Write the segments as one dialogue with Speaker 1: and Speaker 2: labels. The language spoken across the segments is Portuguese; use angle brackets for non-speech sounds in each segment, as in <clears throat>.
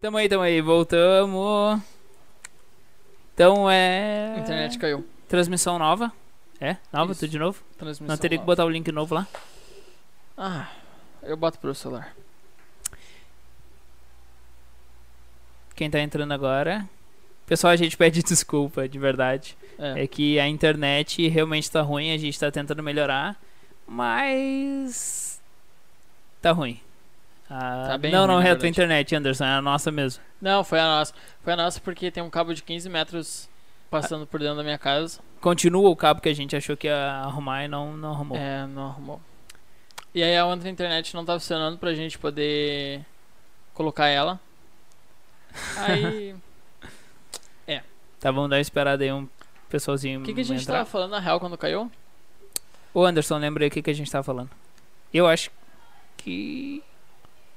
Speaker 1: Tamo aí, tamo aí, voltamos. Então é.
Speaker 2: A internet caiu.
Speaker 1: Transmissão nova. É? Nova,
Speaker 2: Isso.
Speaker 1: tudo de novo?
Speaker 2: Transmissão.
Speaker 1: Não teria que
Speaker 2: nova.
Speaker 1: botar o link novo lá.
Speaker 2: Ah, eu boto pro celular.
Speaker 1: Quem tá entrando agora. Pessoal, a gente <laughs> pede desculpa, de verdade.
Speaker 2: É.
Speaker 1: É que a internet realmente tá ruim, a gente tá tentando melhorar, mas. Tá ruim. Ah,
Speaker 2: Tá bem
Speaker 1: não,
Speaker 2: ruim,
Speaker 1: não
Speaker 2: na
Speaker 1: é a tua
Speaker 2: verdade.
Speaker 1: internet, Anderson, é a nossa mesmo.
Speaker 2: Não, foi a nossa. Foi a nossa porque tem um cabo de 15 metros passando por dentro da minha casa.
Speaker 1: Continua o cabo que a gente achou que ia arrumar e não, não arrumou.
Speaker 2: É, não arrumou. E aí a outra internet não tá funcionando pra gente poder
Speaker 1: <laughs>
Speaker 2: colocar ela. Aí.
Speaker 1: Tá, vamos dar uma esperada aí, um pessoalzinho.
Speaker 2: O que, que a gente
Speaker 1: entrar.
Speaker 2: tava falando na real quando caiu?
Speaker 1: Ô Anderson, lembra aí o que, que a gente tava falando? Eu acho que.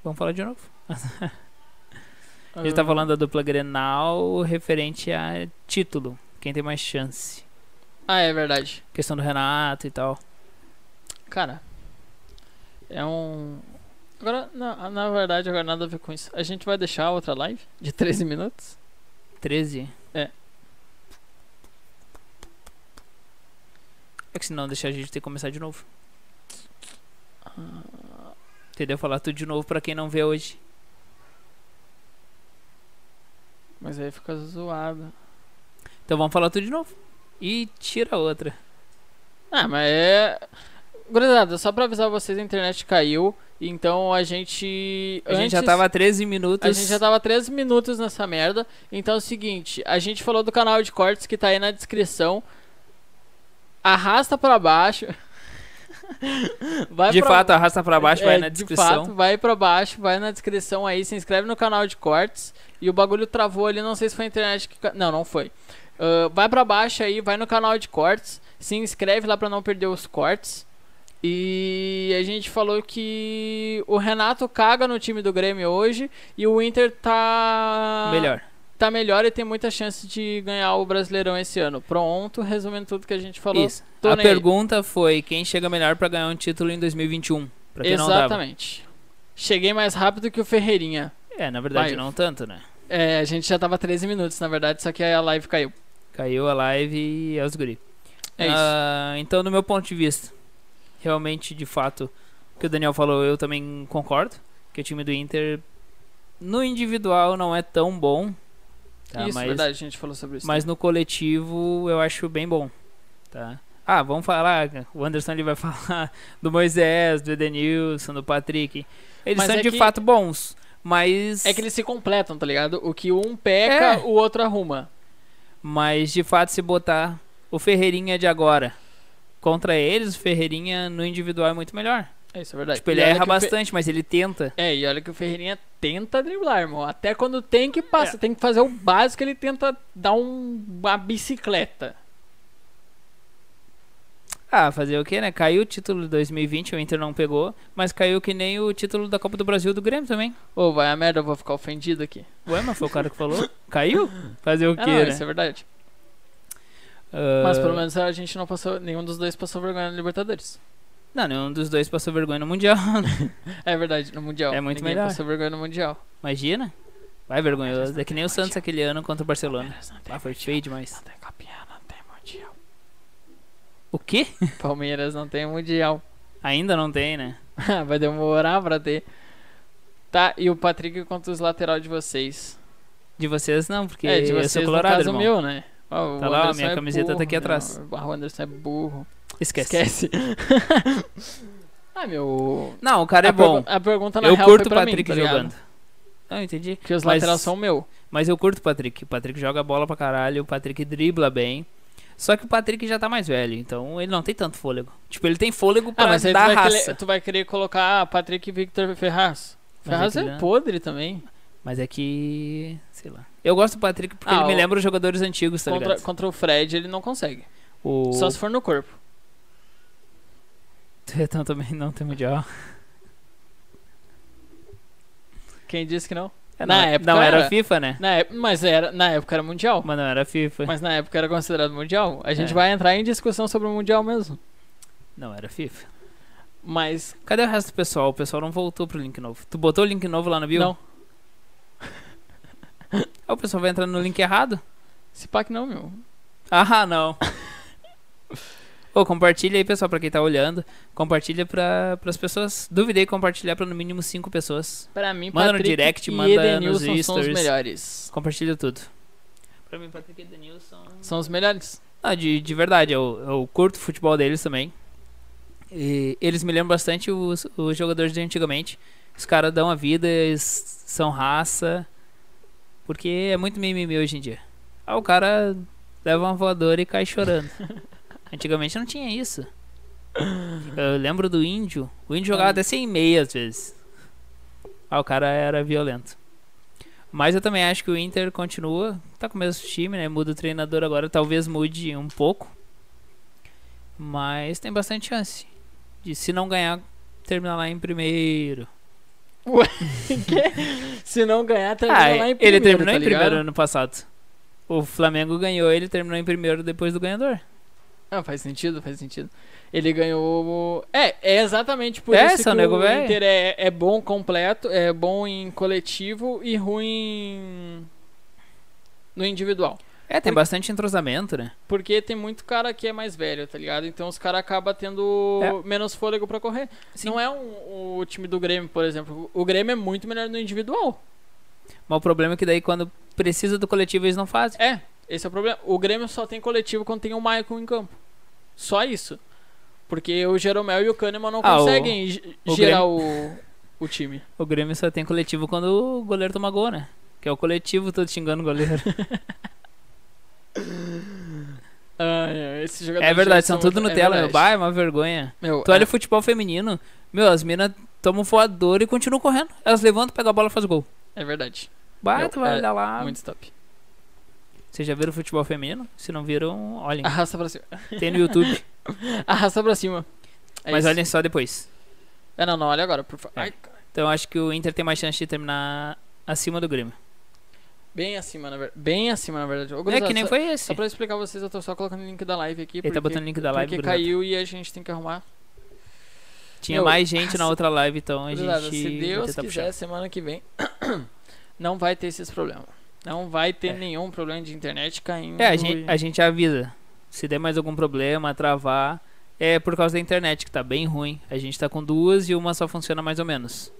Speaker 1: Vamos falar de novo. A gente tá
Speaker 2: Ah,
Speaker 1: falando da dupla Grenal referente a título. Quem tem mais chance.
Speaker 2: Ah, é verdade.
Speaker 1: Questão do Renato e tal.
Speaker 2: Cara, é um. Agora, na, na verdade, agora nada a ver com isso. A gente vai deixar outra live de 13 minutos.
Speaker 1: 13?
Speaker 2: É.
Speaker 1: É que se não deixar a gente ter que começar de novo. Entendeu? Falar tudo de novo pra quem não vê hoje.
Speaker 2: Mas aí fica zoado.
Speaker 1: Então vamos falar tudo de novo. E tira outra.
Speaker 2: Ah, mas é. Gurizada, só pra avisar vocês, a internet caiu. Então a gente.
Speaker 1: A gente já
Speaker 2: antes-
Speaker 1: tava há 13 minutos.
Speaker 2: A gente já tava 13 minutos nessa merda. Então é o seguinte, a gente falou do canal de cortes que tá aí na descrição. Arrasta pra baixo. <laughs> Vai
Speaker 1: De
Speaker 2: É pra-
Speaker 1: fato, arrasta pra baixo, vai
Speaker 2: é,
Speaker 1: na
Speaker 2: De
Speaker 1: descrição.
Speaker 2: fato, vai pra baixo, vai na descrição aí, se inscreve no canal de cortes. E o bagulho travou ali, não sei se foi a internet que. ca- Não, não foi. Ah, vai pra baixo aí, vai no canal de cortes, se inscreve lá pra não perder os cortes. E a gente falou que o Renato caga no time do Grêmio hoje e o Inter tá
Speaker 1: Melhor.
Speaker 2: tá melhor e tem muita chance de ganhar o Brasileirão esse ano. Pronto, resumindo tudo que a gente falou.
Speaker 1: Isso.
Speaker 2: tô
Speaker 1: A
Speaker 2: nem aí.
Speaker 1: pergunta foi quem chega melhor pra ganhar um título em 2021. Pra quem não tava.
Speaker 2: Exatamente. Cheguei mais rápido que o Ferreirinha.
Speaker 1: É, na verdade
Speaker 2: Vai.
Speaker 1: não tanto, né?
Speaker 2: É, a gente já tava 13 minutos, na verdade, só que aí a live caiu.
Speaker 1: Caiu a live e é os guri.
Speaker 2: É isso.
Speaker 1: Ah, então, do meu ponto de vista, realmente, de fato, o que o Daniel falou, eu também concordo. Que o time do Inter, no individual, não é tão bom. tá?
Speaker 2: isso,
Speaker 1: mas,
Speaker 2: verdade, a gente falou sobre isso.
Speaker 1: mas no coletivo, eu acho bem bom. Tá? Ah, vamos falar. O Anderson ele vai <laughs> falar do Moisés, do Edenilson, do Patrick. Eles
Speaker 2: Mas
Speaker 1: são
Speaker 2: é
Speaker 1: de
Speaker 2: que-
Speaker 1: fato bons, mas.
Speaker 2: É que eles se completam, tá ligado? O que um peca,
Speaker 1: É.
Speaker 2: o outro arruma.
Speaker 1: Mas de fato, se botar o Ferreirinha de agora contra eles, o Ferreirinha no individual é muito melhor.
Speaker 2: É isso, é verdade.
Speaker 1: Tipo, ele
Speaker 2: E olha
Speaker 1: erra
Speaker 2: que o Fe-
Speaker 1: bastante, mas ele tenta.
Speaker 2: É, e olha que o Ferreirinha tenta driblar, irmão. Até quando tem que
Speaker 1: É.
Speaker 2: passar, tem que fazer o básico, ele tenta dar um- uma bicicleta.
Speaker 1: Ah, fazer o quê, né? Caiu o título de 2020, o Inter não pegou, mas caiu que nem o título da Copa do Brasil do Grêmio também.
Speaker 2: Ô, vai a merda, eu vou ficar ofendido aqui.
Speaker 1: Ué, mas foi o cara que
Speaker 2: <laughs>
Speaker 1: falou? Caiu? Fazer o
Speaker 2: Ah,
Speaker 1: quê,
Speaker 2: não,
Speaker 1: né?
Speaker 2: isso é verdade.
Speaker 1: Ah,
Speaker 2: Mas pelo menos a gente não passou, nenhum dos dois passou vergonha na Libertadores.
Speaker 1: Não, nenhum dos dois passou vergonha no Mundial. <laughs>
Speaker 2: É verdade, no Mundial.
Speaker 1: É muito
Speaker 2: Ninguém
Speaker 1: melhor.
Speaker 2: passou vergonha no Mundial.
Speaker 1: Imagina. Vai, vergonhoso. É que nem o Santos aquele ano contra o Barcelona.
Speaker 2: Palmeiras não tem
Speaker 1: Ah, foi
Speaker 2: mundial,
Speaker 1: feio demais.
Speaker 2: Não tem campeão, não tem mundial.
Speaker 1: O quê?
Speaker 2: Palmeiras não tem mundial. <laughs>
Speaker 1: Ainda não tem, né?
Speaker 2: Vai demorar pra ter. Tá, e o Patrick contra os lateral de vocês.
Speaker 1: De vocês não, porque
Speaker 2: é, de
Speaker 1: eu
Speaker 2: vocês
Speaker 1: sou
Speaker 2: no
Speaker 1: colorado,
Speaker 2: caso
Speaker 1: irmão.
Speaker 2: meu, né? Ó, o
Speaker 1: Tá lá,
Speaker 2: Anderson
Speaker 1: minha
Speaker 2: é
Speaker 1: camiseta tá
Speaker 2: burro,
Speaker 1: aqui
Speaker 2: meu.
Speaker 1: atrás.
Speaker 2: Ah, O Anderson é burro.
Speaker 1: Esquece. <laughs>
Speaker 2: Esquece. ah, meu.
Speaker 1: Não, o cara é
Speaker 2: a pergu-
Speaker 1: bom.
Speaker 2: A pergunta na
Speaker 1: Eu
Speaker 2: real
Speaker 1: curto o
Speaker 2: foi pra
Speaker 1: Patrick
Speaker 2: mim, tá ligado?
Speaker 1: jogando. Não, entendi.
Speaker 2: Porque os
Speaker 1: Mas-
Speaker 2: laterais são meu.
Speaker 1: Mas eu curto o Patrick. O Patrick joga bola pra caralho, o Patrick dribla bem. Só que o Patrick já tá mais velho, então ele não tem tanto fôlego. Tipo, ele tem fôlego pra
Speaker 2: Ah, mas aí tu
Speaker 1: dar
Speaker 2: vai,
Speaker 1: raça.
Speaker 2: querer, tu vai querer colocar ah, Patrick e Victor Ferraz.
Speaker 1: Mas é
Speaker 2: Ferraz
Speaker 1: que
Speaker 2: é
Speaker 1: dá.
Speaker 2: podre também.
Speaker 1: Mas é que. sei lá. Eu gosto do Patrick porque
Speaker 2: Ah,
Speaker 1: ele me
Speaker 2: o-
Speaker 1: lembra os jogadores antigos, tá
Speaker 2: Contra,
Speaker 1: ligado?
Speaker 2: contra o Fred ele não consegue.
Speaker 1: O.
Speaker 2: Só se for no corpo.
Speaker 1: <laughs> Então também não tem mundial.
Speaker 2: Quem disse que não?
Speaker 1: É,
Speaker 2: Na
Speaker 1: não,
Speaker 2: época
Speaker 1: não era
Speaker 2: era.
Speaker 1: FIFA, né?
Speaker 2: Na ép- mas era, na época era mundial.
Speaker 1: Mas não era FIFA.
Speaker 2: Mas na época era considerado mundial. A gente
Speaker 1: É.
Speaker 2: vai entrar em discussão sobre o mundial mesmo.
Speaker 1: Não era FIFA.
Speaker 2: Mas
Speaker 1: <laughs> Cadê o resto do pessoal? O pessoal não voltou pro link novo. Tu botou o link novo lá no bio?
Speaker 2: não.
Speaker 1: Ah, O pessoal vai entrar no link errado?
Speaker 2: Se pá que não, meu.
Speaker 1: Ah, <laughs> não. Ô, compartilha aí, pessoal, pra quem tá olhando. Compartilha pra, pras pessoas. Duvidei compartilhar pra no mínimo cinco pessoas.
Speaker 2: Pra mim,
Speaker 1: Manda no
Speaker 2: Patrick
Speaker 1: direct,
Speaker 2: e
Speaker 1: manda nos
Speaker 2: Edenilson são os
Speaker 1: stories.
Speaker 2: melhores.
Speaker 1: Compartilha tudo. Pra mim, Patrick e Denilson.
Speaker 2: São os melhores.
Speaker 1: Ah, de, de verdade, eu, eu curto o futebol deles também. E eles me lembram bastante os, os jogadores de antigamente. Os caras dão a vida, eles são raça. Porque é muito mimimi hoje em dia. Ah, o cara leva uma voadora e cai chorando. antigamente não tinha isso. Eu lembro do índio. O índio jogava até sem meia às vezes. Ah, o cara era violento. Mas eu também acho que o Inter continua. Tá com o mesmo time, né? Muda o treinador agora. Talvez mude um pouco. Mas tem bastante chance. De se não ganhar, terminar lá em primeiro.
Speaker 2: Se não ganhar, termina
Speaker 1: Ah,
Speaker 2: lá em primeiro.
Speaker 1: ele terminou
Speaker 2: tá
Speaker 1: em primeiro né?
Speaker 2: ligado?
Speaker 1: ano passado. O Flamengo ganhou, ele terminou em primeiro depois do ganhador.
Speaker 2: Ah, faz sentido, faz sentido. Ele ganhou. o- É, é exatamente por
Speaker 1: É,
Speaker 2: isso que
Speaker 1: seu nego
Speaker 2: o
Speaker 1: velho.
Speaker 2: Inter é, é bom completo, é bom em coletivo e ruim no individual.
Speaker 1: É, tem
Speaker 2: Por-
Speaker 1: bastante entrosamento, né?
Speaker 2: Porque tem muito cara que é mais velho, tá ligado? Então os caras acabam tendo
Speaker 1: É.
Speaker 2: menos fôlego pra correr.
Speaker 1: Sim.
Speaker 2: Não é um- o time do Grêmio, por exemplo. O Grêmio é muito melhor no individual.
Speaker 1: Mas o problema é que daí quando precisa do coletivo eles não fazem.
Speaker 2: É, esse é o problema. O Grêmio só tem coletivo quando tem o Maicon em campo. Só isso. Porque o Jeromel e o Kahneman não
Speaker 1: Ah, o-
Speaker 2: conseguem ge-
Speaker 1: o
Speaker 2: gerar o, o time.
Speaker 1: O Grêmio só tem coletivo quando o goleiro toma gol, né? Que é o coletivo todo xingando o
Speaker 2: <laughs>
Speaker 1: goleiro.
Speaker 2: Ah, é, esses jogadores
Speaker 1: É verdade,
Speaker 2: já
Speaker 1: são tudo
Speaker 2: é
Speaker 1: Nutella, meu. Então
Speaker 2: verdade.
Speaker 1: Bah, é uma vergonha.
Speaker 2: Meu,
Speaker 1: Tu olha
Speaker 2: é-
Speaker 1: o futebol feminino, meu, as minas tomam voador e continuam correndo. Elas levantam, pegam a bola e fazem gol.
Speaker 2: é, verdade.
Speaker 1: Bah,
Speaker 2: Meu,
Speaker 1: tu vai
Speaker 2: é
Speaker 1: olhar lá.
Speaker 2: Muito top.
Speaker 1: Vocês já viram futebol feminino? Se não viram,
Speaker 2: <laughs>
Speaker 1: olhem.
Speaker 2: Arrasta pra cima.
Speaker 1: Tem no YouTube.
Speaker 2: Arrasta pra cima. É
Speaker 1: mas
Speaker 2: isso.
Speaker 1: olhem só depois.
Speaker 2: É, não, não, olha agora, por favor.
Speaker 1: É.
Speaker 2: Ai, cara.
Speaker 1: Então acho que o Inter tem mais chance de terminar acima do Grêmio.
Speaker 2: Bem acima, na verdade. Bem acima, na verdade. Ô,
Speaker 1: é
Speaker 2: gurizada,
Speaker 1: que nem
Speaker 2: só,
Speaker 1: foi esse.
Speaker 2: Só pra explicar vocês, eu tô só colocando o link da live aqui.
Speaker 1: Ele tá botando o link da live.
Speaker 2: Porque
Speaker 1: gurizada.
Speaker 2: caiu e a gente tem que arrumar.
Speaker 1: Tinha
Speaker 2: Meu,
Speaker 1: mais gente na
Speaker 2: se-
Speaker 1: outra live, então a
Speaker 2: Gurizada,
Speaker 1: gente.
Speaker 2: se
Speaker 1: vai
Speaker 2: Deus
Speaker 1: tentar
Speaker 2: quiser,
Speaker 1: puxar.
Speaker 2: semana que vem <clears throat> não vai ter esses problemas. Não vai ter
Speaker 1: É.
Speaker 2: nenhum problema de internet caindo.
Speaker 1: É, a
Speaker 2: e-
Speaker 1: gente, a gente avisa. Se der mais algum problema, travar, é por causa da internet, que tá bem ruim. A gente tá com duas e uma só funciona mais ou menos.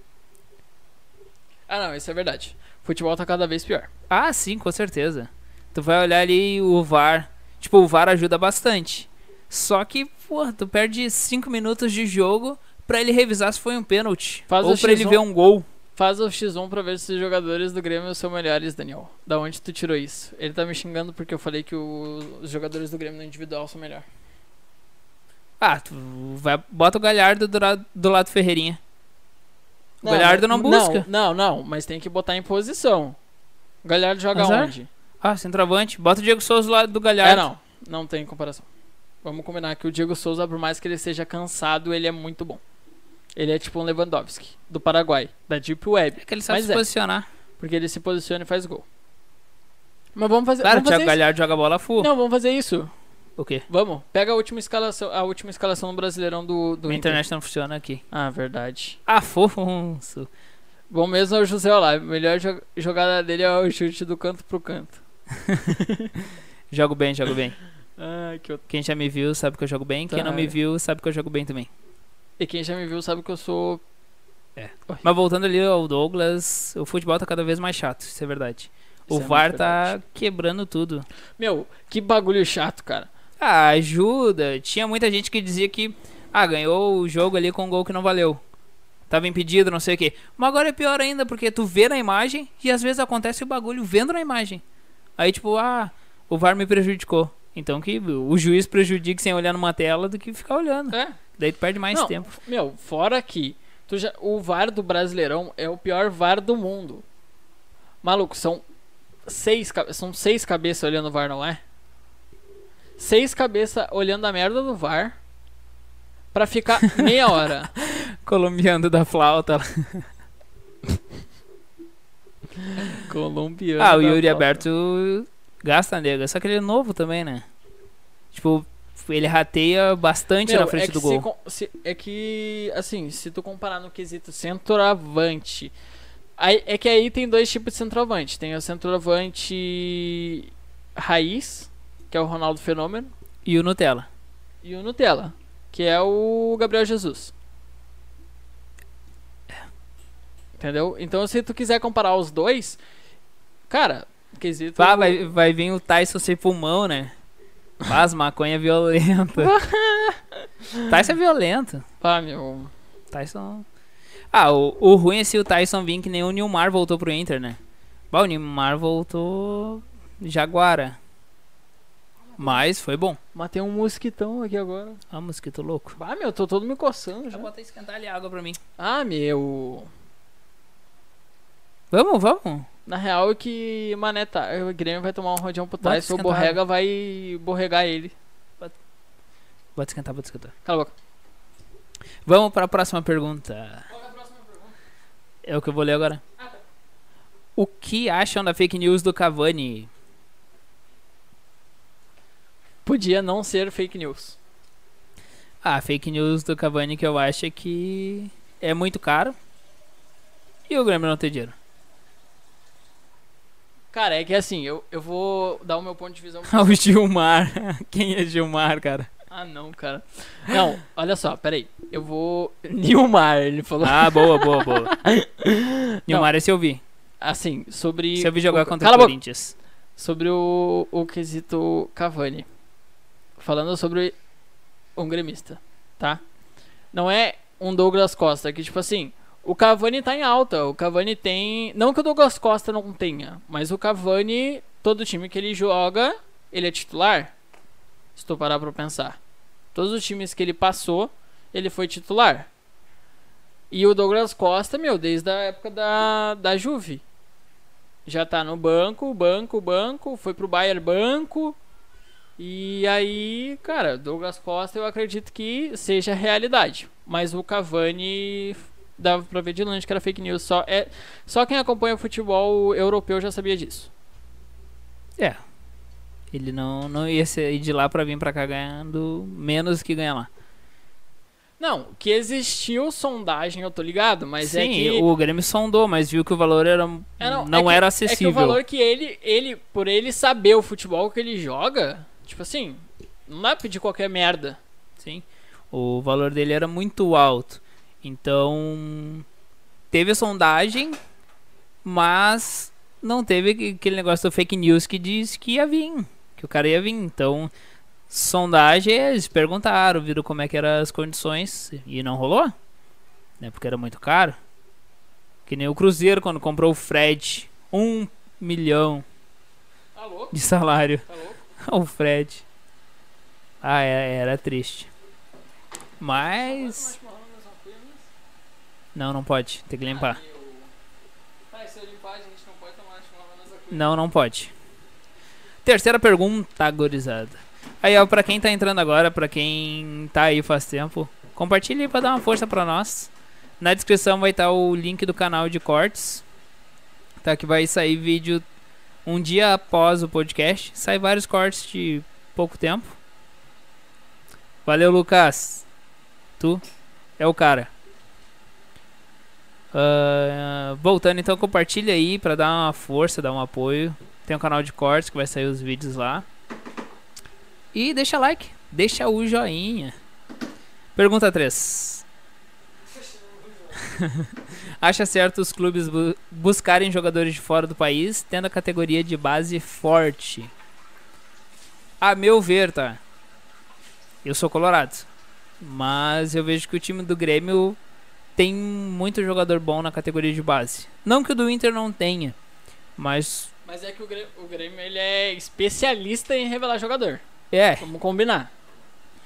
Speaker 2: Ah, não, isso é verdade. Futebol tá cada vez pior.
Speaker 1: Ah, sim, com certeza. Tu vai olhar ali o VAR. Tipo, o VAR ajuda bastante. Só que, porra, tu perde 5 minutos de jogo pra ele revisar se foi um pênalti.
Speaker 2: Faz
Speaker 1: Ou
Speaker 2: o
Speaker 1: pra ele
Speaker 2: X1.
Speaker 1: ver um gol.
Speaker 2: Faz o X1 pra ver se os jogadores do Grêmio são melhores, Daniel. Da onde tu tirou isso? Ele tá me xingando porque eu falei que o- os jogadores do Grêmio no individual são melhor.
Speaker 1: Ah, tu vai, bota o Galhardo do, ra- do lado do Ferreirinha. O Galhardo não busca.
Speaker 2: Não, não, mas tem que botar em posição. O Galhardo joga
Speaker 1: Azar.
Speaker 2: onde?
Speaker 1: Ah, centroavante. Bota o Diego Souza do lado do Galhardo.
Speaker 2: É, não. Não tem comparação. Vamos combinar que o Diego Souza, por mais que ele seja cansado, ele é muito bom. Ele é tipo um Lewandowski, do Paraguai, da Deep Web.
Speaker 1: É que ele sabe
Speaker 2: Mas
Speaker 1: se
Speaker 2: é.
Speaker 1: posicionar.
Speaker 2: Porque ele se posiciona e faz gol. Mas vamos fazer,
Speaker 1: Claro, o
Speaker 2: vamos fazer
Speaker 1: Thiago
Speaker 2: isso.
Speaker 1: Galhardo joga bola full.
Speaker 2: Não, vamos fazer isso.
Speaker 1: O quê?
Speaker 2: Vamos. Pega a última escalação, a última escalação do Brasileirão do, do
Speaker 1: Minha
Speaker 2: Inter.
Speaker 1: internet não funciona aqui.
Speaker 2: Ah, verdade.
Speaker 1: Afonso.
Speaker 2: Bom mesmo é o José Olá. A melhor jo- jogada dele é o chute do canto pro canto.
Speaker 1: Jogo bem, jogo bem.
Speaker 2: Ai, que
Speaker 1: Quem já me viu sabe que eu jogo bem. Quem não me
Speaker 2: Otário.
Speaker 1: viu sabe que eu jogo bem também.
Speaker 2: E quem já me viu sabe que eu sou.
Speaker 1: Mas voltando ali ao Douglas, o futebol tá cada vez mais chato, isso é verdade. O
Speaker 2: Isso é
Speaker 1: VAR
Speaker 2: muito
Speaker 1: tá quebrando tudo.
Speaker 2: Meu, que bagulho chato, cara.
Speaker 1: Ah, ajuda. Tinha muita gente que dizia que ah, ganhou o jogo ali com um gol que não valeu. Tava impedido, não sei o quê. Mas agora é pior ainda, porque tu vê na imagem e às vezes acontece o bagulho vendo na imagem. Aí tipo, ah, o VAR me prejudicou. Então que o juiz prejudique sem olhar numa tela do que ficar olhando.
Speaker 2: É.
Speaker 1: Daí tu perde mais
Speaker 2: Não,
Speaker 1: tempo.
Speaker 2: Meu, fora que tu já, o VAR do Brasileirão é o pior VAR do mundo. Maluco, são seis, cabe- são seis cabeças olhando o VAR, não é? Seis cabeças olhando a merda do VAR pra ficar meia hora.
Speaker 1: Colombiano da
Speaker 2: <laughs>
Speaker 1: flauta. Ah,
Speaker 2: Colombiano.
Speaker 1: Ah, o
Speaker 2: da
Speaker 1: Yuri
Speaker 2: Copa.
Speaker 1: Alberto gasta nega. Só que ele é novo também, né? Tipo, ele rateia bastante
Speaker 2: Meu,
Speaker 1: na frente
Speaker 2: é
Speaker 1: do
Speaker 2: que se
Speaker 1: gol.
Speaker 2: com- se- é que, assim, se tu comparar no quesito centroavante, Aí- é que aí tem dois tipos de centroavante. Tem o centroavante raiz, que é o Ronaldo Fenômeno,
Speaker 1: E o Nutella.
Speaker 2: e o Nutella, que é o Gabriel Jesus. Entendeu? Então se tu quiser comparar os dois, cara, quesito...
Speaker 1: Vá, vai, vai vir o Tyson sem pulmão, né? Faz maconha <laughs> violenta. Tyson é violento.
Speaker 2: Ah, meu...
Speaker 1: Tyson. Ah, o, o ruim é se o Tyson vir que nem o Nilmar voltou pro Inter, né? Bah, o Nilmar voltou. Jaguara. Mas foi bom.
Speaker 2: Matei um mosquitão aqui agora.
Speaker 1: Ah, mosquito louco.
Speaker 2: Ah, meu, tô todo me coçando já.
Speaker 1: Bota esquentar ali água pra mim.
Speaker 2: Ah, meu...
Speaker 1: Vamos, vamos.
Speaker 2: Na real é que Mané tá... O Grêmio vai tomar um rodeão pro
Speaker 1: Bota
Speaker 2: Tyson, o
Speaker 1: esquentar.
Speaker 2: Borrega vai borregar ele.
Speaker 1: Bota esquentar, bota esquentar.
Speaker 2: Cala a boca.
Speaker 1: Vamos pra próxima pergunta. É o que eu vou ler agora. O que acham da fake news do Cavani?
Speaker 2: Podia não ser fake news.
Speaker 1: Ah, a fake news do Cavani que eu acho é que é muito caro. E o Grêmio não tem dinheiro. <laughs>
Speaker 2: Cara, é que assim, eu, eu vou dar o meu ponto de visão.
Speaker 1: Ah, o Gilmar. <laughs> Quem é Gilmar, cara?
Speaker 2: ah, não, cara. Não, olha só, peraí. Eu vou. <laughs> Nilmar, ele falou.
Speaker 1: Ah, boa, boa, boa. <laughs> Nilmar, esse eu vi.
Speaker 2: Assim, sobre.
Speaker 1: Esse eu vi jogar
Speaker 2: o...
Speaker 1: contra
Speaker 2: Cala
Speaker 1: o
Speaker 2: a boca.
Speaker 1: Corinthians.
Speaker 2: Sobre o, o quesito Cavani. Falando sobre um gremista, tá? Não é um Douglas Costa, que tipo assim, o Cavani tá em alta, o Cavani tem. Não que o Douglas Costa não tenha, mas o Cavani, todo time que ele joga, ele é titular. Se tu parar pra pensar. Todos os times que ele passou, ele foi titular. E o Douglas Costa, meu, desde a época da, da Juve já tá no banco, banco, banco, foi pro Bayern banco. E aí, cara, Douglas Costa eu acredito que seja realidade. Mas o Cavani dava pra ver de longe que era fake news. Só, é, só quem acompanha o futebol europeu já sabia disso.
Speaker 1: É. Ele não, não ia sair de lá pra vir pra cá ganhando menos que ganha lá.
Speaker 2: Não, que existiu sondagem, eu tô ligado, mas
Speaker 1: Sim,
Speaker 2: é que.
Speaker 1: o Grêmio sondou, mas viu que o valor era,
Speaker 2: É,
Speaker 1: não,
Speaker 2: é que-
Speaker 1: era
Speaker 2: É que o
Speaker 1: acessível.
Speaker 2: valor que ele, ele, por ele saber o futebol que ele joga, tipo assim, não dá pra pedir qualquer merda.
Speaker 1: Sim. O valor dele era muito alto. Então, teve a sondagem, mas não teve aque- aquele negócio do fake news que diz que ia vir, que o cara ia vir. Então, sondagem, eles perguntaram, viram como é que eram as condições e não rolou, né? Porque era muito caro. Que nem o Cruzeiro quando comprou o Fred, um milhão
Speaker 2: Tá louco?
Speaker 1: de salário.
Speaker 2: Tá louco?
Speaker 1: <laughs> O Fred. Ah, é- era triste. Mas. Não, não pode. Tem que limpar.
Speaker 2: Tá, se eu limpar, a gente não pode tomar chimarrão nessa coisa.
Speaker 1: Não, não pode. Terceira pergunta, gorizada. Aí, ó, pra quem tá entrando agora, pra quem tá aí faz tempo, compartilha aí pra dar uma força pra nós. Na descrição vai estar o link do canal de cortes. Tá? Que vai sair vídeo um dia após o podcast. Sai vários cortes de pouco tempo. Valeu, Lucas. Tu é o cara. Ah, voltando, então compartilha aí pra dar uma força, dar um apoio. Tem um canal de cortes que vai sair os vídeos lá. E deixa like, deixa o joinha. Pergunta 3. <laughs> Acha certo os clubes bu- buscarem jogadores de fora do país, tendo a categoria de base forte? A meu ver, tá? Eu sou colorado. Mas eu vejo que o time do Grêmio tem muito jogador bom na categoria de base. Não que o do Inter não tenha, mas
Speaker 2: Mas é que o Grêmio, o Grêmio, ele é especialista em revelar jogador.
Speaker 1: é.
Speaker 2: Vamos combinar.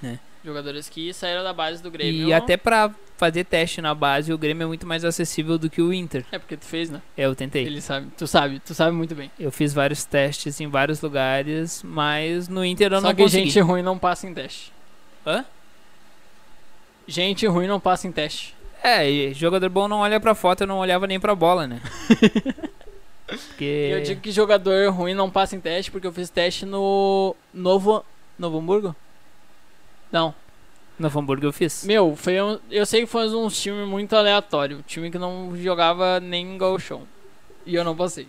Speaker 1: É.
Speaker 2: Jogadores que saíram da base do Grêmio.
Speaker 1: E até pra fazer teste na base, o Grêmio é muito mais acessível do que o Inter.
Speaker 2: É porque tu fez, né?
Speaker 1: É, eu tentei.
Speaker 2: Ele sabe, tu sabe, tu sabe muito bem.
Speaker 1: Eu fiz vários testes em vários lugares, mas no Inter eu
Speaker 2: Só
Speaker 1: não
Speaker 2: que
Speaker 1: consegui.
Speaker 2: gente ruim não passa em teste.
Speaker 1: Hã?
Speaker 2: Gente ruim não passa em teste.
Speaker 1: É, e jogador bom não olha pra foto, eu não olhava nem pra bola,
Speaker 2: <laughs>
Speaker 1: né? Porque...
Speaker 2: Eu digo que jogador ruim não passa em teste porque eu fiz teste no Novo Novo Hamburgo? Não.
Speaker 1: Novo Hamburgo eu fiz.
Speaker 2: Meu, foi um- eu sei que foi um time muito aleatório. Um Time que não jogava nem gauchão. E eu não passei.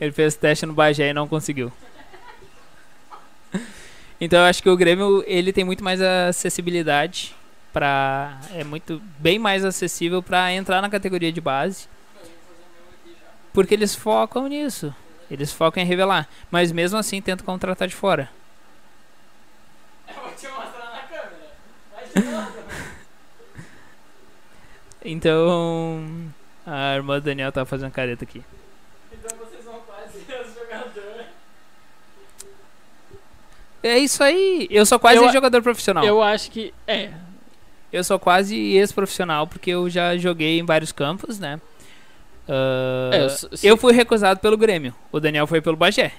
Speaker 1: Ele fez teste no Bagé e não conseguiu. Então eu acho que o Grêmio ele tem muito mais acessibilidade para é muito bem mais acessível para entrar na categoria de base. Porque eles focam nisso. Eles focam em revelar, mas mesmo assim tentam contratar de fora. <laughs> Então, a irmã do Daniel tá fazendo careta aqui. É isso aí. Eu sou quase
Speaker 2: Eu-
Speaker 1: jogador profissional.
Speaker 2: Eu acho que. É.
Speaker 1: Eu sou quase ex-profissional, porque eu já joguei em vários campos, né? Ah,
Speaker 2: é, eu
Speaker 1: eu,
Speaker 2: s- sei,
Speaker 1: fui recusado pelo Grêmio. O Daniel foi pelo Bagé.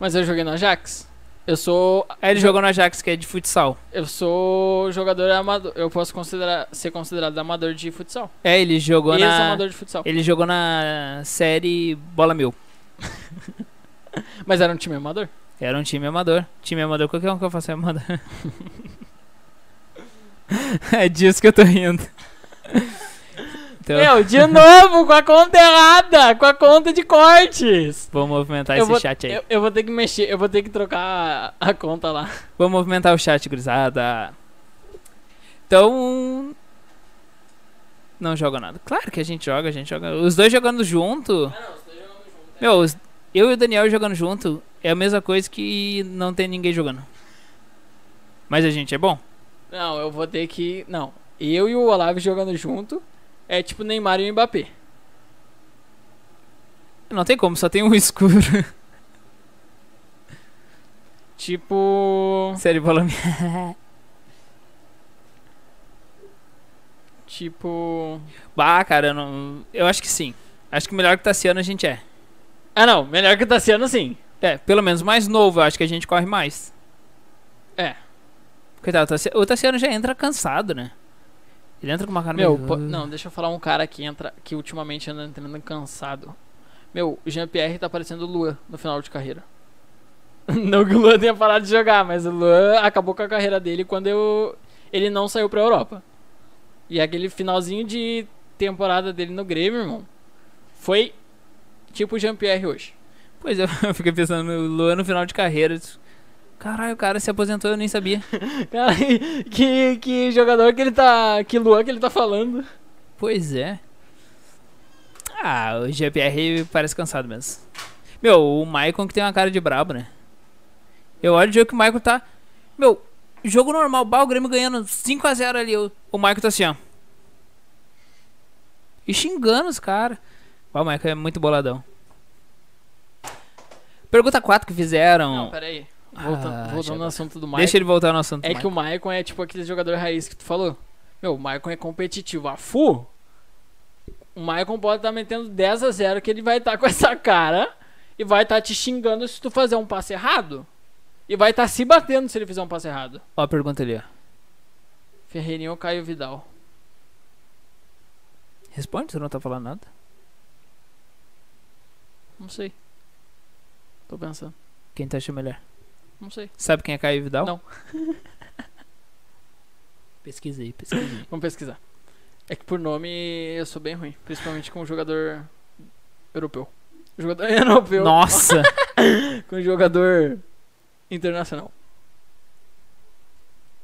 Speaker 2: Mas eu joguei no Ajax. Eu sou.
Speaker 1: Aí ele jogou no Ajax, que é de futsal.
Speaker 2: Eu sou jogador amador. Eu posso considerar, ser considerado amador de futsal.
Speaker 1: É, ele jogou
Speaker 2: Ex
Speaker 1: na.
Speaker 2: amador é de futsal.
Speaker 1: Ele jogou na série Bola Mil.
Speaker 2: Mas era um time amador.
Speaker 1: Era um time amador. Time amador, qualquer um que eu faça é amador. <laughs> é disso que eu tô rindo.
Speaker 2: É,
Speaker 1: Então,
Speaker 2: Meu, de novo, com a conta errada, com a conta de cortes.
Speaker 1: vou movimentar
Speaker 2: Eu
Speaker 1: esse
Speaker 2: vou-
Speaker 1: chat aí.
Speaker 2: Eu, eu vou ter que mexer, eu vou ter que trocar a, a conta lá.
Speaker 1: Vou movimentar o chat, gurizada. Então. Não joga nada. Claro que a gente joga, a gente joga. Os dois jogando junto. Meu, os- eu e o Daniel jogando junto é a mesma coisa que não tem ninguém jogando. Mas a gente é bom.
Speaker 2: Não, eu vou ter que. Não. Eu e o Olavo jogando junto é tipo Neymar e o Mbappé.
Speaker 1: Não tem como, só tem um <laughs> escuro.
Speaker 2: Tipo.
Speaker 1: Sério, bola minha.
Speaker 2: Tipo.
Speaker 1: Bah, Ah, cara, eu, não... eu acho que sim. Acho que melhor que Tassiano a gente é.
Speaker 2: Ah não, melhor que o Tassiano sim.
Speaker 1: É, pelo menos mais novo, eu acho que a gente corre mais.
Speaker 2: É.
Speaker 1: Coitado, o Tassi- o Tassiano já entra cansado, né? Ele entra com uma cara
Speaker 2: Meu,
Speaker 1: meio-
Speaker 2: po- não, deixa eu falar um cara que entra. Que ultimamente anda entrando cansado. Meu, o Jean-Pierre tá parecendo o Luan no final de carreira. <laughs> Não que o Luan tenha parado de jogar, mas o Luan acabou com a carreira dele quando eu, ele não saiu pra Europa. E aquele finalzinho de temporada dele no Grêmio, irmão, foi tipo o Jean-Pierre hoje. <laughs>
Speaker 1: Pois é, <laughs> eu fiquei pensando no Luan no final de carreira. Isso- Caralho, o cara se aposentou, eu nem sabia.
Speaker 2: Cara, que, que jogador que ele tá. Que Luan que ele tá falando.
Speaker 1: Pois é. Ah, o GPR parece cansado mesmo. Meu, o Maicon que tem uma cara de brabo, né? Eu olho o jogo que o Maicon tá. Meu, jogo normal, bah, o Grêmio ganhando 5x0 ali. O, o Maicon tá assim, ó. E xingando os caras. Bah, o Maicon é muito boladão. Pergunta 4 que fizeram.
Speaker 2: Não, peraí. Voltando,
Speaker 1: Ah,
Speaker 2: voltando no
Speaker 1: já-
Speaker 2: assunto do Maicon.
Speaker 1: Deixa ele voltar no assunto.
Speaker 2: É que o Maicon é tipo aquele jogador raiz que tu falou. Meu, o Maicon é competitivo. A full. O Maicon pode estar metendo 10 a 0 que ele vai estar <laughs> com essa cara e vai estar te xingando se tu fazer um passe errado. E vai estar se batendo se ele fizer um passe errado.
Speaker 1: Ó, a pergunta ali, ó.
Speaker 2: Ferreirinho ou Caio Vidal?
Speaker 1: Responde, você não tá falando nada.
Speaker 2: Não sei. Tô pensando.
Speaker 1: Quem tá achando melhor?
Speaker 2: Não sei.
Speaker 1: Sabe quem é Caio Vidal?
Speaker 2: Não. <laughs>
Speaker 1: pesquisei, pesquisei.
Speaker 2: Vamos pesquisar. É que por nome eu sou bem ruim. Principalmente com jogador europeu. Jogador <laughs> europeu.
Speaker 1: Nossa!
Speaker 2: Com jogador internacional.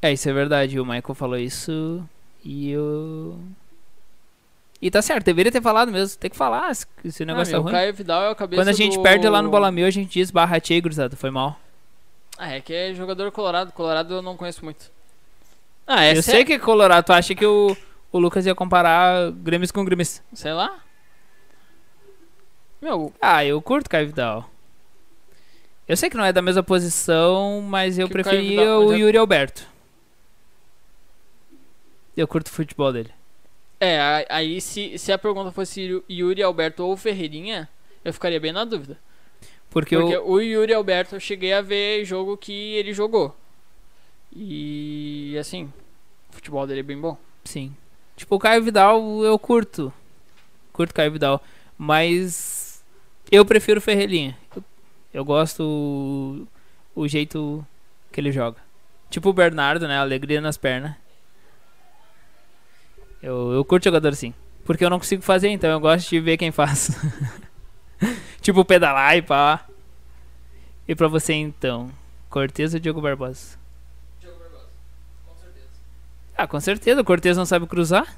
Speaker 1: é, isso é verdade. O Michael falou isso e eu. E tá certo, deveria ter falado mesmo. Tem que falar se se o negócio
Speaker 2: ah,
Speaker 1: é
Speaker 2: meu,
Speaker 1: ruim.
Speaker 2: O Caio Vidal é a cabeça
Speaker 1: Quando a gente
Speaker 2: do-
Speaker 1: perde lá no Bola Meu, a gente diz barra tchê, gurizada, foi mal.
Speaker 2: Ah, é que é jogador colorado. Colorado eu não conheço muito. Ah, é
Speaker 1: eu sei que é colorado, tu acha que o, o Lucas ia comparar Grêmios com Grêmios.
Speaker 2: Sei lá. Meu,
Speaker 1: Ah, eu curto Caio Vidal. Eu sei que não é da mesma posição, mas eu
Speaker 2: Que o Caio
Speaker 1: preferia
Speaker 2: Vidal-
Speaker 1: o
Speaker 2: mas é- eu-
Speaker 1: Yuri Alberto. Eu curto o futebol dele.
Speaker 2: é, a- aí se, se a pergunta fosse Yu- Yuri Alberto ou Ferreirinha, eu ficaria bem na dúvida.
Speaker 1: Porque,
Speaker 2: Porque
Speaker 1: eu.
Speaker 2: o Yuri Alberto eu cheguei a ver jogo que ele jogou. E assim, o futebol dele é bem bom.
Speaker 1: Sim. Tipo, o Caio Vidal eu curto. Curto Caio Vidal. Mas eu prefiro o Ferrelinha. Eu, eu gosto o, o jeito que ele joga. Tipo o Bernardo, né? Alegria nas pernas. Eu, eu curto jogador assim. Porque eu não consigo fazer, então eu gosto de ver quem faz. <laughs> tipo pedalar e pá. E pra você então, Cortez ou Diogo Barbosa?
Speaker 2: Diogo Barbosa, com certeza.
Speaker 1: Ah, com certeza, o Cortez não sabe cruzar.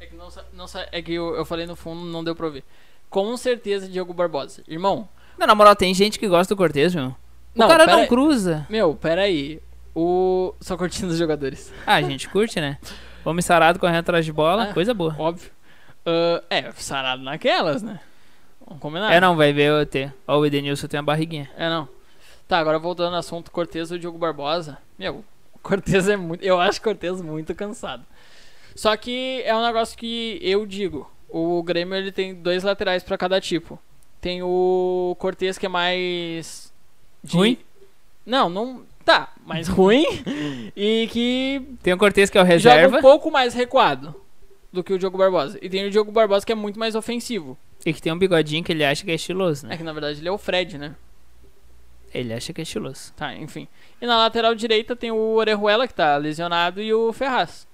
Speaker 2: É que, não, sa- não sa- é que eu, eu falei no fundo, não deu pra ouvir. Com certeza, Diogo Barbosa. Irmão,
Speaker 1: Não, na moral, tem gente que gosta do Cortez, meu. O
Speaker 2: Não,
Speaker 1: cara
Speaker 2: pera
Speaker 1: não
Speaker 2: aí.
Speaker 1: cruza.
Speaker 2: meu, peraí. O. Só curtindo os jogadores.
Speaker 1: Ah, a gente curte, né? Homem sarado correndo atrás de bola,
Speaker 2: Ah.
Speaker 1: coisa boa.
Speaker 2: Óbvio. Ah, é, sarado naquelas, né? Vamos combinar.
Speaker 1: É, não, vai ver o ET. Ó, o Edenilson tem uma barriguinha.
Speaker 2: É, não. Tá, agora voltando ao assunto Cortez ou Diogo Barbosa. Meu, o Cortez é muito. Eu acho o Cortez muito cansado. Só que é um negócio que eu digo. O Grêmio ele tem dois laterais pra cada tipo. Tem o Cortez que é mais.
Speaker 1: Ruim?
Speaker 2: Não, não. Tá, mais ruim. <laughs> e que
Speaker 1: Tem o Cortez que é o
Speaker 2: joga
Speaker 1: reserva
Speaker 2: um pouco mais recuado do que o Diogo Barbosa. E tem o Diogo Barbosa que é muito mais ofensivo.
Speaker 1: e que tem um bigodinho que ele acha que é estiloso,
Speaker 2: É
Speaker 1: né?
Speaker 2: que na verdade ele é o Fred, né?
Speaker 1: Ele acha que é estiloso.
Speaker 2: Tá, enfim. E na lateral direita tem o Orejuela, que tá lesionado, e o Ferraz.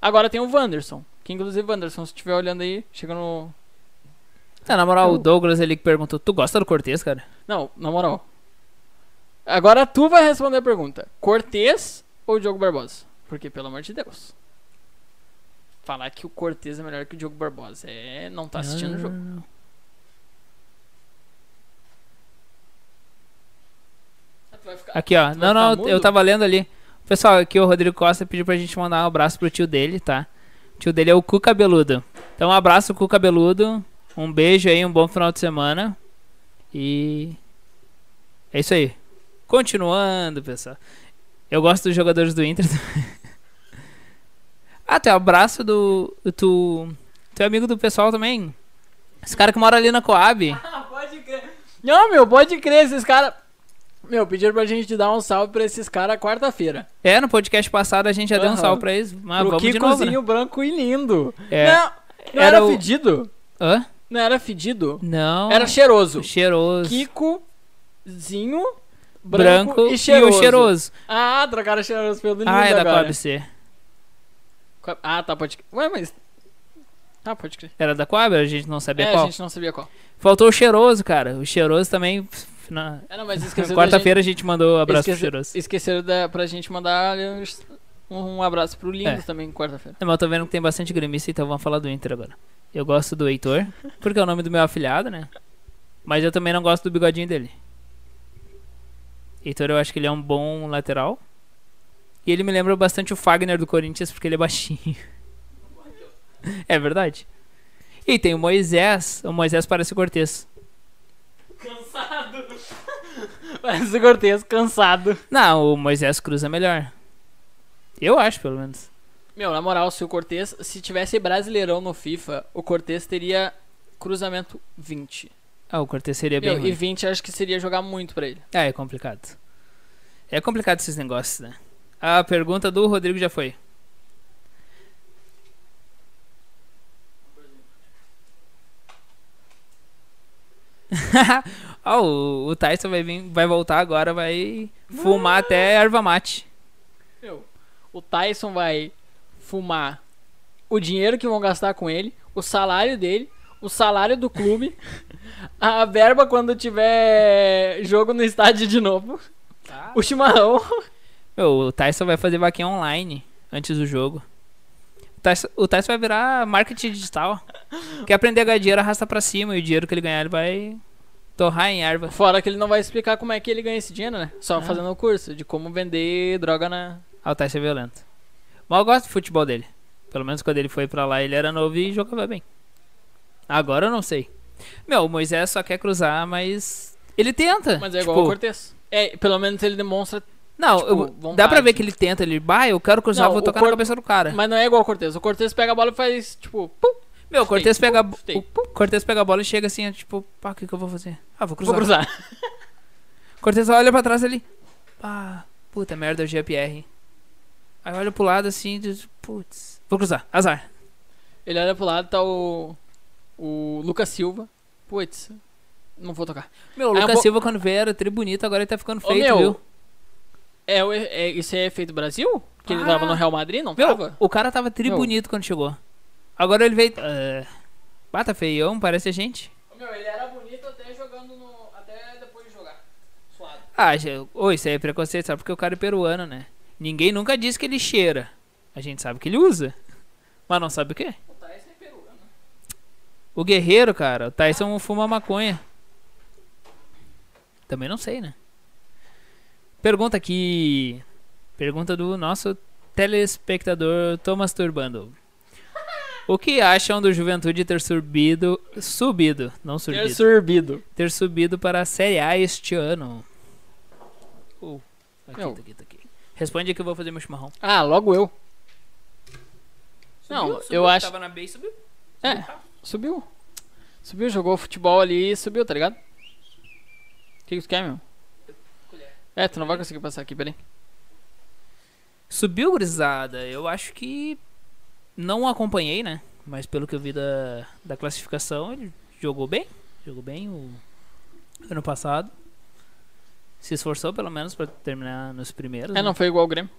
Speaker 2: Agora tem o Wanderson. Que inclusive, Wanderson, se estiver olhando aí, chega no.
Speaker 1: Tá, na moral,
Speaker 2: Eu-
Speaker 1: o Douglas ali que perguntou: Tu gosta do Cortez, cara?
Speaker 2: Não, na moral. Agora tu vai responder a pergunta: Cortez ou Diogo Barbosa? Porque, pelo amor de Deus. Falar que o Cortez é melhor que o Diogo Barbosa é. Não tá assistindo o jogo. Tu vai ficar-
Speaker 1: Aqui, ó.
Speaker 2: Tu
Speaker 1: Não,
Speaker 2: vai
Speaker 1: não,
Speaker 2: ficar
Speaker 1: eu
Speaker 2: tá mudo?
Speaker 1: tava lendo ali. Pessoal, aqui o Rodrigo Costa pediu pra gente mandar um abraço pro tio dele, tá? O tio dele é o Cu Cabeludo. Então, um abraço, Cu Cabeludo. Um beijo aí, um bom final de semana. E. É isso aí. Continuando, pessoal. Eu gosto dos jogadores do Inter. <laughs> ah, tem um abraço do. Tu. Tu é amigo do pessoal também? Esse cara que mora ali na Coab.
Speaker 2: Ah, pode crer. Não, meu, pode crer, esses caras. Meu, pediram pra gente dar um salve pra esses caras quarta-feira.
Speaker 1: É, no podcast passado a gente já deu um
Speaker 2: Aham.
Speaker 1: salve pra eles. Mas
Speaker 2: Pro
Speaker 1: vamos de novo, né?
Speaker 2: Kikozinho branco e lindo.
Speaker 1: É.
Speaker 2: Não, não
Speaker 1: Era
Speaker 2: era,
Speaker 1: o-
Speaker 2: fedido.
Speaker 1: Hã?
Speaker 2: Não era fedido.
Speaker 1: Não.
Speaker 2: Era cheiroso.
Speaker 1: cheiroso.
Speaker 2: Kikozinho branco,
Speaker 1: branco
Speaker 2: e cheiroso.
Speaker 1: o cheiroso.
Speaker 2: Ah, trocaram cheiroso pelo lindo
Speaker 1: Ah, é da
Speaker 2: agora.
Speaker 1: Coab C.
Speaker 2: Coab- Ah, tá, pode crer. Ué, mas... Ah, pode crer.
Speaker 1: Era da Coab, a gente não sabia
Speaker 2: é,
Speaker 1: qual.
Speaker 2: a gente não sabia qual.
Speaker 1: Faltou o cheiroso, cara. O cheiroso também. pff, Na...
Speaker 2: É, não, mas esqueceram da
Speaker 1: Quarta-feira a gente mandou um
Speaker 2: gente-
Speaker 1: abraço pro
Speaker 2: esquece-
Speaker 1: cheiroso.
Speaker 2: Esqueceram da... pra gente mandar um, um abraço pro lindo
Speaker 1: É.
Speaker 2: também quarta-feira.
Speaker 1: Não, mas eu tô vendo que tem bastante gremista, então vamos falar do Inter agora. Eu gosto do Heitor, porque é o nome do meu afilhado, né? Mas eu também não gosto do bigodinho dele. Heitor, eu acho que ele é um bom lateral. E ele me lembra bastante o Fagner do Corinthians, porque ele é baixinho. <laughs> é verdade. E tem o Moisés. O Moisés parece o Cortez.
Speaker 2: <laughs> Cansado. Parece o Cortez cansado.
Speaker 1: Não, o Moisés cruza melhor. Eu acho, pelo menos.
Speaker 2: Meu, na moral, se o Cortez, se tivesse brasileirão no FIFA, o Cortez teria cruzamento 20.
Speaker 1: Ah, o Cortez seria bem.
Speaker 2: Meu,
Speaker 1: ruim.
Speaker 2: e 20 acho que seria jogar muito pra ele.
Speaker 1: Ah, é complicado. É complicado esses negócios, né? A pergunta do Rodrigo já foi. <laughs> Ó, o, o Tyson vai vir, vai voltar agora, vai fumar até erva mate.
Speaker 2: Meu, o Tyson vai fumar o dinheiro que vão gastar com ele, o salário dele, o salário
Speaker 1: <laughs>
Speaker 2: do clube, a verba quando tiver jogo no estádio de novo, o chimarrão.
Speaker 1: Meu, o Tyson vai fazer vaquinha online antes do jogo. O Tyson, o Tyson vai virar marketing digital. Quer aprender a ganhar dinheiro, arrasta pra cima. E o dinheiro que ele ganhar, ele vai torrar em erva.
Speaker 2: Fora que ele não vai explicar como é que ele ganha esse dinheiro, né? Só
Speaker 1: Ah.
Speaker 2: fazendo o curso de como vender droga na.
Speaker 1: Ah, o Tyson é violento. Mas eu gosto do futebol dele. Pelo menos quando ele foi pra lá, ele era novo e jogava bem. Agora eu não sei. Meu, o Moisés só quer cruzar, mas. Ele tenta.
Speaker 2: Mas é
Speaker 1: tipo,
Speaker 2: igual ao Cortez. É, pelo menos ele demonstra.
Speaker 1: Não,
Speaker 2: tipo,
Speaker 1: eu- dá
Speaker 2: vontade.
Speaker 1: pra ver que ele tenta. Ele, bah, eu quero cruzar,
Speaker 2: Não,
Speaker 1: vou
Speaker 2: o
Speaker 1: tocar
Speaker 2: Cor-
Speaker 1: na cabeça do cara.
Speaker 2: Mas não é igual ao Cortez. O Cortez pega a bola e faz, tipo, pum,
Speaker 1: Meu, o Cortez pega, a bo-
Speaker 2: chutei.
Speaker 1: o Cortez pega a bola e chega assim, é tipo, pá, o que, que eu vou fazer? Ah, vou
Speaker 2: vou
Speaker 1: cruzar.
Speaker 2: cruzar.
Speaker 1: Cortez olha pra trás ali. Ah, puta merda, é o GPR. Aí olha pro lado assim, diz, putz, vou cruzar, azar.
Speaker 2: <laughs> Ele olha pro lado, tá o. O Lucas Silva. Putz, não vou tocar.
Speaker 1: Meu, o
Speaker 2: Aí eu
Speaker 1: Lucas
Speaker 2: vou-
Speaker 1: Silva, quando veio, era tri bonito, agora ele tá ficando
Speaker 2: Ô,
Speaker 1: feio,
Speaker 2: meu,
Speaker 1: viu?
Speaker 2: É, o- é- isso é feito Brasil? Que ele
Speaker 1: Ah.
Speaker 2: tava no Real Madrid, não
Speaker 1: Meu,
Speaker 2: tava?
Speaker 1: o cara tava tri
Speaker 2: Meu.
Speaker 1: bonito quando chegou. Agora ele veio. ah, bata feião, parece a gente.
Speaker 2: Meu, ele era bonito até jogando no. Até depois de jogar. Suado.
Speaker 1: Ah, já- ô, isso aí é preconceito, só porque o cara é peruano, né? Ninguém nunca disse que ele cheira. A gente sabe que ele usa. Mas não sabe o quê?
Speaker 2: O Thais é peruano.
Speaker 1: O guerreiro, cara, o Tyson fuma maconha. Também não sei, né? Pergunta aqui. Pergunta do nosso telespectador Thomas
Speaker 2: <laughs>
Speaker 1: Turbando. O que acham do Juventude ter subido. Subido, não
Speaker 2: É
Speaker 1: surgido.
Speaker 2: sorbido.
Speaker 1: Ter subido para a Série A este ano? Uh, aqui,
Speaker 2: Não.
Speaker 1: tá aqui, tá aqui. Responde que eu vou fazer meu chimarrão.
Speaker 2: Ah, logo eu. Não, eu acho-
Speaker 1: Tava na B e subiu.
Speaker 2: É, subiu. Subiu, jogou futebol ali e subiu, tá ligado? O que que tu quer, meu? É, tu não vai conseguir passar aqui, peraí.
Speaker 1: Subiu, gurizada. Eu acho que não acompanhei, né? Mas pelo que eu vi da, da classificação, ele jogou bem. Jogou bem o ano passado. Se esforçou pelo menos pra terminar nos primeiros.
Speaker 2: É,
Speaker 1: né?
Speaker 2: não foi igual o Grêmio.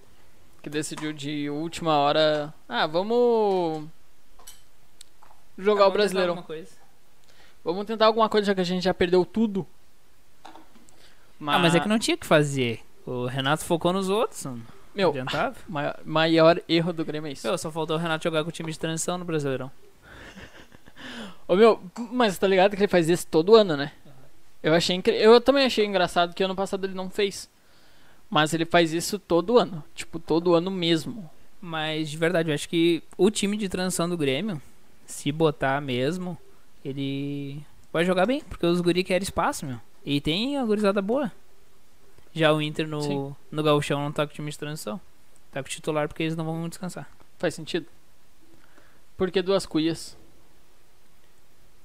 Speaker 2: Que decidiu de última hora. Ah, vamos.
Speaker 1: Ah,
Speaker 2: Jogar o
Speaker 1: vamos tentar
Speaker 2: Brasileirão.
Speaker 1: alguma coisa.
Speaker 2: Vamos tentar alguma coisa, já que a gente já perdeu tudo.
Speaker 1: Ah, mas é que não tinha o que fazer. O Renato focou nos outros. Não
Speaker 2: Meu,
Speaker 1: adiantava.
Speaker 2: maior, maior erro do Grêmio é isso.
Speaker 1: Meu, só faltou o Renato jogar com o time de transição no Brasileirão.
Speaker 2: Ô meu, mas tá ligado que ele faz isso todo ano, né? Eu achei incri... Eu também achei engraçado que ano passado ele não fez. Mas ele faz isso todo ano. Tipo, todo ano mesmo.
Speaker 1: Mas de verdade, eu acho que o time de transição do Grêmio, se botar mesmo, ele vai jogar bem, porque os guri querem espaço, meu. E tem a gurizada boa. Já o Inter
Speaker 2: Sim.
Speaker 1: no, no Gauchão não tá com o time de transição. Tá com o titular porque eles não vão descansar.
Speaker 2: Faz sentido? Porque duas cuias,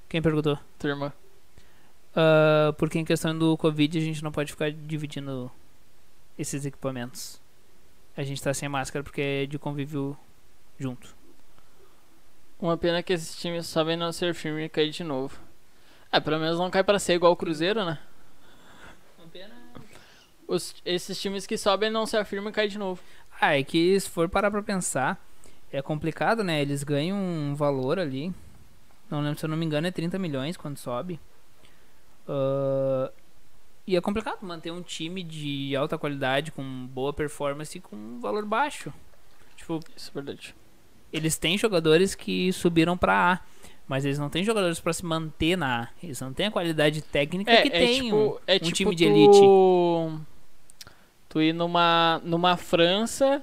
Speaker 1: Quem perguntou?
Speaker 2: turma.
Speaker 1: Ah, porque em questão do Covid a gente não pode ficar dividindo esses equipamentos. A gente tá sem máscara porque é de convívio junto.
Speaker 2: Uma pena que esses times sabem não ser firme e cair de novo. É, pelo menos não cai pra ser igual o Cruzeiro, né? Os, esses times que sobem não se afirmam e caem de novo.
Speaker 1: Ah, é que se for parar pra pensar, é complicado, né? Eles ganham um valor ali. Não lembro, se eu não me engano, é 30 milhões quando sobe. Ah, e é complicado manter um time de alta qualidade, com boa performance, com um valor baixo. Tipo,
Speaker 2: Isso é verdade.
Speaker 1: eles têm jogadores que subiram pra A, mas eles não têm jogadores pra se manter na A. Eles não têm a qualidade técnica que tem. um-
Speaker 2: é
Speaker 1: time de
Speaker 2: tu-
Speaker 1: elite.
Speaker 2: Tu ir numa, numa França,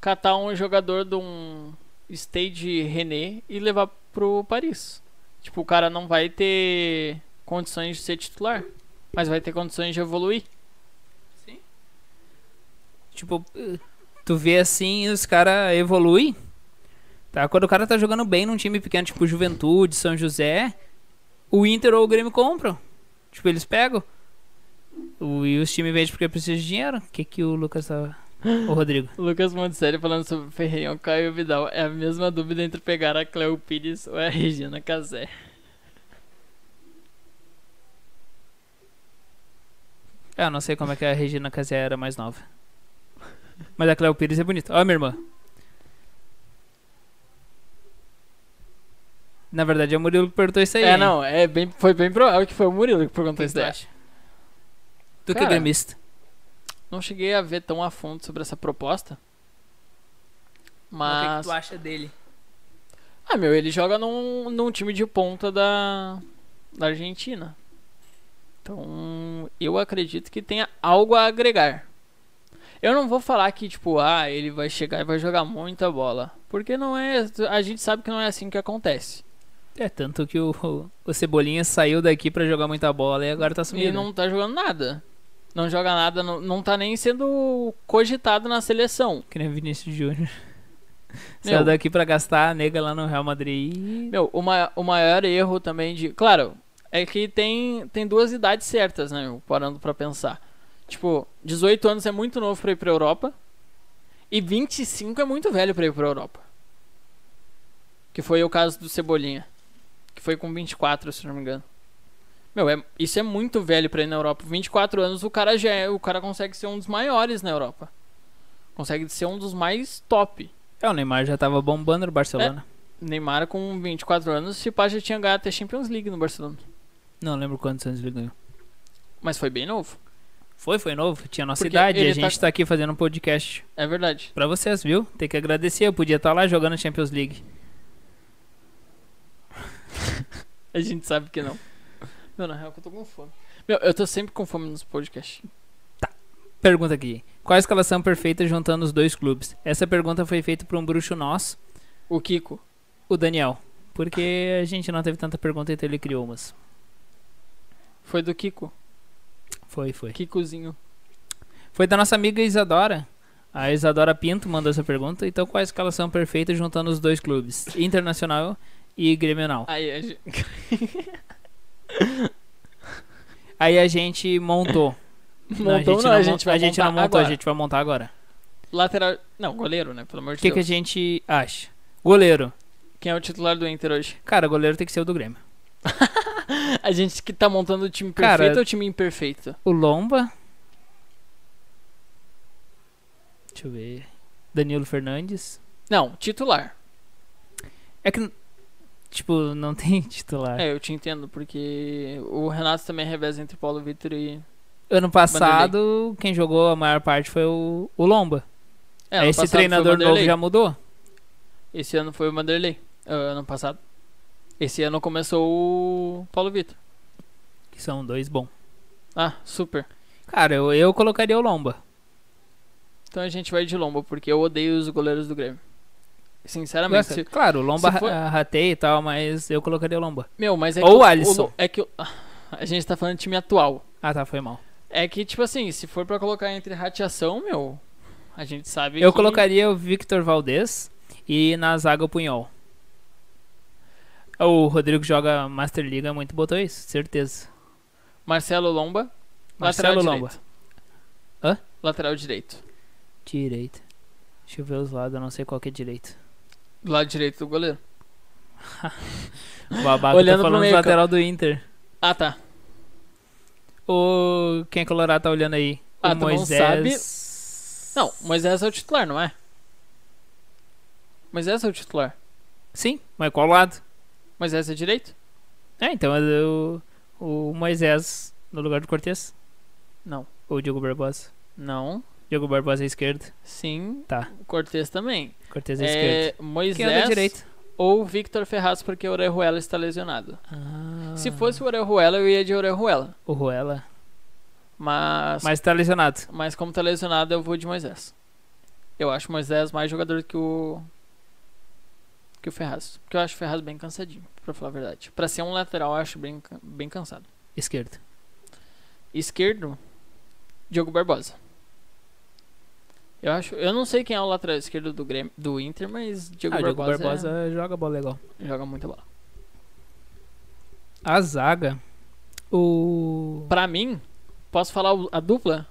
Speaker 2: catar um jogador de um stage René e levar pro Paris. Tipo, o cara não vai ter condições de ser titular, mas vai ter condições de evoluir.
Speaker 1: Tipo, eh, tu vê assim e os caras evoluem. Tá? Quando o cara tá jogando bem num time pequeno, tipo Juventude, São José, o Inter ou o Grêmio compram. Tipo, eles pegam. O, e os times vendem porque precisa de dinheiro. O que, que o Lucas tá. O Rodrigo.
Speaker 2: O Lucas Monticelli falando sobre o Ferreião, Caio Vidal. É a mesma dúvida entre pegar a Cleo Pires ou a Regina Casé.
Speaker 1: Ah, Eu não sei como é que a Regina Casé era mais nova. Mas a Cléo Pires é bonita. Ó, minha irmã. Na verdade, é o Murilo que perguntou isso aí.
Speaker 2: É,
Speaker 1: hein?
Speaker 2: não, é bem, foi bem provável que foi o Murilo que perguntou
Speaker 1: Quem
Speaker 2: isso
Speaker 1: tu
Speaker 2: daí.
Speaker 1: acha? Tu que é
Speaker 2: Cara,
Speaker 1: gremista.
Speaker 2: Não cheguei a ver tão a fundo sobre essa proposta.
Speaker 1: O que, que
Speaker 2: Mas.
Speaker 1: tu acha dele?
Speaker 2: ah, meu, ele joga num, num time de ponta da, da Argentina. Então, eu acredito que tenha algo a agregar. Eu não vou falar que, tipo, ah, ele vai chegar e vai jogar muita bola. Porque não é. A gente sabe que não é assim que acontece.
Speaker 1: É, tanto que o, o- o Cebolinha saiu daqui pra jogar muita bola e agora tá
Speaker 2: Ele
Speaker 1: sumindo.
Speaker 2: não tá jogando nada. Não joga nada, não, não tá nem sendo cogitado na seleção.
Speaker 1: Que nem o Vinícius <laughs> Júnior. Saiu
Speaker 2: Meu.
Speaker 1: daqui pra gastar a nega lá no Real Madrid e...
Speaker 2: Meu, o, ma o maior erro também de. Claro, é que tem, tem duas idades certas, né? meu? Parando pra pensar. Tipo, 18 anos é muito novo pra ir pra Europa. E 25 é muito velho pra ir pra Europa. Que foi o caso do Cebolinha. Que foi com 24, se não me engano. Meu, é, isso é muito velho pra ir na Europa. 24 anos o cara já é, o cara consegue ser um dos maiores na Europa. Consegue ser um dos mais top.
Speaker 1: É, o Neymar já tava bombando no Barcelona.
Speaker 2: Neymar com 24 anos, se pá já tinha ganhado até Champions League no Barcelona.
Speaker 1: Não lembro quantos anos ele ganhou.
Speaker 2: Mas foi bem novo.
Speaker 1: Foi, foi novo, tinha nossa
Speaker 2: Porque
Speaker 1: idade e
Speaker 2: ele
Speaker 1: a gente tá...
Speaker 2: tá-
Speaker 1: aqui fazendo um podcast
Speaker 2: É verdade.
Speaker 1: pra vocês, viu? Tem que agradecer, eu podia estar lá jogando Champions League.
Speaker 2: A gente sabe que não. Meu, na real que eu tô com fome. Meu, eu tô sempre com fome nos podcasts.
Speaker 1: Pergunta aqui. Qual a escalação perfeita juntando os dois clubes? Essa pergunta foi feita por um bruxo nosso,
Speaker 2: O Kiko.
Speaker 1: o Daniel. Porque a gente não teve tanta pergunta, então ele criou umas.
Speaker 2: Foi do Kiko.
Speaker 1: Foi, foi.
Speaker 2: Kikozinho.
Speaker 1: Foi da nossa amiga Isadora. A Isadora Pinto mandou essa pergunta. Então, qual a escalação perfeita juntando os dois clubes? Internacional e Grêmio.
Speaker 2: Aí, a gente...
Speaker 1: Aí a gente
Speaker 2: <laughs>
Speaker 1: montou.
Speaker 2: Montou não, a gente,
Speaker 1: mon-
Speaker 2: vai
Speaker 1: a gente
Speaker 2: montar
Speaker 1: não montou,
Speaker 2: agora.
Speaker 1: a gente vai montar agora.
Speaker 2: Lateral... Não, goleiro, né? Pelo amor
Speaker 1: O
Speaker 2: de
Speaker 1: que, que a
Speaker 2: Deus.
Speaker 1: gente acha? Goleiro.
Speaker 2: Quem é o titular do Inter hoje?
Speaker 1: Cara, goleiro tem que ser o do Grêmio.
Speaker 2: A gente que tá montando o time
Speaker 1: Cara-
Speaker 2: perfeito ou o time imperfeito?
Speaker 1: O Lomba. Deixa eu ver. Danilo Fernandes.
Speaker 2: Não, titular.
Speaker 1: É que, tipo, não <laughs> tem titular.
Speaker 2: É, eu te entendo, porque o Renato também reveza entre Paulo Vitor e.
Speaker 1: Ano passado, quem jogou a maior parte foi o, o Lomba.
Speaker 2: É,
Speaker 1: Aí
Speaker 2: ano
Speaker 1: Esse
Speaker 2: passado foi o
Speaker 1: treinador novo
Speaker 2: Vanderlei.
Speaker 1: já mudou.
Speaker 2: Esse ano foi o Vanderlei. Ah, ano passado. Esse ano começou o Paulo Vitor.
Speaker 1: Que são dois bons.
Speaker 2: Ah, super.
Speaker 1: Cara, eu, eu colocaria o Lomba.
Speaker 2: Então a gente vai de lomba, porque eu odeio os goleiros do Grêmio. Sinceramente.
Speaker 1: Gosta?
Speaker 2: se-
Speaker 1: Claro, o Lomba
Speaker 2: se for-
Speaker 1: ra- rateia e tal, mas eu colocaria o Lomba.
Speaker 2: Meu, mas é
Speaker 1: Ou
Speaker 2: que. o-
Speaker 1: Alisson.
Speaker 2: o- é que. o- A gente tá falando de time atual.
Speaker 1: Ah, tá, foi mal.
Speaker 2: É que, tipo assim, se for pra colocar entre rateação, meu. A gente sabe
Speaker 1: Eu
Speaker 2: que-
Speaker 1: colocaria o Victor Valdez e na zaga o Punhol. O Rodrigo que joga Master League há muito botou isso, certeza.
Speaker 2: Marcelo Lomba.
Speaker 1: Marcelo
Speaker 2: lateral
Speaker 1: Lomba.
Speaker 2: Direito.
Speaker 1: Hã?
Speaker 2: Lateral direito.
Speaker 1: Direita. Deixa eu ver os lados, eu não sei qual que é direito.
Speaker 2: Do lado direito do goleiro.
Speaker 1: O babaca
Speaker 2: Olhando
Speaker 1: tá
Speaker 2: pro
Speaker 1: falando do
Speaker 2: meio campo.
Speaker 1: lateral do Inter.
Speaker 2: Ah, tá.
Speaker 1: O quem é colorado tá olhando aí?
Speaker 2: Ah,
Speaker 1: o
Speaker 2: tu não
Speaker 1: Moisés.
Speaker 2: Não, Moisés é o titular, não é? Moisés é o titular.
Speaker 1: Sim, mas qual lado?
Speaker 2: Moisés é direito?
Speaker 1: É, então é o, o Moisés no lugar do Cortez?
Speaker 2: Não.
Speaker 1: Ou o Diogo Barbosa?
Speaker 2: Não.
Speaker 1: Diogo Barbosa é esquerdo.
Speaker 2: Sim.
Speaker 1: Tá.
Speaker 2: O Cortez também.
Speaker 1: Cortez é, esquerdo. Quem é
Speaker 2: É,
Speaker 1: da
Speaker 2: Moisés
Speaker 1: direita?
Speaker 2: ou Victor Ferraz, porque o Orejuela está lesionado.
Speaker 1: Ah.
Speaker 2: Se fosse o Orejuela, eu ia de Orejuela.
Speaker 1: o Ruela.
Speaker 2: Mas, mas...
Speaker 1: Mas tá lesionado.
Speaker 2: como tá lesionado, eu vou de Moisés. Eu acho o Moisés mais jogador que o. que o Ferraz. Porque eu acho o Ferraz bem cansadinho, pra falar a verdade. Pra ser um lateral, eu acho bem, ca- bem cansado.
Speaker 1: Esquerdo.
Speaker 2: esquerdo, Diogo Barbosa. Eu acho, eu não sei quem é o lateral esquerdo do Grêmio, do Inter, mas Diogo
Speaker 1: ah, o Diogo
Speaker 2: Barbosa,
Speaker 1: Barbosa joga bola legal.
Speaker 2: é- joga muita bola.
Speaker 1: A zaga. O.
Speaker 2: Pra mim, posso falar o- a dupla?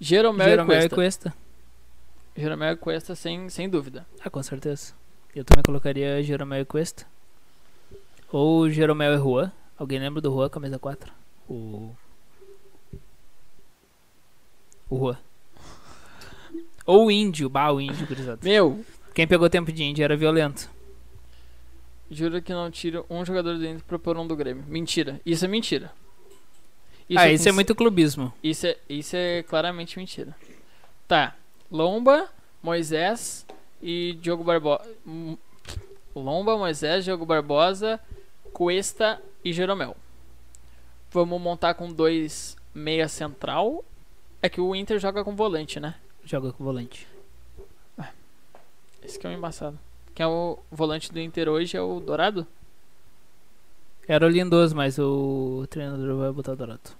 Speaker 2: Jeromel,
Speaker 1: Jeromel
Speaker 2: e
Speaker 1: e
Speaker 2: Cuesta.
Speaker 1: Cuesta.
Speaker 2: Jeromel e Cuesta sem, sem dúvida.
Speaker 1: Ah, com certeza. Eu também colocaria Jeromel e Cuesta. Ou Jeromel e Juan. Alguém lembra do Juan, camisa 4? O. O Juan. Ou o Índio. Bah, o Índio, gurizada.
Speaker 2: Meu,
Speaker 1: Quem pegou tempo de Índio era violento.
Speaker 2: juro que não tiro um jogador do Inter pra pôr um do Grêmio. Mentira. Isso é mentira.
Speaker 1: ah,
Speaker 2: eu
Speaker 1: isso é
Speaker 2: tenho
Speaker 1: muito clubismo.
Speaker 2: Isso é, isso é claramente mentira. Tá. Lomba, Moisés e Diogo Barbosa. Lomba, Moisés, Diogo Barbosa, Cuesta e Jeromel. Vamos montar com dois meia central. É que o Inter joga com volante, né?
Speaker 1: Joga com volante.
Speaker 2: Esse que é o embaçado. Quem é o volante do Inter hoje é o Dourado?
Speaker 1: Era o Lindoso, mas o treinador vai botar o Dourado.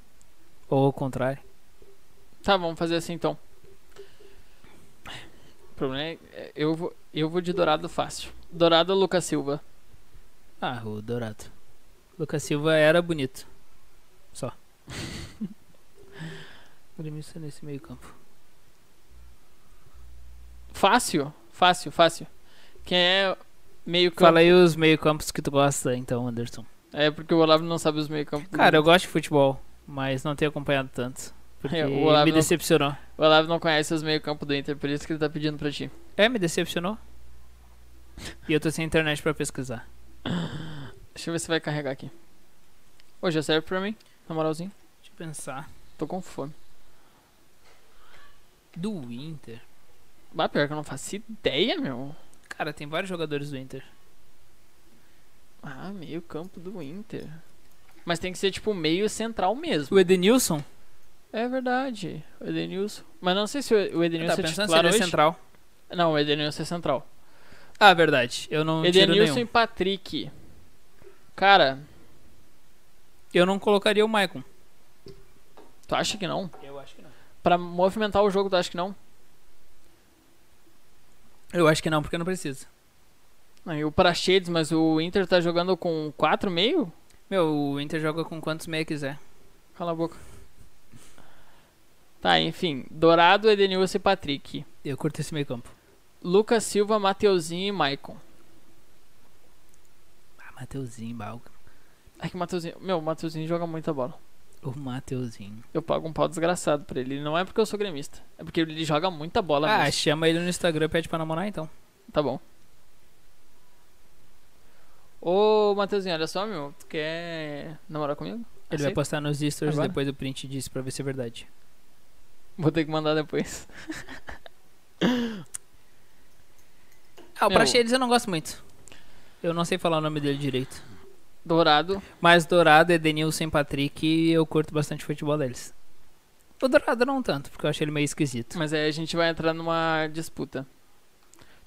Speaker 1: Ou ao contrário.
Speaker 2: Tá, vamos fazer assim então. O problema é. é, Eu vou, eu vou de Dourado fácil. Dourado ou Lucas Silva?
Speaker 1: Ah, o Dourado. Lucas Silva era bonito. <laughs> Só. Gremista nesse meio campo.
Speaker 2: Fácil, fácil, fácil. Quem é meio campo.
Speaker 1: Fala aí os meio campos que tu gosta, então, Anderson.
Speaker 2: É porque o Olavo não sabe os meio campos.
Speaker 1: Cara, eu gosto de futebol, mas não tenho acompanhado tanto. Porque
Speaker 2: É, o Olavo
Speaker 1: me
Speaker 2: não-
Speaker 1: decepcionou.
Speaker 2: O Olavo não conhece os meio campo do Inter, por isso que ele tá pedindo pra ti.
Speaker 1: É, me decepcionou. E eu tô sem internet pra pesquisar.
Speaker 2: Deixa eu ver se vai carregar aqui. Ô, já serve pra mim? Na moralzinha.
Speaker 1: Deixa eu pensar.
Speaker 2: Tô com fome.
Speaker 1: Do Inter.
Speaker 2: Bah, pior que eu não faço ideia, meu.
Speaker 1: Cara, tem vários jogadores do Inter.
Speaker 2: Ah, meio campo do Inter. Mas tem que ser tipo meio central mesmo.
Speaker 1: O Edenilson?
Speaker 2: É verdade. O Edenilson. Mas não sei se o
Speaker 1: Eu tava
Speaker 2: Edenilson é
Speaker 1: pensando se
Speaker 2: titular
Speaker 1: ele é
Speaker 2: hoje.
Speaker 1: central.
Speaker 2: Não, o Edenilson é central.
Speaker 1: Ah, verdade. Eu não tiro
Speaker 2: Edenilson
Speaker 1: nenhum.
Speaker 2: e Patrick. Cara,
Speaker 1: Eu não colocaria o Maicon.
Speaker 2: tu acha que não?
Speaker 1: Eu acho que não.
Speaker 2: Pra movimentar o jogo, tu acha que não?
Speaker 1: Eu acho que não, porque não precisa.
Speaker 2: Não, E o Prachedes, mas o Inter tá jogando com 4 meio?
Speaker 1: Meu, o Inter joga com quantos meia quiser.
Speaker 2: Cala a boca. Tá, enfim. Dourado, Edenilson e Patrick.
Speaker 1: Eu curto esse meio campo.
Speaker 2: Lucas Silva, Mateuzinho e Maicon.
Speaker 1: Ah, Mateuzinho, Balga.
Speaker 2: É que o Mateuzinho. Meu, o Mateuzinho joga muita bola.
Speaker 1: O Mateuzinho.
Speaker 2: Eu pago um pau desgraçado pra ele. Não é porque eu sou gremista. É porque ele joga muita bola
Speaker 1: Ah,
Speaker 2: mesmo.
Speaker 1: chama ele no Instagram e pede pra namorar então.
Speaker 2: Tá bom. Ô, Matheusinho, olha só, meu. Tu quer namorar comigo?
Speaker 1: Ele vai
Speaker 2: Aceita?
Speaker 1: postar nos stories
Speaker 2: Agora?
Speaker 1: depois do print disso pra ver se é verdade.
Speaker 2: Vou ter que mandar depois.
Speaker 1: Ah, o
Speaker 2: Meu-
Speaker 1: Praxedes eu não gosto muito. Eu não sei falar o nome dele direito.
Speaker 2: Dourado.
Speaker 1: Mas Dourado, Edenilson e Patrick, eu curto bastante o futebol deles. O Dourado não tanto, porque eu achei ele meio esquisito.
Speaker 2: Mas aí a gente vai entrar numa disputa.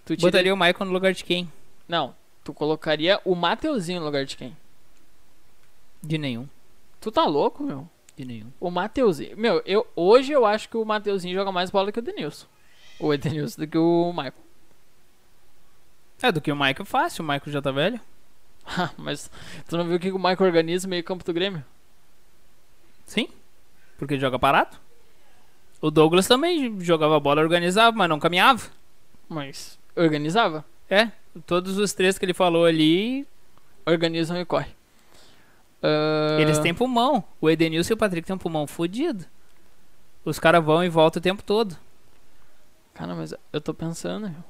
Speaker 2: Tu tira...
Speaker 1: Botaria um- o Maicon no lugar de quem?
Speaker 2: Não. Tu colocaria o Mateuzinho no lugar de quem?
Speaker 1: De nenhum.
Speaker 2: Tu tá louco, meu?
Speaker 1: De nenhum.
Speaker 2: O Mateuzinho. Meu, eu, hoje eu acho que o Mateuzinho joga mais bola que o Denilson. O Edenilson do que o Maicon.
Speaker 1: É, do que o Maicon fácil, o Maicon já tá velho.
Speaker 2: <laughs> Ah, mas tu não viu o que o Michael organiza meio campo do Grêmio?
Speaker 1: Sim. Porque ele joga parado. O Douglas também jogava bola, organizava, mas não caminhava.
Speaker 2: Mas organizava.
Speaker 1: É, todos os três que ele falou ali,
Speaker 2: Organizam e corre. Ah,
Speaker 1: eles têm pulmão. O Edenilson e o Patrick têm um pulmão fodido. Os caras vão e voltam o tempo todo.
Speaker 2: Cara, mas eu tô pensando. meu.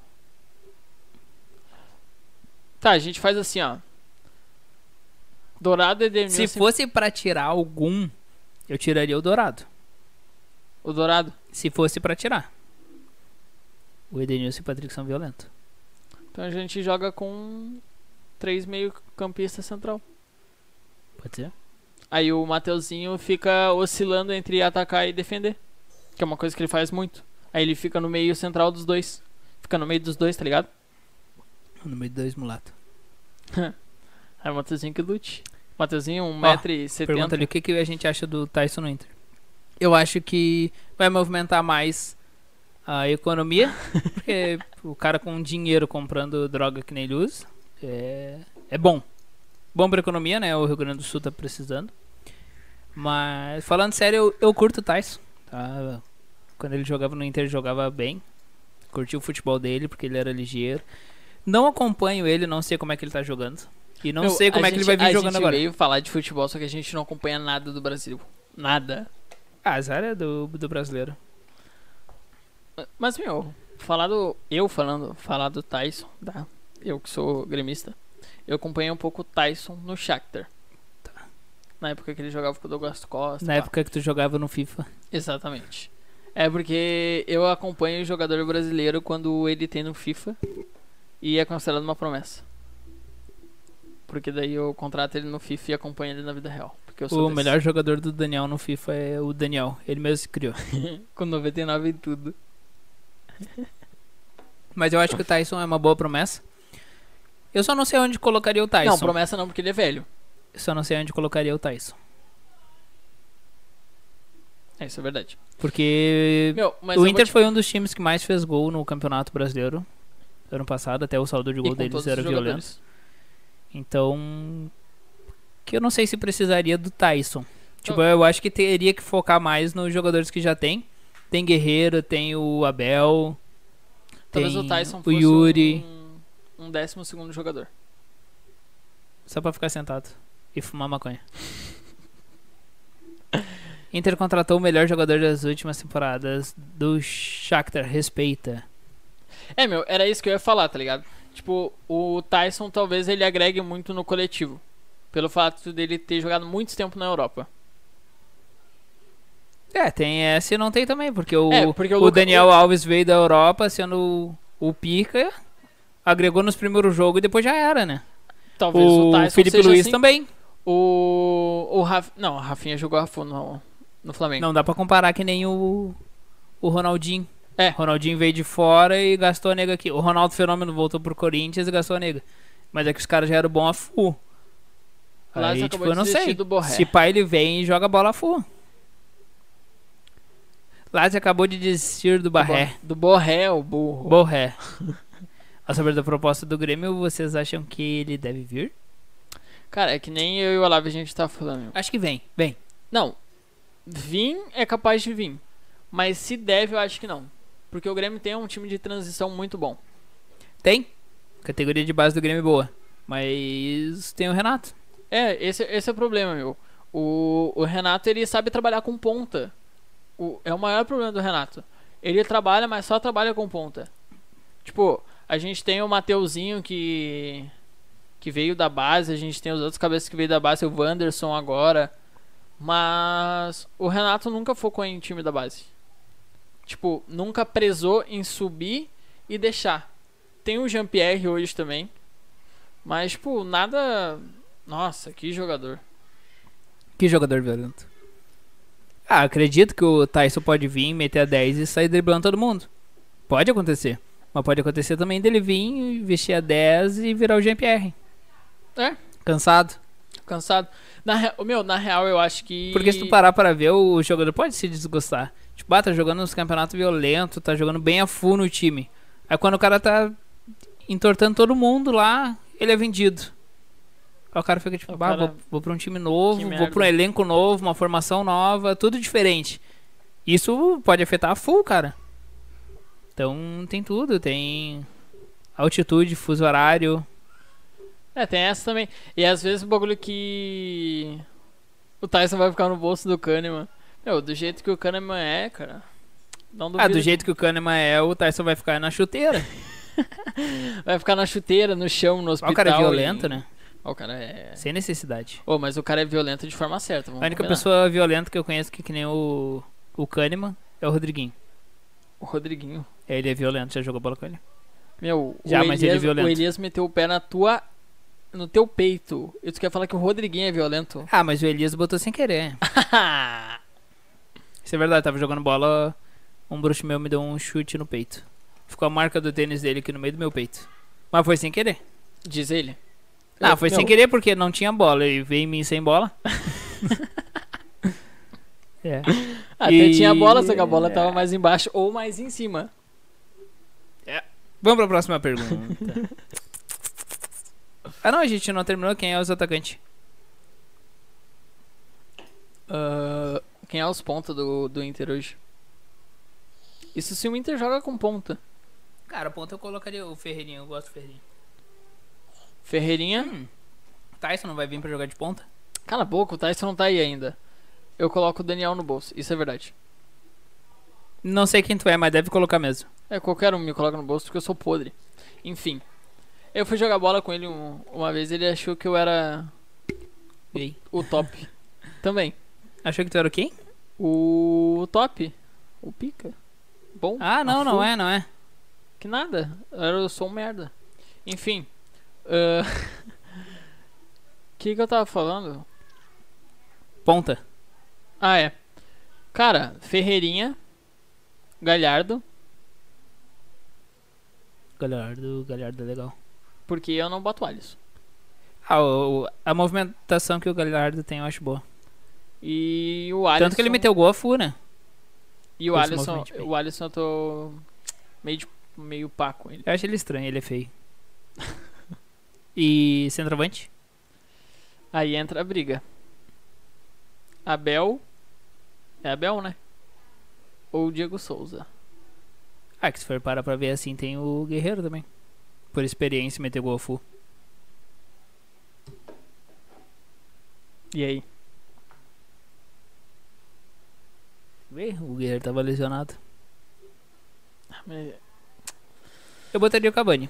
Speaker 2: Tá, a gente faz assim, ó. Dourado é e Edenilson.
Speaker 1: Se fosse pra tirar algum, eu tiraria o Dourado.
Speaker 2: O Dourado.
Speaker 1: Se fosse pra tirar. O Edenilson e o Patrick são violentos.
Speaker 2: Então a gente joga com três meio-campista central.
Speaker 1: Pode ser?
Speaker 2: Aí o Mateuzinho fica oscilando entre atacar e defender. Que é uma coisa que ele faz muito. Aí ele fica no meio central dos dois. Fica no meio dos dois, tá ligado?
Speaker 1: No meio de dois mulatos.
Speaker 2: Aí o Mateuzinho que lute. Mateuzinho, 1,70m.
Speaker 1: Pergunta ali o que, que a gente acha do Tyson no Inter. Eu acho que vai movimentar mais a economia.
Speaker 2: <laughs>
Speaker 1: porque o cara com dinheiro comprando droga que nem ele usa é, é bom. Bom pra economia, né? O Rio Grande do Sul tá precisando. Mas, falando sério, eu, eu curto o Tyson. tá? Quando ele jogava no Inter, jogava bem. Curti o futebol dele, porque ele era ligeiro. Não acompanho ele, não sei como é que ele tá jogando. E não
Speaker 2: Meu,
Speaker 1: sei como
Speaker 2: a
Speaker 1: é que ele
Speaker 2: gente-
Speaker 1: vai vir
Speaker 2: A
Speaker 1: jogando
Speaker 2: gente
Speaker 1: agora.
Speaker 2: veio falar de futebol, só que a gente não acompanha nada do Brasil. Nada.
Speaker 1: Ah, azar é do, do brasileiro.
Speaker 2: Mas, meu, falar do... Eu falando, falar do Tyson, tá? Eu que sou gremista. Eu acompanhei um pouco o Tyson no Shakhtar. Tá. Na época que ele jogava com o Douglas Costa.
Speaker 1: Na
Speaker 2: pá.
Speaker 1: época que tu jogava no FIFA.
Speaker 2: Exatamente. É porque eu acompanho o jogador brasileiro quando ele tem no FIFA e é considerado uma promessa. Porque daí eu contrato ele no FIFA e acompanho ele na vida real. Porque eu sou
Speaker 1: O
Speaker 2: desse.
Speaker 1: melhor jogador do Daniel no FIFA é o Daniel. Ele mesmo se criou.
Speaker 2: com 99 e tudo.
Speaker 1: Mas eu acho que o Tyson é uma boa promessa. Eu só não sei onde colocaria o Tyson.
Speaker 2: Não, promessa não, porque ele é velho.
Speaker 1: Só não sei onde colocaria o Tyson.
Speaker 2: É, isso é verdade.
Speaker 1: Porque
Speaker 2: Meu, mas eu
Speaker 1: o
Speaker 2: vou
Speaker 1: Inter
Speaker 2: te-
Speaker 1: foi um dos times que mais fez gol no Campeonato Brasileiro. Ano passado, até o saldo de
Speaker 2: e
Speaker 1: gol
Speaker 2: com todos
Speaker 1: deles
Speaker 2: os
Speaker 1: era violento.
Speaker 2: jogadores.
Speaker 1: Então. Que eu não sei se precisaria do Tyson. Tipo, eu acho que teria que focar mais nos jogadores que já tem. Tem Guerreiro, tem o Abel.
Speaker 2: Talvez
Speaker 1: tem
Speaker 2: o Tyson
Speaker 1: o
Speaker 2: fosse
Speaker 1: Yuri.
Speaker 2: um, um décimo segundo jogador.
Speaker 1: Só pra ficar sentado. e fumar maconha. <laughs> Inter contratou o melhor jogador das últimas temporadas do Shakhtar, respeita.
Speaker 2: É, meu, era isso que eu ia falar, tá ligado? Tipo, o Tyson talvez ele agregue muito no coletivo. Pelo fato dele ter jogado muito tempo na Europa.
Speaker 1: É, tem essa e não tem também, porque o,
Speaker 2: É, porque o
Speaker 1: o
Speaker 2: Luca-
Speaker 1: Daniel Alves veio da Europa sendo o, o pica, agregou nos primeiros jogos e depois já era, né?
Speaker 2: Talvez o,
Speaker 1: o
Speaker 2: Tyson
Speaker 1: Felipe
Speaker 2: seja
Speaker 1: Luiz
Speaker 2: assim.
Speaker 1: também.
Speaker 2: O. O Raf... Não, o Rafinha jogou a full no, no Flamengo.
Speaker 1: Não dá pra comparar que nem o, o Ronaldinho.
Speaker 2: É.
Speaker 1: Ronaldinho veio de fora e gastou a nega aqui. O Ronaldo Fenômeno voltou pro Corinthians e gastou a nega. Mas é que os caras já eram bons a full.
Speaker 2: O Lázaro
Speaker 1: Aí, tipo,
Speaker 2: acabou
Speaker 1: eu
Speaker 2: de
Speaker 1: não
Speaker 2: desistir
Speaker 1: sei.
Speaker 2: do Borré.
Speaker 1: Se pá, ele vem e joga a bola a full. Lázaro acabou de desistir do Barré.
Speaker 2: Do Borré, o burro.
Speaker 1: Borré. A saber da proposta do Grêmio, vocês acham que ele deve vir?
Speaker 2: Cara, é que nem eu e o Olavo a gente tá falando. meu.
Speaker 1: Acho que vem, vem.
Speaker 2: Não. Vim é capaz de vir. Mas se deve, eu acho que não. Porque o Grêmio tem um time de transição muito bom.
Speaker 1: Tem. Categoria de base do Grêmio é boa. Mas tem o Renato.
Speaker 2: É, esse, esse é o problema, meu. O, o Renato, ele sabe trabalhar com ponta. O- é o maior problema do Renato. Ele trabalha, mas só trabalha com ponta. Tipo, a gente tem o Mateuzinho que que veio da base, a gente tem os outros cabeças que veio da base, o Wanderson agora. Mas o Renato nunca focou em time da base. Tipo, nunca prezou em subir e deixar. Tem o Jean-Pierre hoje também. Mas, tipo, nada nossa, que jogador.
Speaker 1: Que jogador violento. Ah, acredito que o Tyson pode vir, meter a 10 e sair driblando todo mundo. Pode acontecer. Mas pode acontecer também dele vir, vestir a 10 e virar o Jean-Pierre.
Speaker 2: É.
Speaker 1: Cansado.
Speaker 2: Tô cansado. Na rea- ô, meu, na real, eu acho que.
Speaker 1: Porque se tu parar pra ver, o jogador pode se desgostar. Tipo, ah, tá jogando nos campeonatos violentos, tá jogando bem a full no time. Aí quando o cara tá entortando todo mundo lá, ele é vendido. Aí o cara fica tipo,
Speaker 2: O
Speaker 1: bah,
Speaker 2: cara-
Speaker 1: vou, vou pra um time novo,
Speaker 2: Que
Speaker 1: vou
Speaker 2: merda."
Speaker 1: pra um elenco novo, uma formação nova, tudo diferente. Isso pode afetar a full, cara. Então tem tudo, tem altitude, fuso horário.
Speaker 2: É, tem essa também. E às vezes o bagulho que. O Tyson vai ficar no bolso do Kahneman. Meu, do jeito que o Kahneman é, cara. Não duvido.
Speaker 1: Ah, do
Speaker 2: que
Speaker 1: jeito que o Kahneman é, o Tyson vai ficar na
Speaker 2: <laughs>
Speaker 1: chuteira.
Speaker 2: Vai ficar na chuteira, no chão, no
Speaker 1: Ó,
Speaker 2: hospital.
Speaker 1: o cara é violento,
Speaker 2: e-
Speaker 1: né?
Speaker 2: Ó, o cara é.
Speaker 1: Sem necessidade.
Speaker 2: Ô, mas o cara é violento de forma certa. Vamos
Speaker 1: A única
Speaker 2: combinar.
Speaker 1: pessoa violenta que eu conheço que, é que nem o, o Kahneman é o Rodriguinho.
Speaker 2: O Rodriguinho.
Speaker 1: Ele é violento, já jogou bola com ele.
Speaker 2: Meu,
Speaker 1: Já,
Speaker 2: o,
Speaker 1: mas
Speaker 2: Elias,
Speaker 1: ele é violento.
Speaker 2: o Elias meteu o pé na tua. No teu peito. E tu quer falar que o Rodriguinho é violento?
Speaker 1: <laughs> Ah, mas o Elias botou sem querer. <laughs> Isso é verdade, tava jogando bola, um bruxo meu me deu um chute no peito. Ficou a marca do tênis dele aqui no meio do meu peito. Mas foi sem querer.
Speaker 2: Diz ele.
Speaker 1: Ah,
Speaker 2: Eu- um
Speaker 1: foi sem
Speaker 2: meu,
Speaker 1: querer porque não tinha bola. E veio em mim sem <laughs> bola. é.
Speaker 2: Até
Speaker 1: E-
Speaker 2: Ah,
Speaker 1: é.
Speaker 2: tinha a bola, só que a bola tava mais embaixo ou mais em cima.
Speaker 1: Vamos pra próxima pergunta. ah, não, a gente não terminou. Quem é os atacantes?
Speaker 2: Ah, quem é os ponta do, do Inter hoje? Isso se o Inter joga com ponta.
Speaker 1: Cara, ponta eu colocaria o Ferreirinho. Eu gosto do Ferreirinho.
Speaker 2: Ferreirinha.
Speaker 1: Hum. Tyson não vai vir pra jogar de ponta?
Speaker 2: Cala a boca, o Tyson não tá aí ainda. Eu coloco o Daniel no bolso, isso é verdade.
Speaker 1: Não sei quem tu é, mas deve colocar mesmo.
Speaker 2: É, qualquer um me coloca no bolso porque eu sou podre. Enfim. Eu fui jogar bola com ele um- uma vez, ele achou que eu era
Speaker 1: E aí? <laughs>
Speaker 2: o top. Também.
Speaker 1: Achou que tu era o quem?
Speaker 2: O top? O pica? Bom?
Speaker 1: Ah, não, não
Speaker 2: Afu.
Speaker 1: é, não é.
Speaker 2: Que nada, eu sou um merda. Enfim. O <laughs> que, que eu tava falando?
Speaker 1: Ponta.
Speaker 2: Ah, é. Cara, Ferreirinha, Galhardo,
Speaker 1: Galhardo, Galhardo é legal.
Speaker 2: porque eu não boto Alisson.
Speaker 1: Ah, o, o- a movimentação que o Galhardo tem eu acho boa.
Speaker 2: E o Alisson.
Speaker 1: Tanto que ele meteu gol a full, né?
Speaker 2: E o
Speaker 1: esse
Speaker 2: Alisson,
Speaker 1: movimento bem.
Speaker 2: o Alisson eu tô meio, de- meio pá com ele.
Speaker 1: Eu acho ele estranho, ele é feio. <laughs> e centroavante?
Speaker 2: Aí entra a briga. Abel. É Abel, né? Ou Diego Souza.
Speaker 1: Ah, que se for parar pra ver assim, tem o Guerreiro também. Por experiência, meteu gol a full.
Speaker 2: E aí?
Speaker 1: Ih, O Guerreiro tava lesionado.
Speaker 2: Ah, mas-
Speaker 1: Eu botaria o Cavani.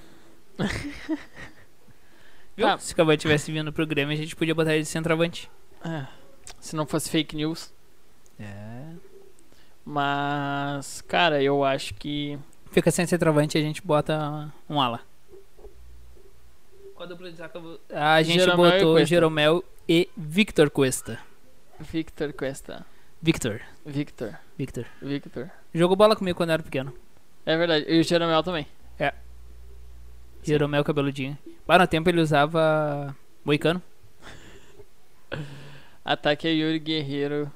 Speaker 1: Viu?
Speaker 2: Tá.
Speaker 1: Se o Cavani tivesse vindo pro Grêmio, a gente podia botar ele de centroavante.
Speaker 2: é, se não fosse fake news.
Speaker 1: É.
Speaker 2: Mas, cara, eu acho que.
Speaker 1: Fica sem centroavante e a gente bota um ala. Qual dupla de zaga? eu vou- A gente
Speaker 2: Jeromel e
Speaker 1: botou
Speaker 2: Cuesta.
Speaker 1: Jeromel e Victor Cuesta.
Speaker 2: Victor Cuesta.
Speaker 1: Victor.
Speaker 2: Victor.
Speaker 1: Victor.
Speaker 2: Victor.
Speaker 1: Jogou bola comigo quando eu era pequeno.
Speaker 2: É verdade. E o Jeromel também. Sim.
Speaker 1: Jeromel cabeludinho. Lá no tempo ele usava moicano.
Speaker 2: Ataque é Yuri Guerreiro.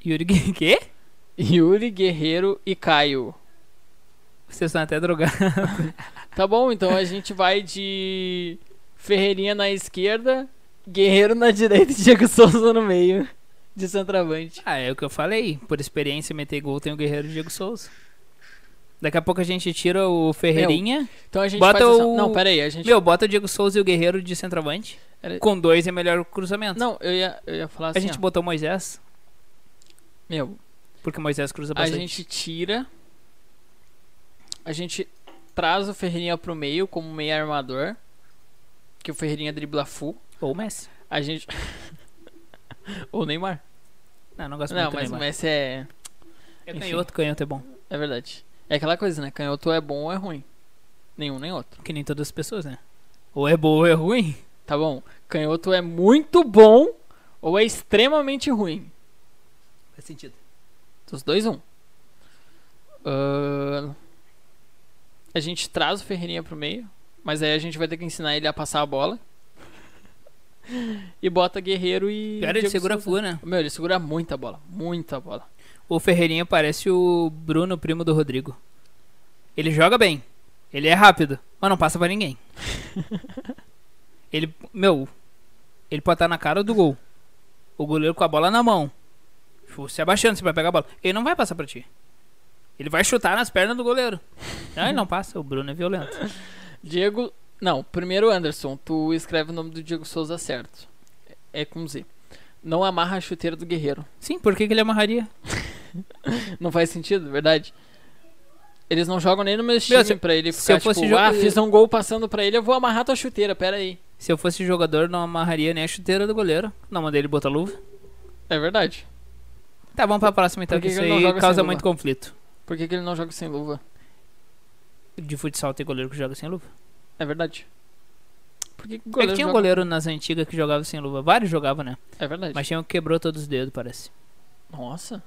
Speaker 2: <laughs>
Speaker 1: Yuri Gui- <laughs> Quê?
Speaker 2: Yuri Guerreiro e Caio.
Speaker 1: Vocês são até drogados.
Speaker 2: Tá bom, então a gente vai de Ferreirinha na esquerda, Guerreiro na direita e Diego Souza no meio. De centroavante.
Speaker 1: <laughs> Ah, é o que eu falei. Por experiência, meter gol tem o Guerreiro Diego Souza. Daqui a pouco a gente tira o Ferreirinha.
Speaker 2: Então a gente
Speaker 1: Bota
Speaker 2: faz essa-
Speaker 1: o-
Speaker 2: Não, pera aí, a gente...
Speaker 1: Meu, bota o Diego Souza e o Guerreiro de centroavante.
Speaker 2: Era-
Speaker 1: Com dois é melhor o cruzamento.
Speaker 2: Não, eu ia, eu ia falar assim,
Speaker 1: a gente
Speaker 2: ó.
Speaker 1: botou o Moisés,
Speaker 2: Meu,
Speaker 1: porque o Moisés cruza
Speaker 2: a
Speaker 1: bastante.
Speaker 2: gente tira... A gente traz o Ferreirinha pro meio como meio armador. Que o Ferreirinha dribla full.
Speaker 1: Ou o Messi.
Speaker 2: A gente... <laughs> Ou o Neymar.
Speaker 1: Não, não gosto
Speaker 2: Não,
Speaker 1: muito
Speaker 2: mas
Speaker 1: do
Speaker 2: o
Speaker 1: Neymar.
Speaker 2: Messi é...
Speaker 1: É
Speaker 2: enfim.
Speaker 1: canhoto, canhoto é bom.
Speaker 2: É verdade. É aquela coisa, né? Canhoto é bom ou é ruim. Nenhum nem outro.
Speaker 1: Que nem todas as pessoas, né? Ou é bom ou é ruim.
Speaker 2: Tá bom. Canhoto é muito bom ou é extremamente ruim.
Speaker 1: Faz sentido.
Speaker 2: Dos dois, um. Ahn, a gente traz o Ferreirinha pro meio, mas aí a gente vai ter que ensinar ele a passar a bola. <laughs> e bota Guerreiro e.
Speaker 1: Cara, ele
Speaker 2: Diego
Speaker 1: segura a
Speaker 2: Souza.
Speaker 1: full, né?
Speaker 2: Meu, ele segura muita bola. Muita bola.
Speaker 1: O Ferreirinha parece o Bruno, primo do Rodrigo. Ele joga bem. Ele é rápido, mas não passa pra
Speaker 2: <laughs>
Speaker 1: ninguém. ele, meu, ele pode estar na cara do gol. O goleiro com a bola na mão. Tipo, Se abaixando, se vai pegar a bola. Ele não vai passar pra ti. Ele vai chutar nas pernas do
Speaker 2: <laughs>
Speaker 1: goleiro. Não, ele não passa. O Bruno é violento.
Speaker 2: Diego. Não, primeiro Anderson, tu escreve o nome do Diego Souza certo. É é com Z. Não amarra a chuteira do Guerreiro.
Speaker 1: Sim, por que, que ele amarraria?
Speaker 2: Não faz sentido, verdade. Eles não jogam nem no meu time
Speaker 1: Meu, se-
Speaker 2: pra ele
Speaker 1: se
Speaker 2: ficar
Speaker 1: eu fosse
Speaker 2: tipo,
Speaker 1: jo-
Speaker 2: ah, fiz um gol passando pra ele, eu vou amarrar tua chuteira, pera aí.
Speaker 1: Se eu fosse jogador, não amarraria nem a chuteira do goleiro. Não mandei ele botar luva.
Speaker 2: É verdade.
Speaker 1: Tá, vamos pra próxima então,
Speaker 2: Por
Speaker 1: que,
Speaker 2: que
Speaker 1: isso
Speaker 2: que ele não
Speaker 1: aí
Speaker 2: joga
Speaker 1: causa
Speaker 2: sem
Speaker 1: muito conflito.
Speaker 2: Por que, que ele não joga sem luva?
Speaker 1: De futsal tem goleiro que joga sem luva.
Speaker 2: É verdade. Por que, que o
Speaker 1: É
Speaker 2: goleiro
Speaker 1: que tinha um
Speaker 2: joga-
Speaker 1: goleiro nas antigas que jogava sem luva. Vários jogavam, né?
Speaker 2: É verdade.
Speaker 1: Mas tinha um que quebrou todos os dedos, parece.
Speaker 2: Nossa.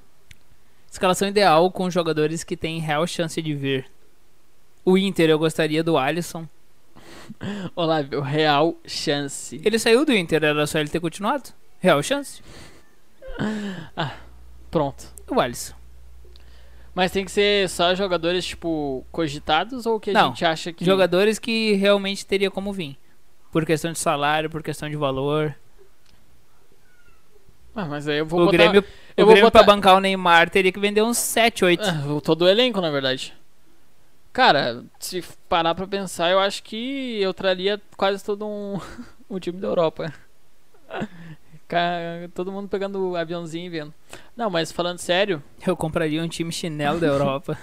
Speaker 1: Escalação ideal com jogadores que têm real chance de vir. O Inter, eu gostaria do Alisson.
Speaker 2: Olá, meu real chance.
Speaker 1: Ele saiu do Inter, era só ele ter continuado. Real chance.
Speaker 2: Pronto.
Speaker 1: O Alisson.
Speaker 2: Mas tem que ser só jogadores, tipo, cogitados ou que a
Speaker 1: Não.
Speaker 2: gente acha que.
Speaker 1: Jogadores que realmente teria como vir. Por questão de salário, por questão de valor.
Speaker 2: Ah, mas aí eu vou
Speaker 1: O
Speaker 2: botar.
Speaker 1: Grêmio,
Speaker 2: eu
Speaker 1: o
Speaker 2: vou
Speaker 1: Grêmio
Speaker 2: botar-
Speaker 1: pra bancar o Neymar teria que vender uns 7, 8.
Speaker 2: Ah, o- todo o elenco, na verdade. Cara, se f- parar pra pensar, eu acho que eu traria quase todo um, <laughs> um time da Europa. Ca- todo mundo pegando o aviãozinho e vendo. Não, mas falando sério,
Speaker 1: Eu compraria um time chinelo da Europa.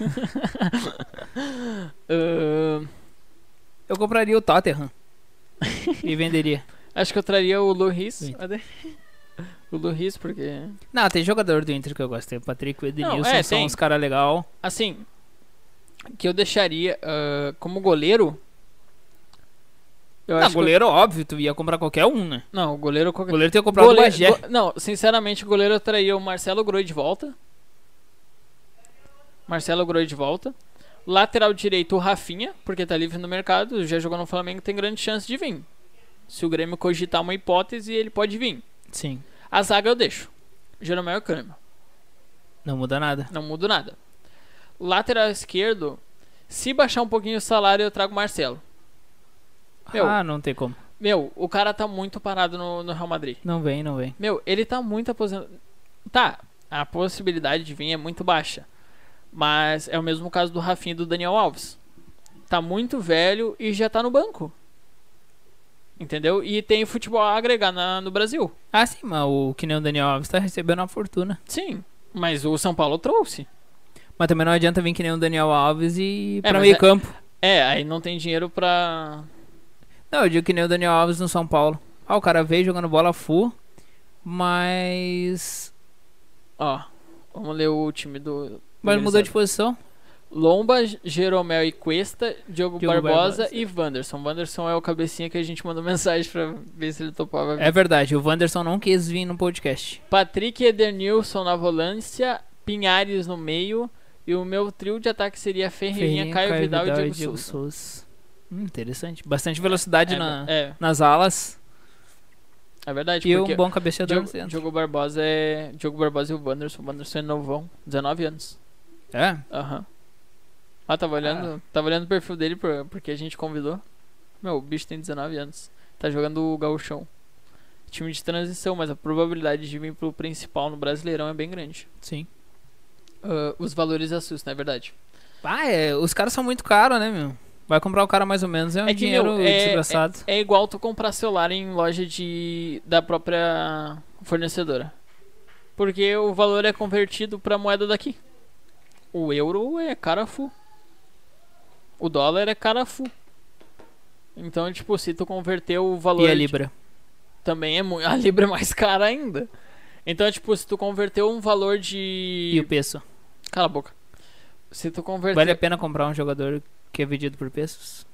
Speaker 2: ahn,
Speaker 1: Eu compraria o
Speaker 2: <laughs>
Speaker 1: Tottenham. e venderia.
Speaker 2: acho que eu traria o Luiz.
Speaker 1: Sim.
Speaker 2: Cadê? O Luiz, porque.
Speaker 1: Não, tem jogador do Inter que eu gosto. Tem o Patrick e o Edenilson,
Speaker 2: Não, é,
Speaker 1: são
Speaker 2: tem.
Speaker 1: uns caras legal.
Speaker 2: Assim, que eu deixaria ah, como goleiro. Eu
Speaker 1: Não,
Speaker 2: acho que eu-
Speaker 1: goleiro, óbvio, tu ia comprar qualquer um, né?
Speaker 2: Não, goleiro qualquer.
Speaker 1: Goleiro tem que comprar o
Speaker 2: Gole-
Speaker 1: Bagé.
Speaker 2: go- Não, sinceramente, o goleiro eu traía o Marcelo Groi de volta. Marcelo Groi de volta. Lateral direito, o Rafinha, porque tá livre no mercado, já jogou no Flamengo, tem grande chance de vir. Se o Grêmio cogitar uma hipótese, ele pode vir.
Speaker 1: Sim,
Speaker 2: A zaga eu deixo. Jeromel e Kahneman.
Speaker 1: não muda nada.
Speaker 2: Não mudo nada. Lateral esquerdo, se baixar um pouquinho o salário, eu trago o Marcelo. Meu.
Speaker 1: Ah, não tem como.
Speaker 2: Meu, o cara tá muito parado no, no Real Madrid.
Speaker 1: Não vem, não vem.
Speaker 2: Meu, ele tá muito aposentado. Tá, a possibilidade de vir é muito baixa. Mas é o mesmo caso do Rafinha e do Daniel Alves. Tá muito velho e já tá no banco. Entendeu? E tem futebol a agregar na- no Brasil.
Speaker 1: Ah, sim, mas o que nem o Daniel Alves tá recebendo uma fortuna.
Speaker 2: Sim. Mas o São Paulo trouxe.
Speaker 1: Mas também não adianta vir que nem o Daniel Alves e
Speaker 2: É,
Speaker 1: pra
Speaker 2: mas
Speaker 1: meio
Speaker 2: é-
Speaker 1: campo.
Speaker 2: É, aí não tem dinheiro pra.
Speaker 1: Não, eu digo que nem o Daniel Alves no São Paulo. Ah, o cara veio jogando bola full, mas.
Speaker 2: Ó, vamos ler o time do.
Speaker 1: Mas
Speaker 2: do
Speaker 1: mudou
Speaker 2: Grisado.
Speaker 1: de posição.
Speaker 2: Lomba, Jeromel e Cuesta, Diogo,
Speaker 1: Diogo
Speaker 2: Barbosa,
Speaker 1: Barbosa.
Speaker 2: e Wanderson. Wanderson é o cabecinha que a gente mandou <laughs> mensagem pra ver se ele topava.
Speaker 1: É verdade, o Wanderson não quis vir no podcast.
Speaker 2: Patrick Edernilson na volância, Pinhares no meio. E o meu trio de ataque seria Ferreirinha, Caio, Vidal, e Diego, Souza.
Speaker 1: Souza. Hum, interessante. Bastante velocidade
Speaker 2: é,
Speaker 1: na-
Speaker 2: é,
Speaker 1: nas alas
Speaker 2: é verdade.
Speaker 1: e
Speaker 2: porque
Speaker 1: um bom cabeceador no
Speaker 2: Diogo,
Speaker 1: centro.
Speaker 2: Diogo Barbosa é. Diogo Barbosa e o Wanderson. O Wanderson é novão, 19 anos.
Speaker 1: É?
Speaker 2: Aham. Ah, tava olhando, tava olhando o perfil dele por- porque a gente convidou. Meu, o bicho tem 19 anos. Tá jogando o gauchão. Time de transição, mas a probabilidade de vir pro principal no Brasileirão é bem grande.
Speaker 1: Sim.
Speaker 2: Ah, os valores assustam, é verdade.
Speaker 1: Ah, é, os caras são muito caros, né, meu? Vai comprar o cara mais ou menos, é um
Speaker 2: É que, meu,
Speaker 1: dinheiro
Speaker 2: é-
Speaker 1: desgraçado.
Speaker 2: É igual tu comprar celular em loja de da própria fornecedora. Porque o valor é convertido pra moeda daqui. O euro é cara fu. O dólar é cara fu. Então, tipo, se tu converter o valor
Speaker 1: E a
Speaker 2: de-
Speaker 1: Libra.
Speaker 2: também é muito, <laughs> a libra é mais cara ainda. Então, tipo, se tu converter um valor de
Speaker 1: E, o peso?
Speaker 2: cala a boca. Se tu converter
Speaker 1: Vale a pena comprar um jogador que é vendido por pesos?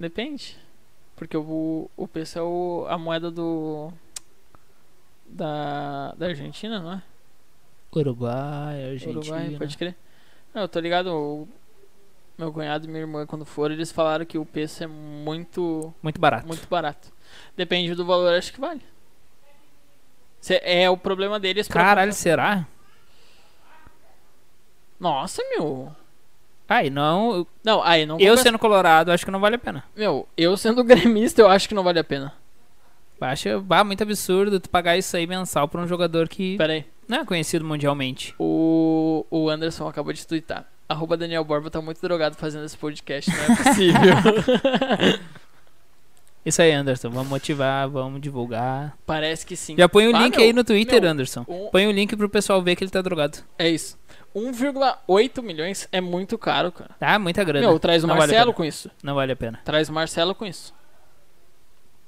Speaker 2: Depende. Porque o, o peso é o, a moeda do. Da, da Argentina, não é?
Speaker 1: Uruguai, Argentina. né?
Speaker 2: Uruguai, pode crer. Não, eu tô ligado. o- meu cunhado e minha irmã, quando foram, eles falaram que o peso é muito,
Speaker 1: Muito barato.
Speaker 2: muito barato. Depende do valor, acho que vale. Cê- é o problema deles. pra-
Speaker 1: Caralho, será?
Speaker 2: Nossa, meu.
Speaker 1: Ai, não.
Speaker 2: Não, aí não
Speaker 1: Eu
Speaker 2: compensa.
Speaker 1: sendo colorado, acho que não vale a pena.
Speaker 2: Meu, eu sendo <laughs> gremista, eu acho que não vale a pena.
Speaker 1: Acho bah, muito absurdo tu pagar isso aí mensal pra um jogador que
Speaker 2: Pera aí.
Speaker 1: não é conhecido mundialmente.
Speaker 2: O, o Anderson acabou de twittar. Arroba Daniel Borba tá muito drogado fazendo esse podcast, não é
Speaker 1: <laughs>
Speaker 2: possível.
Speaker 1: Isso aí, Anderson. Vamos motivar, vamos divulgar.
Speaker 2: Parece que sim.
Speaker 1: Já põe o
Speaker 2: Ah,
Speaker 1: link
Speaker 2: meu,
Speaker 1: aí no Twitter,
Speaker 2: meu,
Speaker 1: Anderson.
Speaker 2: Um-
Speaker 1: Põe o link pro pessoal ver que ele tá drogado.
Speaker 2: é isso. 1,8 milhões é muito caro, cara.
Speaker 1: Ah, muita grana.
Speaker 2: Meu, traz o
Speaker 1: Não vale a
Speaker 2: Marcelo
Speaker 1: pena.
Speaker 2: com isso.
Speaker 1: Não vale a pena.
Speaker 2: Traz o Marcelo com isso.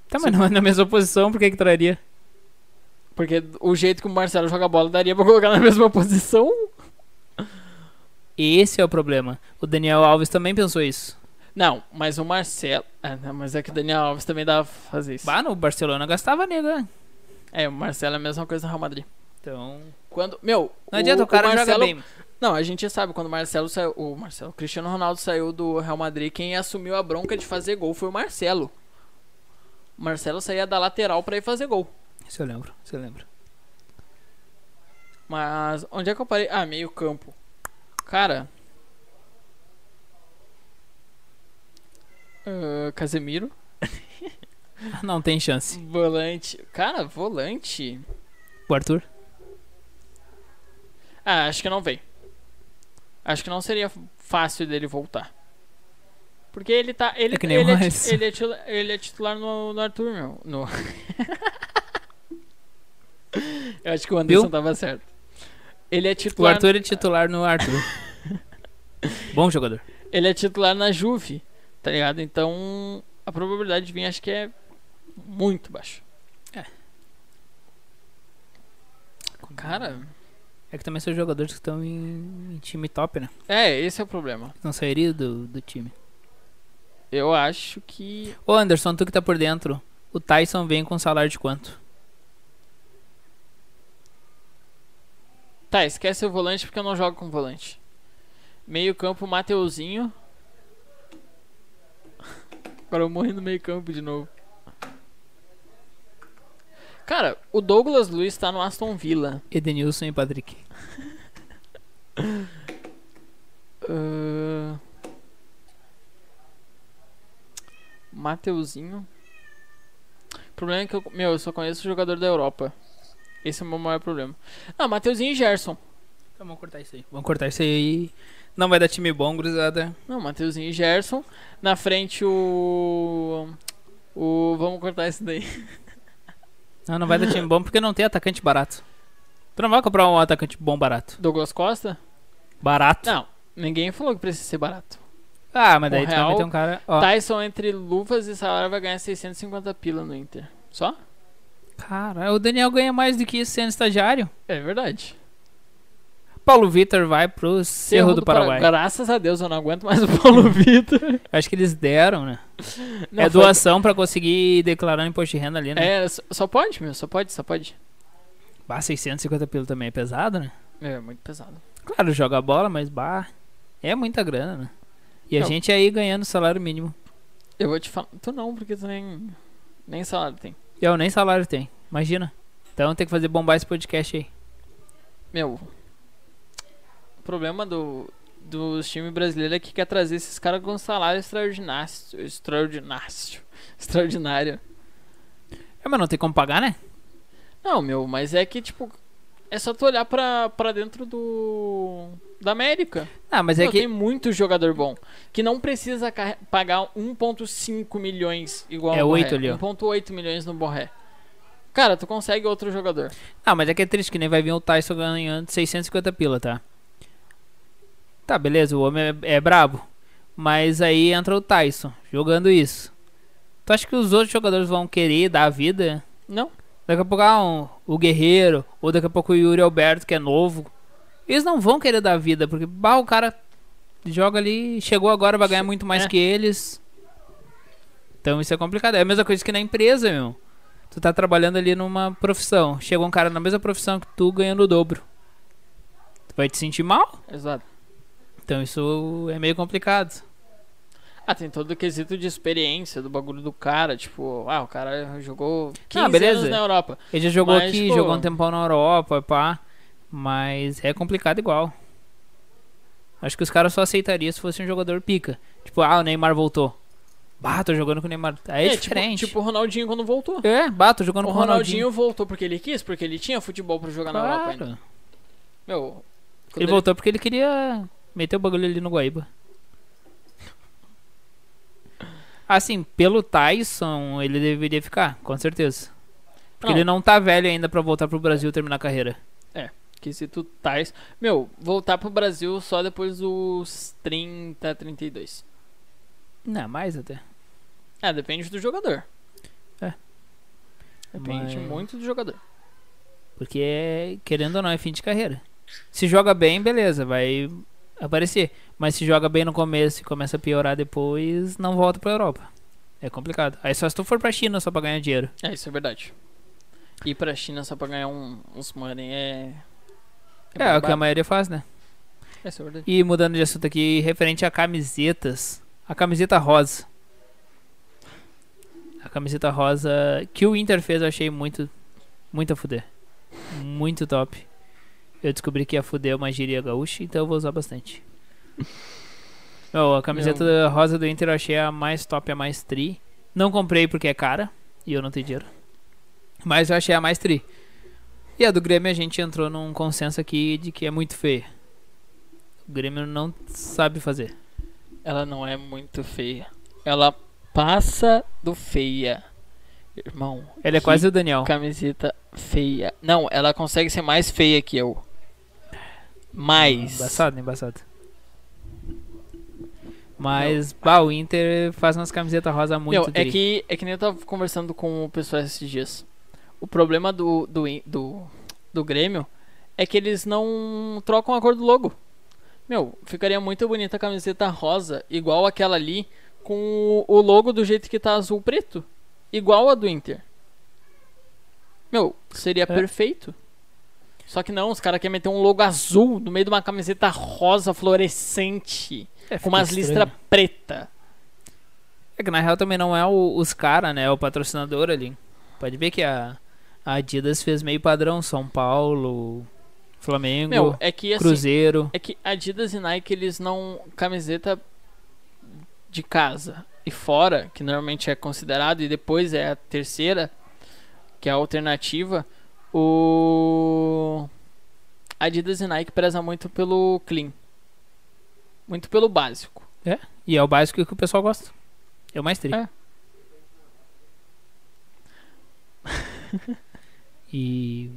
Speaker 1: Tá, mas não é na mesma posição, por que que traria?
Speaker 2: Porque o jeito que o Marcelo joga bola daria pra colocar na <laughs> mesma posição.
Speaker 1: Esse é o problema. O Daniel Alves também pensou isso.
Speaker 2: Não, mas o Marcelo. Ah, não, mas é que o Daniel Alves também dá pra fazer isso.
Speaker 1: Bah, no Barcelona gastava nega.
Speaker 2: É, o Marcelo é a mesma coisa no Real Madrid.
Speaker 1: Então.
Speaker 2: Quando. Meu,
Speaker 1: Não adianta, o, cara joga
Speaker 2: Marcelo
Speaker 1: bem.
Speaker 2: Não, a gente já sabe, quando o Marcelo saiu. O Marcelo, o Cristiano Ronaldo saiu do Real Madrid, quem assumiu a bronca de fazer gol foi o Marcelo. O Marcelo saía da lateral pra ir fazer gol.
Speaker 1: Isso eu lembro, isso eu lembro. <laughs>
Speaker 2: Mas onde é que eu parei? Ah, meio campo. Cara. Ah, Casemiro.
Speaker 1: Ah, Não tem chance.
Speaker 2: Volante. Cara, volante.
Speaker 1: O Arthur?
Speaker 2: Ah, acho que não vem. Acho que não seria f- fácil dele voltar. Porque ele tá. Ele,
Speaker 1: É que nem o
Speaker 2: ele, é, ti-
Speaker 1: Alisson.
Speaker 2: ele, é, tila- ele é titular no, no Arthur, meu. No... <laughs> Eu acho que o Anderson
Speaker 1: Viu?
Speaker 2: tava certo. Ele é
Speaker 1: O
Speaker 2: titular.
Speaker 1: Arthur é titular no Arthur.
Speaker 2: <laughs>
Speaker 1: Bom jogador.
Speaker 2: Ele é titular na Juve, tá ligado? Então a probabilidade de vir acho que é muito baixa.
Speaker 1: É.
Speaker 2: Cara,
Speaker 1: É que também são jogadores que estão em, em time top, né?
Speaker 2: é, esse é o problema.
Speaker 1: Não sairia do, do time.
Speaker 2: Eu acho que.
Speaker 1: Ô Anderson, tu que tá por dentro, o Tyson vem com salário de quanto?
Speaker 2: Tá, esquece o volante porque eu não jogo com volante. Meio campo, Mateuzinho. Agora eu morri no meio campo de novo. Cara, o Douglas Luiz tá no Aston Villa.
Speaker 1: Edenilson e Patrick.
Speaker 2: Ahn. Mateuzinho. O problema é que eu, meu, eu só conheço o jogador da Europa. Esse é o meu maior problema. Ah, Mateuzinho e Gerson.
Speaker 1: Então vamos cortar isso aí. Vamos cortar isso aí. Não vai dar time bom, gurizada.
Speaker 2: Não, Mateuzinho e Gerson. Na frente o. O. Vamos cortar isso daí. <laughs>
Speaker 1: Não, não vai dar time bom porque não tem atacante barato. Tu não vai comprar um atacante bom barato.
Speaker 2: Douglas Costa?
Speaker 1: Barato.
Speaker 2: Não, ninguém falou que precisa ser barato.
Speaker 1: Ah, mas daí tu vai
Speaker 2: Real,
Speaker 1: meter um cara. Ó.
Speaker 2: Tyson entre luvas e salário vai ganhar 650 pila no Inter. Só?
Speaker 1: Cara, o Daniel ganha mais do que isso sendo estagiário.
Speaker 2: É verdade.
Speaker 1: Paulo Vitor vai pro Cerro, do, Paraguai.
Speaker 2: Para- Graças a Deus eu não aguento mais o Paulo <laughs> Vitor.
Speaker 1: Acho que eles deram, né?
Speaker 2: Não,
Speaker 1: é
Speaker 2: foi-
Speaker 1: doação pra conseguir declarar um imposto de renda ali, né?
Speaker 2: É, só- só pode, meu, só pode, só pode.
Speaker 1: Bah, 650 pila também é pesado, né?
Speaker 2: É, muito pesado.
Speaker 1: Claro, joga bola, mas bah, é muita grana, né? E a
Speaker 2: Não.
Speaker 1: gente aí ganhando salário mínimo.
Speaker 2: Eu vou te falar. Tu não, porque tu nem. Nem salário tem.
Speaker 1: Eu nem salário tem, imagina. Então tem que fazer bombar esse podcast aí.
Speaker 2: Meu. O problema do, dos times brasileiros é que quer trazer esses caras com salário extraordinário. Extraordinário. <laughs> Extraordinário.
Speaker 1: É, mas não tem como pagar, né?
Speaker 2: Não, meu, mas é que, tipo. É só tu olhar pra, pra dentro do. Da América.
Speaker 1: Ah, mas é
Speaker 2: Meu,
Speaker 1: que.
Speaker 2: Tem muito jogador bom. Que não precisa ca- pagar 1,5 milhões igual
Speaker 1: É
Speaker 2: no
Speaker 1: oito
Speaker 2: Borré.
Speaker 1: ali, ó.
Speaker 2: 1,8 milhões no Borré. Cara, tu consegue outro jogador.
Speaker 1: Ah, mas é que é triste que nem vai vir o Tyson ganhando 650 pila, tá? Tá, beleza, o homem é, é brabo. Mas aí entra o Tyson jogando isso. Tu acha que os outros jogadores vão querer dar a vida?
Speaker 2: Não.
Speaker 1: Daqui a pouco ah, um- o Guerreiro, ou daqui a pouco o Yuri Alberto, que é novo. Eles não vão querer dar vida, porque bah, o cara joga ali, chegou agora, vai ganhar muito mais
Speaker 2: É.
Speaker 1: que eles. Então isso é complicado. É a mesma coisa que na empresa, meu. Tu tá trabalhando ali numa profissão. Chega um cara na mesma profissão que tu ganhando o dobro. Tu vai te sentir mal?
Speaker 2: Exato.
Speaker 1: Então isso é meio complicado.
Speaker 2: Ah, tem todo o quesito de experiência do bagulho do cara. Tipo, ah, o cara jogou 15
Speaker 1: beleza.
Speaker 2: anos na Europa.
Speaker 1: Ele já jogou
Speaker 2: Mas,
Speaker 1: aqui,
Speaker 2: pô-
Speaker 1: jogou um tempão na Europa, pá. Mas é complicado igual. Acho que os caras só aceitariam se fosse um jogador pica. Tipo, ah, o Neymar voltou. Bah, tô jogando com o Neymar. Aí é,
Speaker 2: tipo-
Speaker 1: diferente.
Speaker 2: Tipo o Ronaldinho quando voltou.
Speaker 1: É, bah, tô jogando
Speaker 2: O
Speaker 1: com o Ronaldinho.
Speaker 2: Ronaldinho voltou porque ele quis, porque ele tinha futebol pra jogar na Europa ainda.
Speaker 1: Claro.
Speaker 2: Meu, quando
Speaker 1: Ele voltou porque ele queria meter o bagulho ali no Guaíba. Assim, pelo Tyson, ele deveria ficar, com certeza. Porque
Speaker 2: Não.
Speaker 1: ele não tá velho ainda pra voltar pro Brasil e terminar a carreira.
Speaker 2: Que se tu tais. Meu, voltar pro Brasil só depois dos 30, 32.
Speaker 1: Não, mais até.
Speaker 2: É, depende do jogador.
Speaker 1: É.
Speaker 2: Depende
Speaker 1: Mas-
Speaker 2: muito do jogador.
Speaker 1: Porque, é- querendo ou não, é fim de carreira. Se joga bem, beleza, vai aparecer. Mas se joga bem no começo e começa a piorar depois, não volta pra Europa. É complicado. Aí só se tu for pra China só pra ganhar dinheiro.
Speaker 2: É, isso é verdade. Ir pra China só pra ganhar um, uns money é.
Speaker 1: É, é o que a
Speaker 2: barbado.
Speaker 1: maioria faz, né?
Speaker 2: É, isso é verdade.
Speaker 1: E mudando de assunto aqui, referente a camisetas. A camiseta rosa. A camiseta rosa que o Inter fez, eu achei muito. Muito a fuder. Muito top. Eu descobri que a fuder é uma gíria gaúcha, então eu vou usar
Speaker 2: <laughs>
Speaker 1: bastante. Meu, a camiseta rosa do Inter eu achei a mais top, a mais tri. Não comprei porque é cara e eu não tenho dinheiro. Mas eu achei a mais tri. E a do Grêmio a gente entrou num consenso aqui de que é muito feia. O Grêmio não sabe fazer.
Speaker 2: Ela não é muito feia. Ela passa do feia. Irmão.
Speaker 1: Ele é
Speaker 2: que
Speaker 1: quase o Daniel.
Speaker 2: Camiseta feia. Não, ela consegue ser mais feia que eu. Mais.
Speaker 1: Embaçado, embaçado. Mas, bah, o Inter faz umas camisetas rosa muito
Speaker 2: Meu, é
Speaker 1: tri.
Speaker 2: que é que nem eu tava conversando com o pessoal esses dias. O problema do do, in- do do Grêmio é que eles não trocam a cor do logo. Meu, ficaria muito bonita a camiseta rosa, igual aquela ali, com o o logo do jeito que tá azul preto, igual a do Inter. Meu,
Speaker 1: É.
Speaker 2: seria perfeito. Só que não, os caras querem meter um logo azul no meio de uma camiseta rosa fluorescente,
Speaker 1: É,
Speaker 2: com
Speaker 1: fica
Speaker 2: umas
Speaker 1: estranho.
Speaker 2: listras preta.
Speaker 1: É que na real também não é o- os caras, né? É o patrocinador ali. Pode ver que a, a Adidas fez meio padrão. São Paulo, Flamengo,
Speaker 2: Meu, é que assim,
Speaker 1: Cruzeiro.
Speaker 2: É que Adidas e Nike, eles não. Camiseta de casa e fora, que normalmente é considerado, e depois é a terceira, que é a alternativa. O. Adidas e Nike prezam muito pelo clean. Muito pelo básico.
Speaker 1: E é o básico que o pessoal gosta. Eu mais tri.
Speaker 2: É.
Speaker 1: <laughs> e.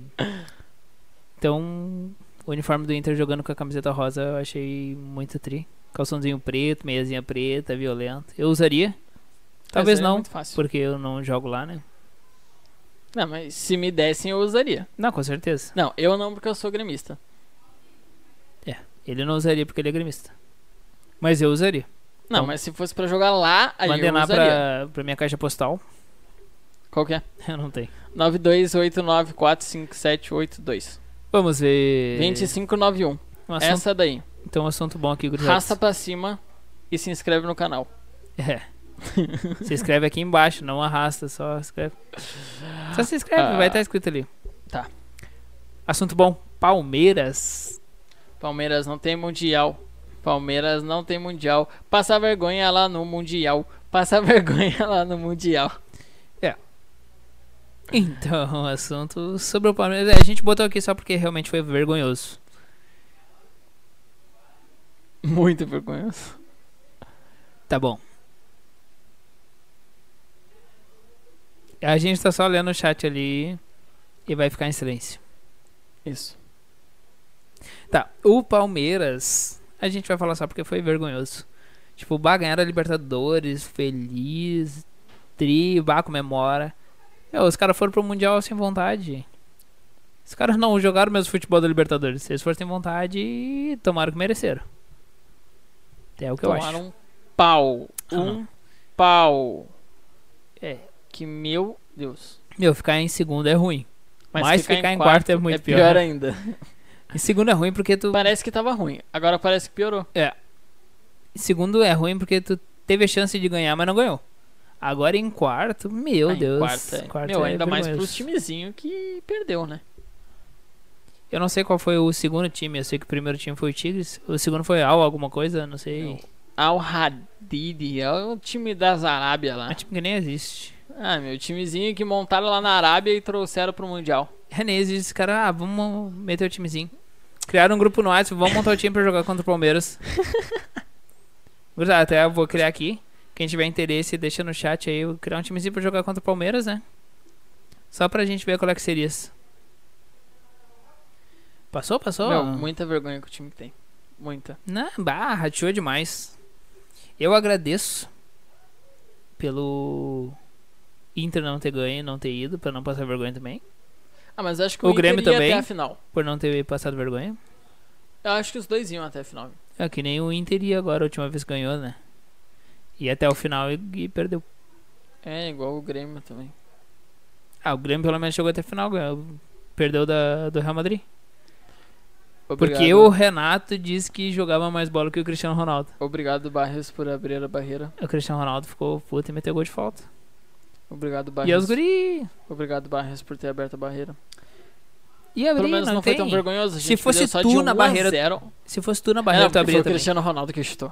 Speaker 1: Então, o uniforme do Inter jogando com a camiseta rosa eu achei muito tri. Calçãozinho preto, meiazinha preta, violento. Eu usaria, Talvez
Speaker 2: Mas é
Speaker 1: não.
Speaker 2: muito fácil.
Speaker 1: porque eu não jogo lá, né?
Speaker 2: Não, mas se me dessem, eu usaria.
Speaker 1: Não, com certeza.
Speaker 2: Não, eu não, porque eu sou gremista.
Speaker 1: Ele não usaria porque ele é gremista. Mas eu usaria.
Speaker 2: Não,
Speaker 1: Então-
Speaker 2: mas se fosse pra jogar lá, aí
Speaker 1: Mandei
Speaker 2: Ah, eu
Speaker 1: lá
Speaker 2: usaria.
Speaker 1: pra, pra minha caixa postal. <laughs>
Speaker 2: Qual que é?
Speaker 1: Eu não tenho.
Speaker 2: 928945782.
Speaker 1: Vamos ver.
Speaker 2: 2591.
Speaker 1: Um assunto-
Speaker 2: Essa daí.
Speaker 1: Então, um assunto bom aqui, gurizada.
Speaker 2: Raça pra cima e se inscreve no canal.
Speaker 1: <laughs> É. se inscreve aqui embaixo, não arrasta, só escreve. Só se inscreve,
Speaker 2: Ah.
Speaker 1: vai estar escrito ali.
Speaker 2: Tá.
Speaker 1: Assunto bom: Palmeiras. <laughs>
Speaker 2: Palmeiras não tem mundial. Palmeiras não tem mundial. Passar vergonha lá no mundial. Passar <laughs> vergonha lá no mundial.
Speaker 1: Então, assunto sobre o Palmeiras. É, A gente botou aqui só porque realmente foi vergonhoso.
Speaker 2: Muito vergonhoso.
Speaker 1: Tá bom. A gente tá só lendo o chat ali e vai ficar em silêncio.
Speaker 2: Isso.
Speaker 1: Tá, o Palmeiras, a gente vai falar só porque foi vergonhoso. Tipo, bah, ganharam a Libertadores, feliz, tri, bah, comemora. Meu, os caras foram pro Mundial sem vontade. Os caras não jogaram mesmo futebol da Libertadores. Eles foram sem vontade e tomaram o que mereceram. É o que eu acho.
Speaker 2: Tomaram um pau.
Speaker 1: Ah,
Speaker 2: Um pau.
Speaker 1: É.
Speaker 2: Que meu Deus.
Speaker 1: Meu, ficar em segundo é ruim. Mas, ficar, em quarto, é muito
Speaker 2: é
Speaker 1: pior.
Speaker 2: pior, ainda.
Speaker 1: Em segundo é ruim porque tu.
Speaker 2: Parece que tava ruim. Agora parece que piorou.
Speaker 1: Em segundo é ruim porque tu teve a chance de ganhar, mas não ganhou. Agora em quarto, meu
Speaker 2: Ah, em
Speaker 1: Deus.
Speaker 2: quarto, é.
Speaker 1: quarto
Speaker 2: meu,
Speaker 1: é
Speaker 2: ainda mais
Speaker 1: vergonhoso.
Speaker 2: pros timezinhos que perdeu, né?
Speaker 1: Eu não sei qual foi o segundo time. Eu sei que o primeiro time foi o Tigres. O segundo foi Al, alguma coisa, não sei. É
Speaker 2: Não. Al Hadid é o time das Arábia
Speaker 1: É um
Speaker 2: lá.
Speaker 1: time que nem existe.
Speaker 2: Ah, meu timezinho que montaram lá na Arábia e trouxeram pro Mundial.
Speaker 1: É, nem existe. Esse cara, ah, vamos meter o timezinho. Criaram um grupo no WhatsApp, vamos montar o time pra jogar contra o
Speaker 2: <laughs>
Speaker 1: Palmeiras. Gurizada, até eu vou criar aqui. Quem tiver interesse, deixa no chat aí. Eu criar um timezinho pra jogar contra o Palmeiras, né? Só pra gente ver qual é que seria isso. Passou, passou?
Speaker 2: Meu, muita vergonha que o time tem. Muita.
Speaker 1: Não, Né? bah, rateou demais. Eu agradeço pelo Inter não ter ganho, não ter ido, pra não passar vergonha também.
Speaker 2: Ah, mas eu acho que
Speaker 1: O
Speaker 2: o, Inter
Speaker 1: Grêmio
Speaker 2: ia
Speaker 1: também.
Speaker 2: até a final.
Speaker 1: Por não ter passado vergonha.
Speaker 2: Eu acho que os dois iam até a final.
Speaker 1: É que nem o Inter ia agora, a última vez que ganhou, né? E até o final e, e perdeu.
Speaker 2: É, igual o Grêmio também.
Speaker 1: Ah, o Grêmio pelo menos chegou até a final, ganhou. Perdeu da, do Real Madrid.
Speaker 2: Obrigado,
Speaker 1: Porque o Renato disse que jogava mais bola que o Cristiano Ronaldo.
Speaker 2: Obrigado, Barreiros, por abrir a barreira.
Speaker 1: O Cristiano Ronaldo ficou puto e meteu gol de falta.
Speaker 2: Obrigado,
Speaker 1: E é
Speaker 2: Barreiros.
Speaker 1: os guri.
Speaker 2: Obrigado, Barreiros, por ter aberto a barreira.
Speaker 1: E abriu,
Speaker 2: Pelo menos
Speaker 1: não,
Speaker 2: não,
Speaker 1: tem.
Speaker 2: foi tão vergonhoso. A
Speaker 1: Se
Speaker 2: gente
Speaker 1: fosse
Speaker 2: perdeu só
Speaker 1: tu
Speaker 2: de 1
Speaker 1: na
Speaker 2: a
Speaker 1: barreira,
Speaker 2: 0.
Speaker 1: Se fosse tu na barreira,
Speaker 2: É,
Speaker 1: tu abria
Speaker 2: foi o
Speaker 1: também.
Speaker 2: Cristiano Ronaldo que chutou.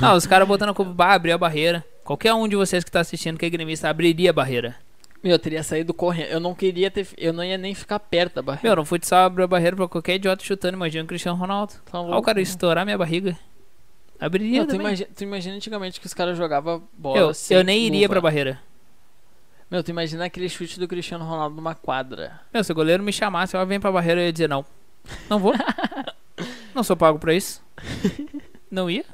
Speaker 1: Não, os caras botando a culpa, bah, abriu a barreira. Qualquer um de vocês que tá assistindo que é gremista abriria a barreira.
Speaker 2: Meu, eu teria saído correndo. Eu não queria ter. Eu não ia nem ficar perto da barreira.
Speaker 1: Meu, no futsal abriu a barreira pra qualquer idiota chutando, imagina o Cristiano Ronaldo.
Speaker 2: Tá
Speaker 1: Olha Ah, o cara
Speaker 2: louco.
Speaker 1: estourar minha barriga. Abriria
Speaker 2: Não, tu,
Speaker 1: também.
Speaker 2: imagina, é tu imagina antigamente que os caras jogavam bola.
Speaker 1: Eu,
Speaker 2: sem
Speaker 1: eu nem iria
Speaker 2: luva.
Speaker 1: pra barreira.
Speaker 2: Meu, tu imagina aquele chute do Cristiano Ronaldo numa quadra.
Speaker 1: Meu, se o goleiro me chamasse, eu vem pra barreira, eu ia dizer não. Não
Speaker 2: <laughs>
Speaker 1: vou. não sou pago pra isso. Não ia.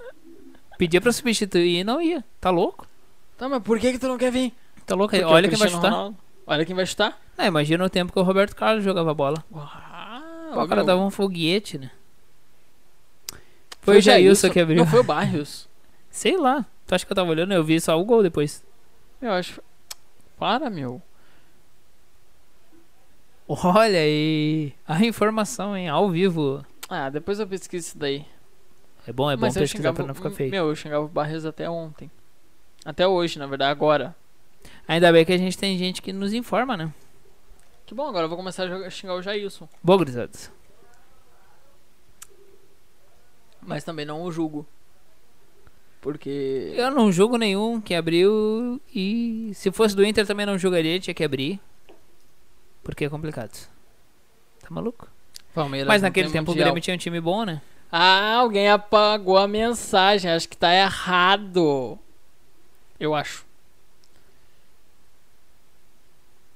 Speaker 1: Pedia pra substituir e não ia. Tá louco?
Speaker 2: Tá, mas por que que tu não quer vir?
Speaker 1: Tá louco?
Speaker 2: Porque
Speaker 1: Olha
Speaker 2: o
Speaker 1: quem vai
Speaker 2: Cristiano
Speaker 1: chutar.
Speaker 2: Ronaldo- Olha quem vai chutar.
Speaker 1: Ah, imagina o tempo que o Roberto Carlos jogava bola.
Speaker 2: Uau,
Speaker 1: Pô, o cara
Speaker 2: Ah, meu.
Speaker 1: dava um foguete, né?
Speaker 2: Foi
Speaker 1: Foi o Jailson
Speaker 2: Jailson.
Speaker 1: que abriu.
Speaker 2: é, Não foi o Barrios.
Speaker 1: <laughs> Sei lá. Tu acha que eu tava olhando? Eu vi só o gol depois.
Speaker 2: Eu acho. Para, meu.
Speaker 1: Olha aí. A informação, hein? Ao vivo.
Speaker 2: Ah, depois eu pesquiso isso daí.
Speaker 1: É bom, é bom
Speaker 2: Mas eu
Speaker 1: pesquisar
Speaker 2: xingava,
Speaker 1: pra não ficar feio.
Speaker 2: Meu, eu xingava o Barrios até ontem. Até hoje, na verdade, agora.
Speaker 1: Ainda bem que a gente tem gente que nos informa, né?
Speaker 2: Que bom, agora eu vou começar a jogar- xingar o Jailson.
Speaker 1: Boa, grisados.
Speaker 2: Mas também não o julgo. Porque.
Speaker 1: Eu não julgo nenhum que abriu e se fosse do Inter também não julgaria, tinha que abrir. Porque é complicado. Tá maluco?
Speaker 2: Palmeiras
Speaker 1: Mas
Speaker 2: não
Speaker 1: naquele
Speaker 2: tem
Speaker 1: tempo o
Speaker 2: mundial.
Speaker 1: Grêmio tinha um time bom, né?
Speaker 2: Ah, alguém apagou a mensagem. Acho que tá errado. Eu acho.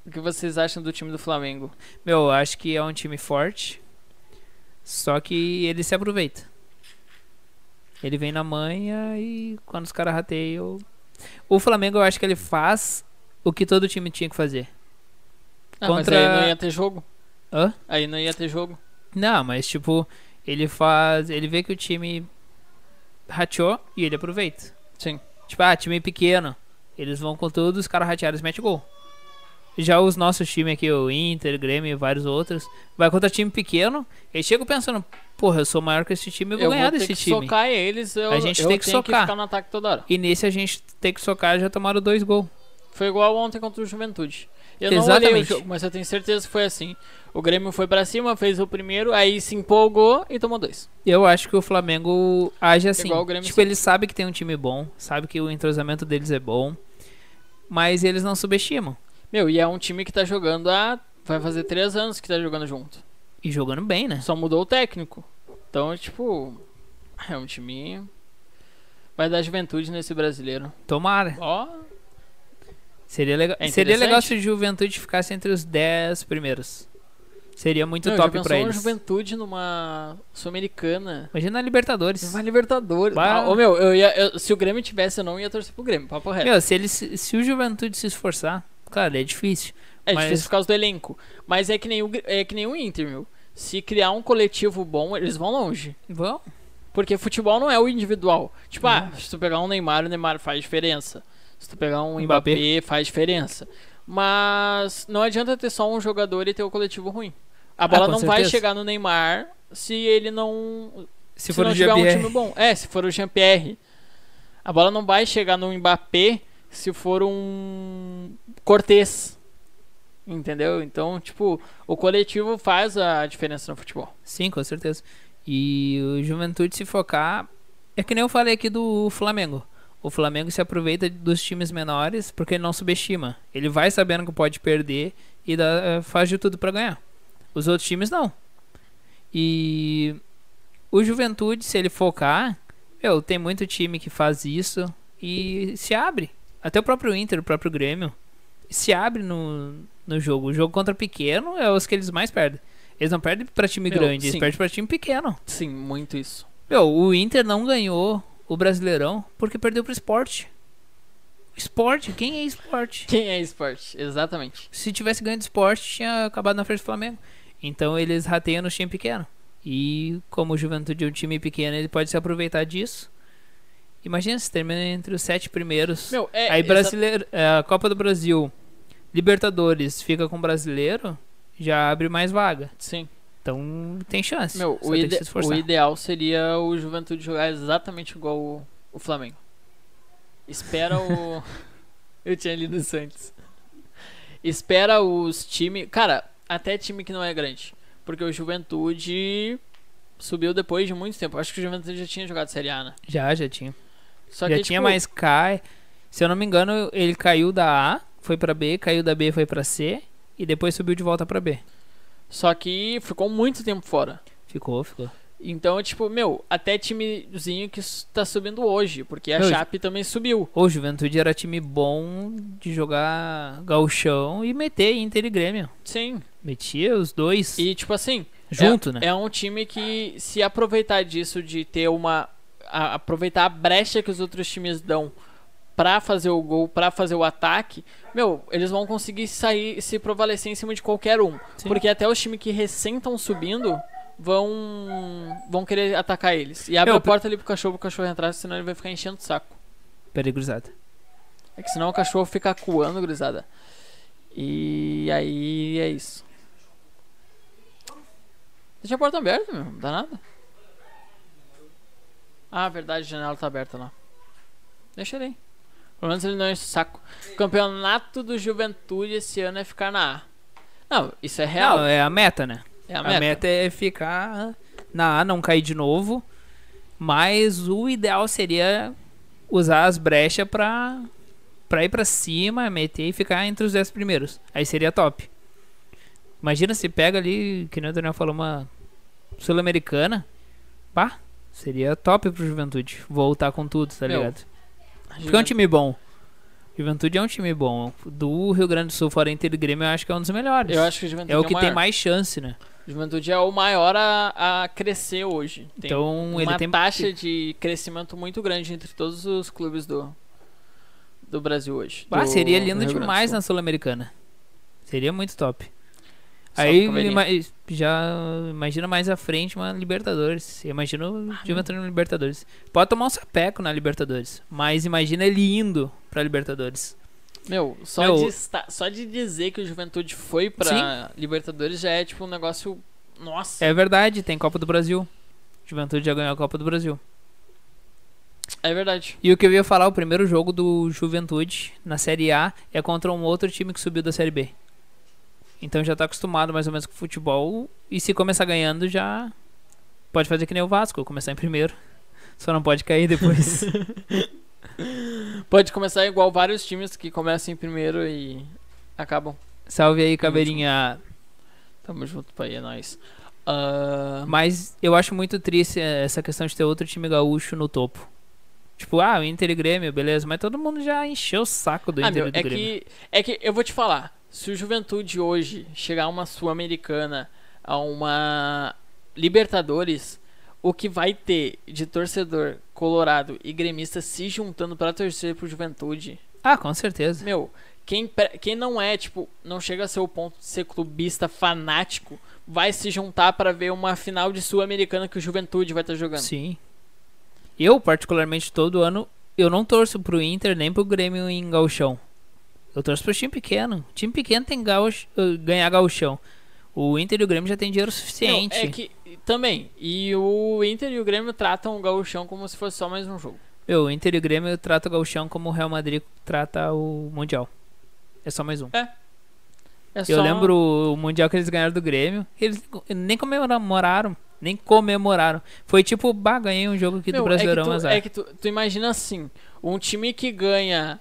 Speaker 2: O que vocês acham do time do Flamengo?
Speaker 1: Meu, eu acho que é um time forte. Só que ele se aproveita. Ele vem na manha e quando os caras rateiam. O Flamengo eu acho que ele faz o que todo time tinha que fazer.
Speaker 2: Ah,
Speaker 1: Contra-
Speaker 2: mas aí não ia ter jogo.
Speaker 1: Hã?
Speaker 2: Aí não ia ter jogo.
Speaker 1: Não, mas tipo, ele faz. Ele vê que o time rateou e ele aproveita.
Speaker 2: Sim.
Speaker 1: Tipo, ah, time pequeno. Eles vão com tudo, os caras ratearam, eles metem gol. Já os nossos times aqui, o Inter, Grêmio e vários outros, vai contra time pequeno, eles chegam pensando, porra, eu sou maior que esse time, eu vou
Speaker 2: eu
Speaker 1: ganhar
Speaker 2: vou ter
Speaker 1: desse
Speaker 2: que
Speaker 1: time.
Speaker 2: socar eles. Eu,
Speaker 1: A gente
Speaker 2: eu
Speaker 1: tem que
Speaker 2: tenho
Speaker 1: socar.
Speaker 2: ficar no ataque toda hora.
Speaker 1: E nesse a gente tem que socar, já tomaram dois gols.
Speaker 2: Foi igual ontem contra o Juventude. Eu não olhei o
Speaker 1: Exatamente.
Speaker 2: jogo, mas eu tenho certeza que foi assim. O Grêmio foi pra cima, fez o primeiro, aí se empolgou e tomou dois.
Speaker 1: Eu acho que o Flamengo age assim.
Speaker 2: Igual o Grêmio
Speaker 1: tipo,
Speaker 2: sempre.
Speaker 1: ele sabe que tem um time bom, sabe que o entrosamento deles é bom, mas eles não subestimam.
Speaker 2: Meu, e é um time que tá jogando há. Vai fazer três anos que tá jogando junto.
Speaker 1: E jogando bem, né?
Speaker 2: Só mudou o técnico. Então, tipo. É um time. Vai dar juventude nesse brasileiro.
Speaker 1: Tomara.
Speaker 2: Ó.
Speaker 1: Seria legal,
Speaker 2: É
Speaker 1: seria legal se
Speaker 2: interessante.
Speaker 1: o Juventude ficasse entre os 10 primeiros. Seria muito
Speaker 2: meu, já
Speaker 1: top
Speaker 2: pensou
Speaker 1: pra
Speaker 2: uma
Speaker 1: eles.
Speaker 2: juventude numa. Sul-Americana.
Speaker 1: Imagina a Libertadores.
Speaker 2: Uma Libertadores.
Speaker 1: Bah.
Speaker 2: Ah, ô, meu, eu ia, eu- se o Grêmio tivesse, eu não ia torcer pro Grêmio, papo reto.
Speaker 1: Meu, se, ele, se se o Juventude se esforçar, cara, é difícil.
Speaker 2: É
Speaker 1: Mas-
Speaker 2: difícil por causa do elenco. Mas é que, nem o, Gr- é que nem o Inter, meu. Se criar um coletivo bom, eles vão longe.
Speaker 1: Vão.
Speaker 2: Porque futebol não é o individual. Tipo, ah,
Speaker 1: Não.
Speaker 2: se tu pegar um Neymar, o Neymar faz diferença. Se tu pegar um
Speaker 1: Mbappé.
Speaker 2: Mbappé, faz diferença. Mas não adianta ter só um jogador e ter o coletivo ruim. A bola
Speaker 1: Ah, com
Speaker 2: não vai
Speaker 1: certeza.
Speaker 2: chegar no Neymar se ele não.
Speaker 1: Se, for
Speaker 2: não
Speaker 1: o
Speaker 2: tiver um
Speaker 1: GBR.
Speaker 2: time bom. É, se for o Jean-Pierre. A bola não vai chegar no Mbappé se for um Cortez. Entendeu? Então, tipo, o coletivo faz a diferença no futebol.
Speaker 1: Sim, com certeza. E o Juventude se focar. É que nem eu falei aqui do Flamengo. O Flamengo se aproveita dos times menores porque ele não subestima. Ele vai sabendo que pode perder e dá- eh, faz de tudo pra ganhar. Os outros times não. E o Juventude, se ele focar, meu, tem muito time que faz isso e se abre. Até o próprio Inter, o próprio Grêmio, se abre no, no jogo. O jogo contra pequeno é os que eles mais perdem. Eles não perdem pra time
Speaker 2: Meu,
Speaker 1: grande, eles
Speaker 2: sim.
Speaker 1: perdem pra time pequeno.
Speaker 2: Sim, muito isso.
Speaker 1: Meu, o Inter não ganhou o Brasileirão porque perdeu pro esporte. Esporte? Quem é esporte?
Speaker 2: Quem é esporte? Exatamente.
Speaker 1: Se tivesse ganho de esporte, tinha acabado na frente do Flamengo. Então eles rateiam no time pequeno. E como o Juventude é um time pequeno, ele pode se aproveitar disso. Imagina se termina entre os sete primeiros.
Speaker 2: Meu, é.
Speaker 1: Aí
Speaker 2: exa-
Speaker 1: brasileiro, é, a Copa do Brasil, Libertadores, fica com o brasileiro, já abre mais vaga.
Speaker 2: Sim.
Speaker 1: Então tem chance.
Speaker 2: Meu,
Speaker 1: Só
Speaker 2: o,
Speaker 1: tem
Speaker 2: ide-
Speaker 1: que se esforçar.
Speaker 2: o ideal seria o Juventude jogar exatamente igual o, o Flamengo. Espera o. <laughs> Eu tinha lido isso antes. Espera os times. Cara, até time que não é grande. Porque o Juventude subiu depois de muito tempo. Acho que o Juventude já tinha jogado Série A, né?
Speaker 1: Já, já tinha.
Speaker 2: Só
Speaker 1: já
Speaker 2: que,
Speaker 1: tinha
Speaker 2: tipo,
Speaker 1: mais cai. Se eu não me engano, ele caiu da A, foi pra B, caiu da B, foi pra C e depois subiu de volta pra B.
Speaker 2: Só que ficou muito tempo fora.
Speaker 1: Ficou, ficou.
Speaker 2: Então, tipo, meu, até timezinho que s- tá subindo hoje. Porque a
Speaker 1: Meu,
Speaker 2: Chape também subiu.
Speaker 1: O Juventude era time bom de jogar gauchão e meter Inter e Grêmio.
Speaker 2: Sim.
Speaker 1: Metia os dois
Speaker 2: E, tipo assim,
Speaker 1: junto,
Speaker 2: é,
Speaker 1: né?
Speaker 2: É um time que se aproveitar disso de ter uma a- aproveitar a brecha que os outros times dão pra fazer o gol, pra fazer o ataque, meu, eles vão conseguir sair se prevalecer em cima de qualquer um,
Speaker 1: Sim.
Speaker 2: porque até os times que recém estão subindo vão vão querer atacar eles. E abre
Speaker 1: Meu,
Speaker 2: a porta ali pro cachorro, pro cachorro entrar, senão ele vai ficar enchendo o saco.
Speaker 1: Peraí, cruzada.
Speaker 2: É que senão o cachorro fica coando, gurizada. E aí é isso. Deixa a porta aberta, meu. Não dá nada. Ah, verdade, a janela tá aberta lá. Deixa ele aí. Pelo menos ele não enche o saco. Campeonato do Juventude esse ano é ficar na A. Não, isso é real.
Speaker 1: Não, é a meta, né?
Speaker 2: é a
Speaker 1: A
Speaker 2: meta.
Speaker 1: meta. é ficar na A, não cair de novo. Mas o ideal seria usar as brechas pra, pra ir pra cima, meter e ficar entre os 10 primeiros. Aí seria top. Imagina se pega ali, que nem o Daniel falou, uma Sul-Americana, pá, seria top pro Juventude. Voltar com tudo, tá
Speaker 2: Meu,
Speaker 1: ligado? Porque é um time bom. Juventude é um time bom. Do Rio Grande do Sul, fora Inter e Grêmio, eu acho que é um dos melhores.
Speaker 2: Eu acho que o Juventude
Speaker 1: é o que
Speaker 2: maior.
Speaker 1: tem mais chance, né?
Speaker 2: Juventude é o maior a, a crescer hoje. Tem
Speaker 1: então
Speaker 2: uma
Speaker 1: ele tem
Speaker 2: taxa de crescimento muito grande entre todos os clubes do, do Brasil hoje.
Speaker 1: Ah,
Speaker 2: do-
Speaker 1: seria
Speaker 2: do
Speaker 1: lindo
Speaker 2: Rio Grande do
Speaker 1: demais né?
Speaker 2: Sul.
Speaker 1: na Sul-Americana. Seria muito top.
Speaker 2: Só
Speaker 1: Aí
Speaker 2: que conveniente.
Speaker 1: ima- já imagina mais à frente uma Libertadores. Imagina
Speaker 2: Ah,
Speaker 1: o Juventude na Libertadores. Pode tomar um sapeco na Libertadores, mas imagina ele indo pra Libertadores.
Speaker 2: Meu, só,
Speaker 1: Meu,
Speaker 2: de esta- só de dizer que o Juventude foi pra Libertadores já é tipo um negócio. Nossa! É,
Speaker 1: É verdade, tem Copa do Brasil. Juventude já ganhou a Copa do Brasil.
Speaker 2: é verdade.
Speaker 1: E o que eu ia falar, o primeiro jogo do Juventude na Série A é contra um outro time que subiu da Série B. Então já tá acostumado mais ou menos com o futebol. E se começar ganhando, já pode fazer que nem o Vasco, começar em primeiro. <laughs> Só não pode cair depois.
Speaker 2: <laughs> Pode começar igual vários times que começam em primeiro e acabam.
Speaker 1: Salve aí, Caveirinha.
Speaker 2: Tamo junto, pai, é nóis. Ah,
Speaker 1: Mas eu acho muito triste eh, essa questão de ter outro time gaúcho no topo. Tipo, ah, o Inter e Grêmio, beleza. Mas todo mundo já encheu o saco do
Speaker 2: ah,
Speaker 1: Inter
Speaker 2: meu,
Speaker 1: e do
Speaker 2: é
Speaker 1: Grêmio.
Speaker 2: que, é que eu vou te falar. Se o Juventude hoje chegar a uma Sul-Americana, a uma Libertadores, o que vai ter de torcedor colorado e gremista se juntando pra torcer pro Juventude?
Speaker 1: Ah, com certeza.
Speaker 2: Meu, quem, pre- quem não é, tipo, não chega a ser o ponto de ser clubista fanático, vai se juntar pra ver uma final de Sul-Americana que o Juventude vai estar jogando.
Speaker 1: Sim. Eu, particularmente, todo ano, eu não torço pro Inter nem pro Grêmio em gauchão. Eu torço pro time pequeno. Time pequeno tem gaúcho, eh, ganhar gauchão. O Inter e o Grêmio já tem dinheiro
Speaker 2: Não,
Speaker 1: suficiente.
Speaker 2: é que também. E o Inter e o Grêmio tratam o Gaúchão como se fosse só mais um jogo.
Speaker 1: Meu, o Inter e o Grêmio tratam o gauchão como o Real Madrid trata o Mundial. É só mais um.
Speaker 2: É
Speaker 1: Eu
Speaker 2: só-
Speaker 1: lembro o Mundial que eles ganharam do Grêmio. Eles nem comemoraram. Nem comemoraram. Foi tipo, bah, ganhei um jogo aqui
Speaker 2: Meu,
Speaker 1: do Brasileirão,
Speaker 2: é que, tu,
Speaker 1: azar.
Speaker 2: é que tu, tu imagina assim, um time que ganha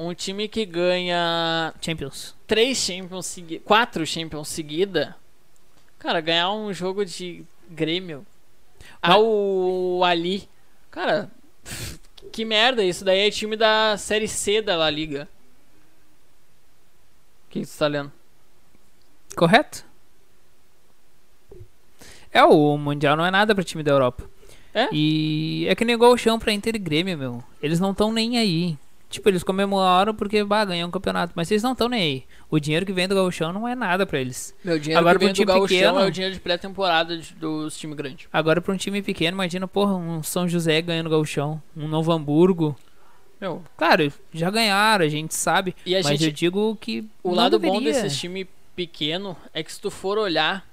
Speaker 2: um time que ganha
Speaker 1: Champions.
Speaker 2: três Champions seguidas, quatro Champions seguida, cara, ganhar um jogo de Grêmio ao Ali, cara, que merda, isso daí é time da série C da La Liga. O que, que tu tá lendo?
Speaker 1: Correto? É, o Mundial não é nada pra time da Europa.
Speaker 2: É?
Speaker 1: E é que negou o chão pra Inter e Grêmio, meu. Eles não estão nem aí. Tipo, eles comemoram porque, bah, ganhou um campeonato. Mas eles não estão nem aí. O dinheiro que vem do Gauchão não é nada pra eles.
Speaker 2: Meu dinheiro
Speaker 1: Agora
Speaker 2: que
Speaker 1: pro
Speaker 2: vem do
Speaker 1: time
Speaker 2: Gauchão
Speaker 1: pequeno-
Speaker 2: é o dinheiro de pré-temporada de- dos times grandes.
Speaker 1: Agora, pra um time pequeno, imagina, porra, um São José ganhando Gauchão. Um Novo Hamburgo.
Speaker 2: Meu,
Speaker 1: Claro, já ganharam, a gente sabe.
Speaker 2: e É, a
Speaker 1: mas
Speaker 2: gente
Speaker 1: eu digo que.
Speaker 2: O
Speaker 1: não
Speaker 2: lado bom
Speaker 1: deveria.
Speaker 2: desses time pequeno é que se tu for olhar,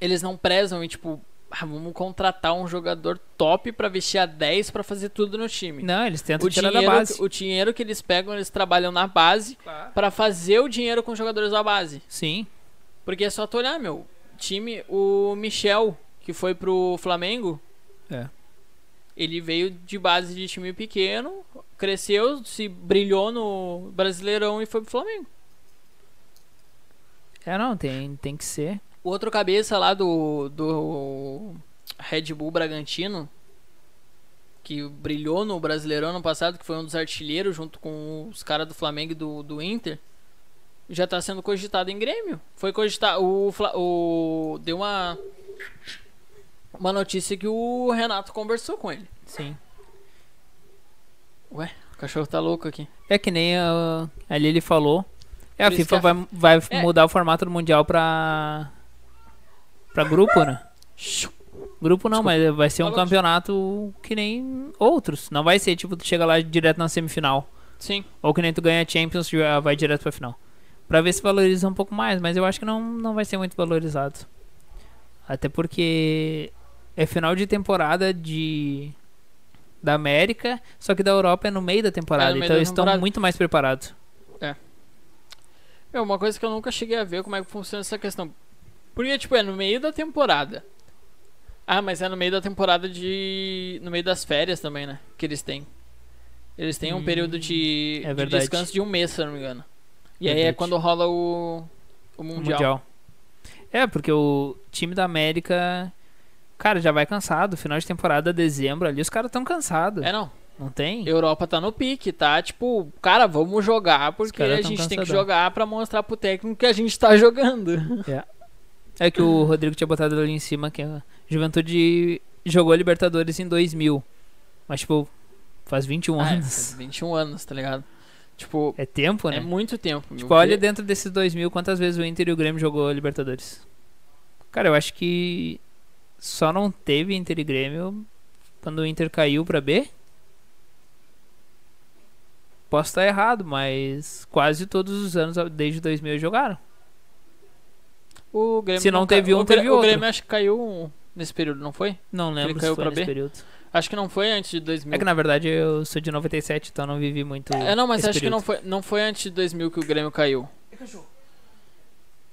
Speaker 2: eles não prezam e tipo, ah, vamos contratar um jogador top pra vestir a 10 pra fazer tudo no time.
Speaker 1: Não, eles tentam
Speaker 2: O
Speaker 1: tirar
Speaker 2: dinheiro,
Speaker 1: da base.
Speaker 2: o dinheiro que eles pegam, eles trabalham na base
Speaker 1: Claro.
Speaker 2: pra fazer o dinheiro com os jogadores da base.
Speaker 1: Sim.
Speaker 2: Porque é só tu olhar, meu, time, o Michel, que foi pro Flamengo,
Speaker 1: É.
Speaker 2: ele veio de base de time pequeno, cresceu, se brilhou no Brasileirão e foi pro Flamengo.
Speaker 1: É, não, tem, tem que ser.
Speaker 2: O outro cabeça lá do, do Red Bull Bragantino, que brilhou no Brasileirão ano passado, que foi um dos artilheiros junto com os caras do Flamengo e do, do Inter, já tá sendo cogitado em Grêmio. Foi cogitado. O, Fla- o, deu uma, uma notícia que o Renato conversou com ele.
Speaker 1: Sim.
Speaker 2: O cachorro tá louco aqui.
Speaker 1: É que nem ah, ali ele falou. É, a
Speaker 2: Por isso
Speaker 1: FIFA
Speaker 2: que
Speaker 1: vai, vai
Speaker 2: É.
Speaker 1: mudar o formato do Mundial pra. pra grupo, né? Grupo não, mas vai ser um
Speaker 2: Falou.
Speaker 1: campeonato que nem outros. Não vai ser tipo, tu chega lá direto na semifinal.
Speaker 2: Sim.
Speaker 1: Ou que nem tu ganha a Champions já vai direto pra final. Pra ver se valoriza um pouco mais, mas eu acho que não, não vai ser muito valorizado. Até porque é final de temporada de da América, só que da Europa é no meio da temporada,
Speaker 2: meio
Speaker 1: então
Speaker 2: da
Speaker 1: eles estão
Speaker 2: temporada.
Speaker 1: muito mais preparados.
Speaker 2: É uma coisa que eu nunca cheguei a ver como é que funciona essa questão. Porque, tipo, é no meio da temporada. Ah, mas é no meio da temporada de. No meio das férias também, né? Que eles têm. Eles têm um
Speaker 1: Hum,
Speaker 2: período de,
Speaker 1: é
Speaker 2: de
Speaker 1: verdade.
Speaker 2: descanso de um mês, se eu não me engano. E aí é
Speaker 1: Verdade.
Speaker 2: quando rola o. O
Speaker 1: O
Speaker 2: Mundial.
Speaker 1: mundial. É, porque o time da América Cara, já vai cansado. Final de temporada, dezembro ali, os caras tão cansados.
Speaker 2: É, não.
Speaker 1: Não tem?
Speaker 2: Europa tá no pique, tá? Tipo, cara, vamos jogar porque
Speaker 1: caras
Speaker 2: a
Speaker 1: tão
Speaker 2: gente tem que
Speaker 1: cansadão.
Speaker 2: jogar pra mostrar pro técnico que a gente tá jogando.
Speaker 1: É que o Rodrigo tinha botado ali em cima que a Juventude jogou a Libertadores em 2000. Mas, tipo, faz 21
Speaker 2: Ah, é, faz
Speaker 1: anos.
Speaker 2: 21 anos, tá ligado? Tipo,
Speaker 1: É tempo, né?
Speaker 2: é muito tempo.
Speaker 1: Tipo, olha dentro desses 2000 quantas vezes o Inter e o Grêmio jogou a Libertadores. Cara, eu acho que só não teve Inter e Grêmio quando o Inter caiu pra B. Posso estar errado, mas quase todos os anos desde 2000 jogaram.
Speaker 2: O Grêmio
Speaker 1: Se não
Speaker 2: cai-
Speaker 1: teve um,
Speaker 2: o Grê-
Speaker 1: teve
Speaker 2: O
Speaker 1: outro.
Speaker 2: Grêmio acho que caiu um nesse período, não foi?
Speaker 1: Não lembro
Speaker 2: caiu
Speaker 1: se foi
Speaker 2: pra
Speaker 1: nesse
Speaker 2: B?
Speaker 1: período.
Speaker 2: Acho que não foi antes de 2000.
Speaker 1: É que na verdade eu sou de 97, então não vivi muito.
Speaker 2: É, não, mas
Speaker 1: esse
Speaker 2: acho que
Speaker 1: período.
Speaker 2: não foi, não foi antes de 2000 É que o Grêmio caiu.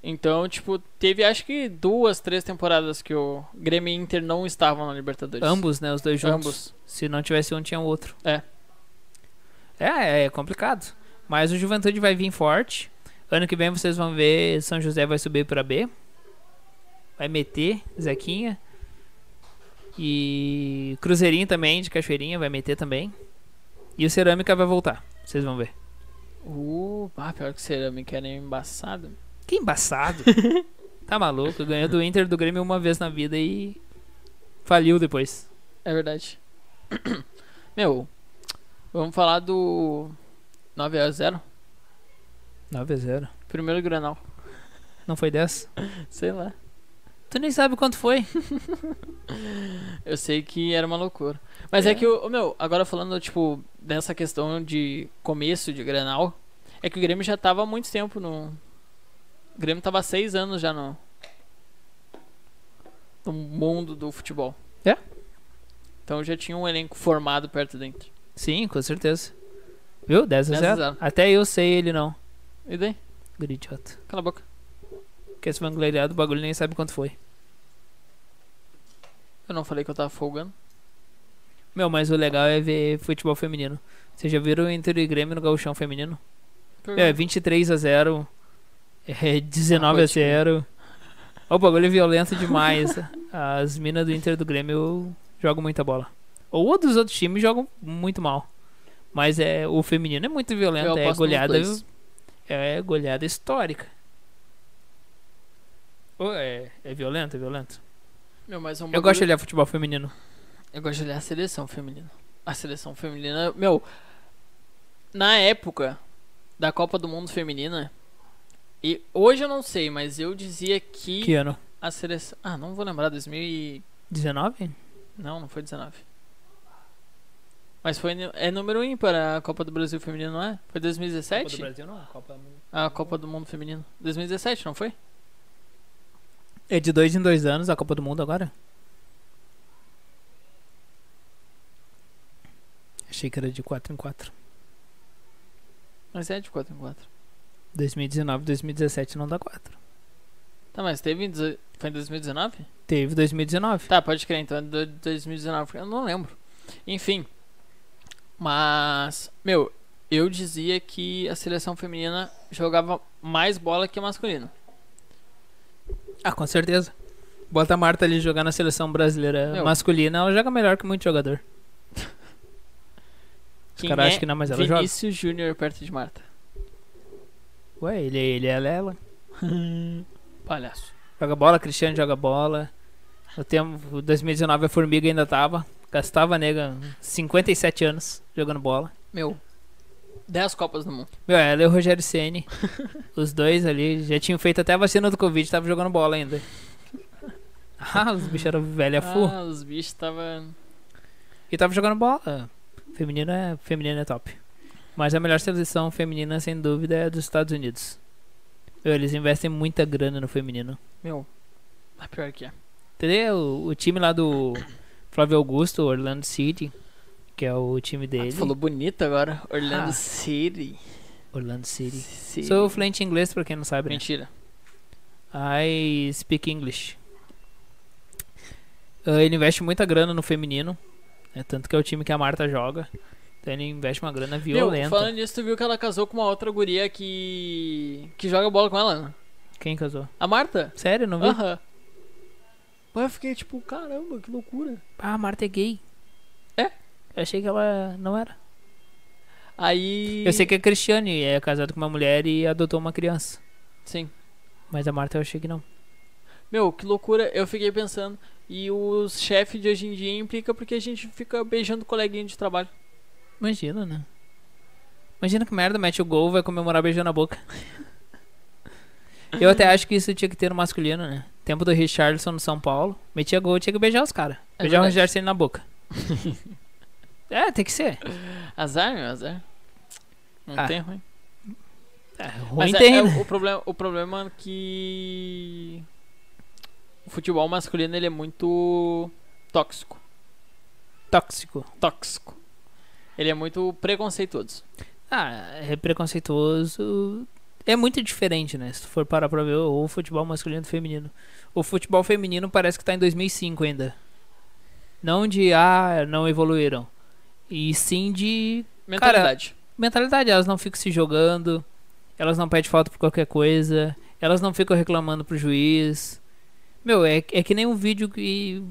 Speaker 2: Então, tipo, teve acho que duas, três temporadas que o Grêmio e Inter não estavam na Libertadores.
Speaker 1: Ambos, né? Os dois juntos.
Speaker 2: Ambos.
Speaker 1: Se não tivesse um, tinha o outro.
Speaker 2: É.
Speaker 1: É, é complicado. Mas o Juventude vai vir forte. Ano que vem vocês vão ver, São José vai subir pra B. Vai meter Zequinha. E Cruzeirinho também, de Cachoeirinha, vai meter também. E o Cerâmica vai voltar. Vocês vão ver.
Speaker 2: Uh, ah, pior que cerâmica era embaçado.
Speaker 1: Que embaçado. tá maluco? Ganhou do Inter do Grêmio uma vez na vida e faliu depois.
Speaker 2: É verdade. <coughs> Meu, vamos falar do 9x0?
Speaker 1: 9 a 0.
Speaker 2: Primeiro Granal.
Speaker 1: Não foi 10?
Speaker 2: Sei lá.
Speaker 1: Tu nem sabe quanto foi.
Speaker 2: Eu sei que era uma loucura. Mas é, que, o o meu, agora falando, tipo, dessa questão de começo de Grenal, é que o Grêmio já tava há muito tempo no. O Grêmio tava há seis anos já no. No mundo do futebol.
Speaker 1: É?
Speaker 2: Então já tinha um elenco formado perto dentro.
Speaker 1: Sim, com certeza. Viu? 10 a
Speaker 2: 10 a
Speaker 1: 0.
Speaker 2: 0.
Speaker 1: Até eu sei ele não.
Speaker 2: E daí?
Speaker 1: Guri idiota.
Speaker 2: Cala a boca.
Speaker 1: Quer se vangloriar do bagulho e nem sabe quanto foi.
Speaker 2: Eu não falei que eu tava folgando.
Speaker 1: Meu, mas o legal é ver futebol feminino. Vocês já viram o Inter e Grêmio no gauchão feminino? É, 23 a 0. É 19 a 0. Ó, O bagulho é violento demais. As minas do Inter e do Grêmio jogam muita bola. Ou dos outros times jogam muito mal. Mas é o feminino é muito
Speaker 2: eu
Speaker 1: violento, é
Speaker 2: aposto nos
Speaker 1: goleada,
Speaker 2: dois.
Speaker 1: É goleada histórica. Ô, é, é violento, é violento.
Speaker 2: Meu, mas é um
Speaker 1: Eu
Speaker 2: bagulho-
Speaker 1: gosto de olhar futebol feminino.
Speaker 2: Eu gosto de olhar a seleção feminina. A seleção feminina, meu, na época da Copa do Mundo feminina, e hoje eu não sei, mas eu dizia que,
Speaker 1: Que ano?
Speaker 2: a seleção, ah, não vou lembrar 2000 e
Speaker 1: 19?
Speaker 2: não, não foi 19. Mas foi nu- é número ímpar a Copa do Brasil feminino, não é? Foi 2017?
Speaker 1: Brasil não, é Copa
Speaker 2: a Copa do Mundo feminino. 2017, não foi?
Speaker 1: É de dois em dois anos a Copa do Mundo agora? Achei que era de 4 em 4.
Speaker 2: Mas é de 4 em 4.
Speaker 1: 2019, 2017 não dá 4.
Speaker 2: Tá, mas teve em deze- foi em 2019?
Speaker 1: Teve 2019.
Speaker 2: Tá, pode crer, então é do- 2019, eu não lembro. Enfim. Mas, meu, eu dizia que a seleção feminina jogava mais bola que a masculina.
Speaker 1: Ah, com certeza. Bota a Marta ali jogar na seleção brasileira
Speaker 2: Meu.
Speaker 1: masculina, ela joga melhor que muito jogador. Os
Speaker 2: Quem
Speaker 1: caras
Speaker 2: é
Speaker 1: acham que não, mas ela joga.
Speaker 2: Vinícius Júnior perto de Marta.
Speaker 1: Ué, ele, ele, ela, ela.
Speaker 2: Palhaço.
Speaker 1: Joga bola, Cristiano joga bola. No tempo, 2019 a Formiga ainda tava. Gastava, nega, 57 anos jogando bola.
Speaker 2: Meu, 10 Copas do Mundo.
Speaker 1: Meu, ela e o Rogério Ceni Os dois ali já tinham feito até a vacina do Covid, tava jogando bola ainda. Ah, os bichos eram velha fu.
Speaker 2: Ah, os bichos tava...
Speaker 1: E tava jogando bola. Feminino é, feminino é top. Mas a melhor seleção feminina, sem dúvida, é a dos Estados Unidos. Meu, eles investem muita grana no feminino.
Speaker 2: Meu, a pior que é.
Speaker 1: Entendeu? O, o time lá do Flávio Augusto, Orlando City, que é o time
Speaker 2: Ah,
Speaker 1: dele.
Speaker 2: tu falou bonito agora. Orlando
Speaker 1: Ah.
Speaker 2: City.
Speaker 1: Orlando City.
Speaker 2: City.
Speaker 1: Sou fluente em inglês, pra quem não sabe, né?
Speaker 2: Mentira.
Speaker 1: I speak English. Ah, ele investe muita grana no feminino. Né? Tanto que é o time que a Marta joga. Então ele investe uma grana
Speaker 2: Meu,
Speaker 1: violenta.
Speaker 2: falando nisso, tu viu que ela casou com uma outra guria que. que joga bola com ela, né?
Speaker 1: Quem casou?
Speaker 2: A Marta?
Speaker 1: Sério, não vi?
Speaker 2: Aham. Mas eu fiquei tipo, caramba, que loucura.
Speaker 1: Ah, a Marta é gay.
Speaker 2: É?
Speaker 1: Eu achei que ela não era.
Speaker 2: Aí.
Speaker 1: Eu sei que a Cristiane é casada com uma mulher e adotou uma criança.
Speaker 2: Sim.
Speaker 1: Mas a Marta eu achei que não.
Speaker 2: Meu, que loucura. Eu fiquei pensando. E os chefes de hoje em dia implica porque a gente fica beijando coleguinha de trabalho.
Speaker 1: Imagina, né? Imagina que merda, mete o gol, vai comemorar beijando a boca. Eu até acho que isso tinha que ter no masculino, né? Tempo do Richardson no São Paulo. Metia gol, tinha que beijar os caras.
Speaker 2: É
Speaker 1: beijar um o
Speaker 2: verdade.
Speaker 1: Richardson na
Speaker 2: <laughs>
Speaker 1: boca. é, tem que ser.
Speaker 2: Azar, meu, azar. Não
Speaker 1: Ah,
Speaker 2: tem ruim.
Speaker 1: É,
Speaker 2: Mas
Speaker 1: ruim
Speaker 2: é-
Speaker 1: tem,
Speaker 2: é
Speaker 1: né?
Speaker 2: o, o problema, o problema é que o futebol masculino ele é muito tóxico,
Speaker 1: Tóxico.
Speaker 2: tóxico. Ele é muito preconceituoso.
Speaker 1: Ah, é preconceituoso. É muito diferente, né? Se tu for parar pra ver o o futebol masculino e feminino. O futebol feminino parece que tá em 2005 ainda. Não de, ah, não evoluíram. E sim de
Speaker 2: Mentalidade.
Speaker 1: mentalidade. Elas não ficam se jogando, elas não pedem falta por qualquer coisa, elas não ficam reclamando pro juiz. Meu, é, é que nem um vídeo que.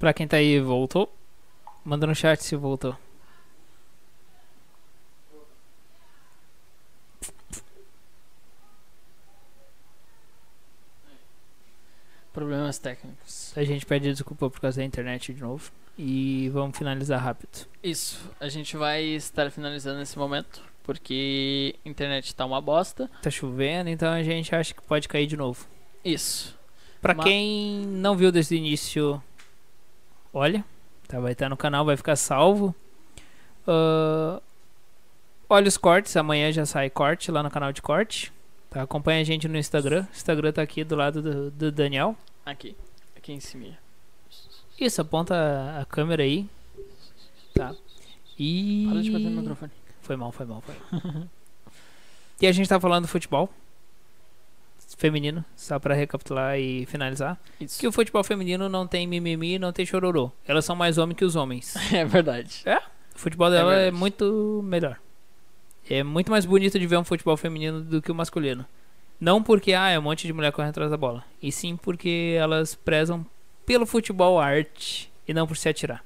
Speaker 1: Pra quem tá aí, voltou? Manda no chat se voltou.
Speaker 2: Problemas técnicos.
Speaker 1: A gente pede desculpa por causa da internet de novo. E vamos finalizar rápido.
Speaker 2: Isso. A gente vai estar finalizando nesse momento porque a internet tá uma bosta.
Speaker 1: Tá chovendo, então a gente acha que pode cair de novo.
Speaker 2: Isso.
Speaker 1: Pra
Speaker 2: Ma-
Speaker 1: quem não viu desde o início, olha, tá, vai estar no canal, vai ficar salvo. Ah, olha os cortes, amanhã já sai corte lá no canal de corte. Tá, acompanha a gente no Instagram. O Instagram tá aqui do lado do, do Daniel.
Speaker 2: Aqui, aqui em cima.
Speaker 1: Isso, aponta a- a câmera aí. Tá. E.
Speaker 2: Para de bater no microfone.
Speaker 1: Foi mal, foi mal, foi mal. <laughs> e a gente tá falando do futebol feminino, só pra recapitular e finalizar.
Speaker 2: Isso.
Speaker 1: Que o futebol feminino não tem mimimi, não tem chororô. Elas são mais homens que os homens.
Speaker 2: <laughs> É verdade. <laughs>
Speaker 1: O futebol dela é,
Speaker 2: verdade.
Speaker 1: muito melhor. É muito mais bonito de ver um futebol feminino do que o masculino. Não porque ah, é um monte de mulher correndo atrás da bola, e sim porque elas prezam pelo futebol arte e não por se atirar.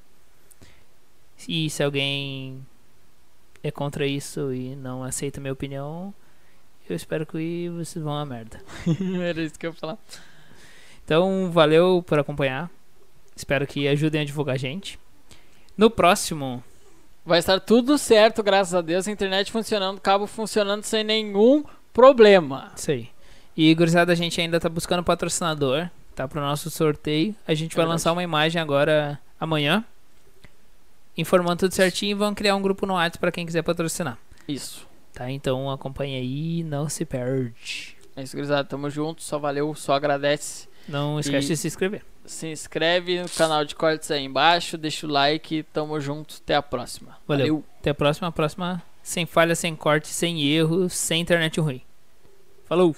Speaker 1: E se alguém é contra isso e não aceita minha opinião, eu espero que vocês vão à merda.
Speaker 2: Era isso que eu ia falar.
Speaker 1: Então, valeu por acompanhar. Espero que ajudem a divulgar a gente. No próximo,
Speaker 2: Vai estar tudo certo, graças a Deus. A internet funcionando, cabo funcionando sem nenhum problema.
Speaker 1: isso aí. E gurizada, a gente ainda tá buscando patrocinador, tá? Pro nosso sorteio. A gente
Speaker 2: É
Speaker 1: vai
Speaker 2: verdade.
Speaker 1: lançar uma imagem agora amanhã. Informando tudo certinho e vão criar um grupo no WhatsApp pra quem quiser patrocinar.
Speaker 2: Isso.
Speaker 1: Tá? Então acompanha aí, não se perde.
Speaker 2: É isso, gurizada. Tamo junto. Só valeu, só agradece.
Speaker 1: Não esquece
Speaker 2: E-
Speaker 1: de se inscrever.
Speaker 2: Se inscreve no canal de cortes aí embaixo. Deixa o like. Tamo junto. Até a próxima.
Speaker 1: Valeu. Até a próxima, a próxima sem falha, sem corte, sem erro, sem internet ruim. Falou!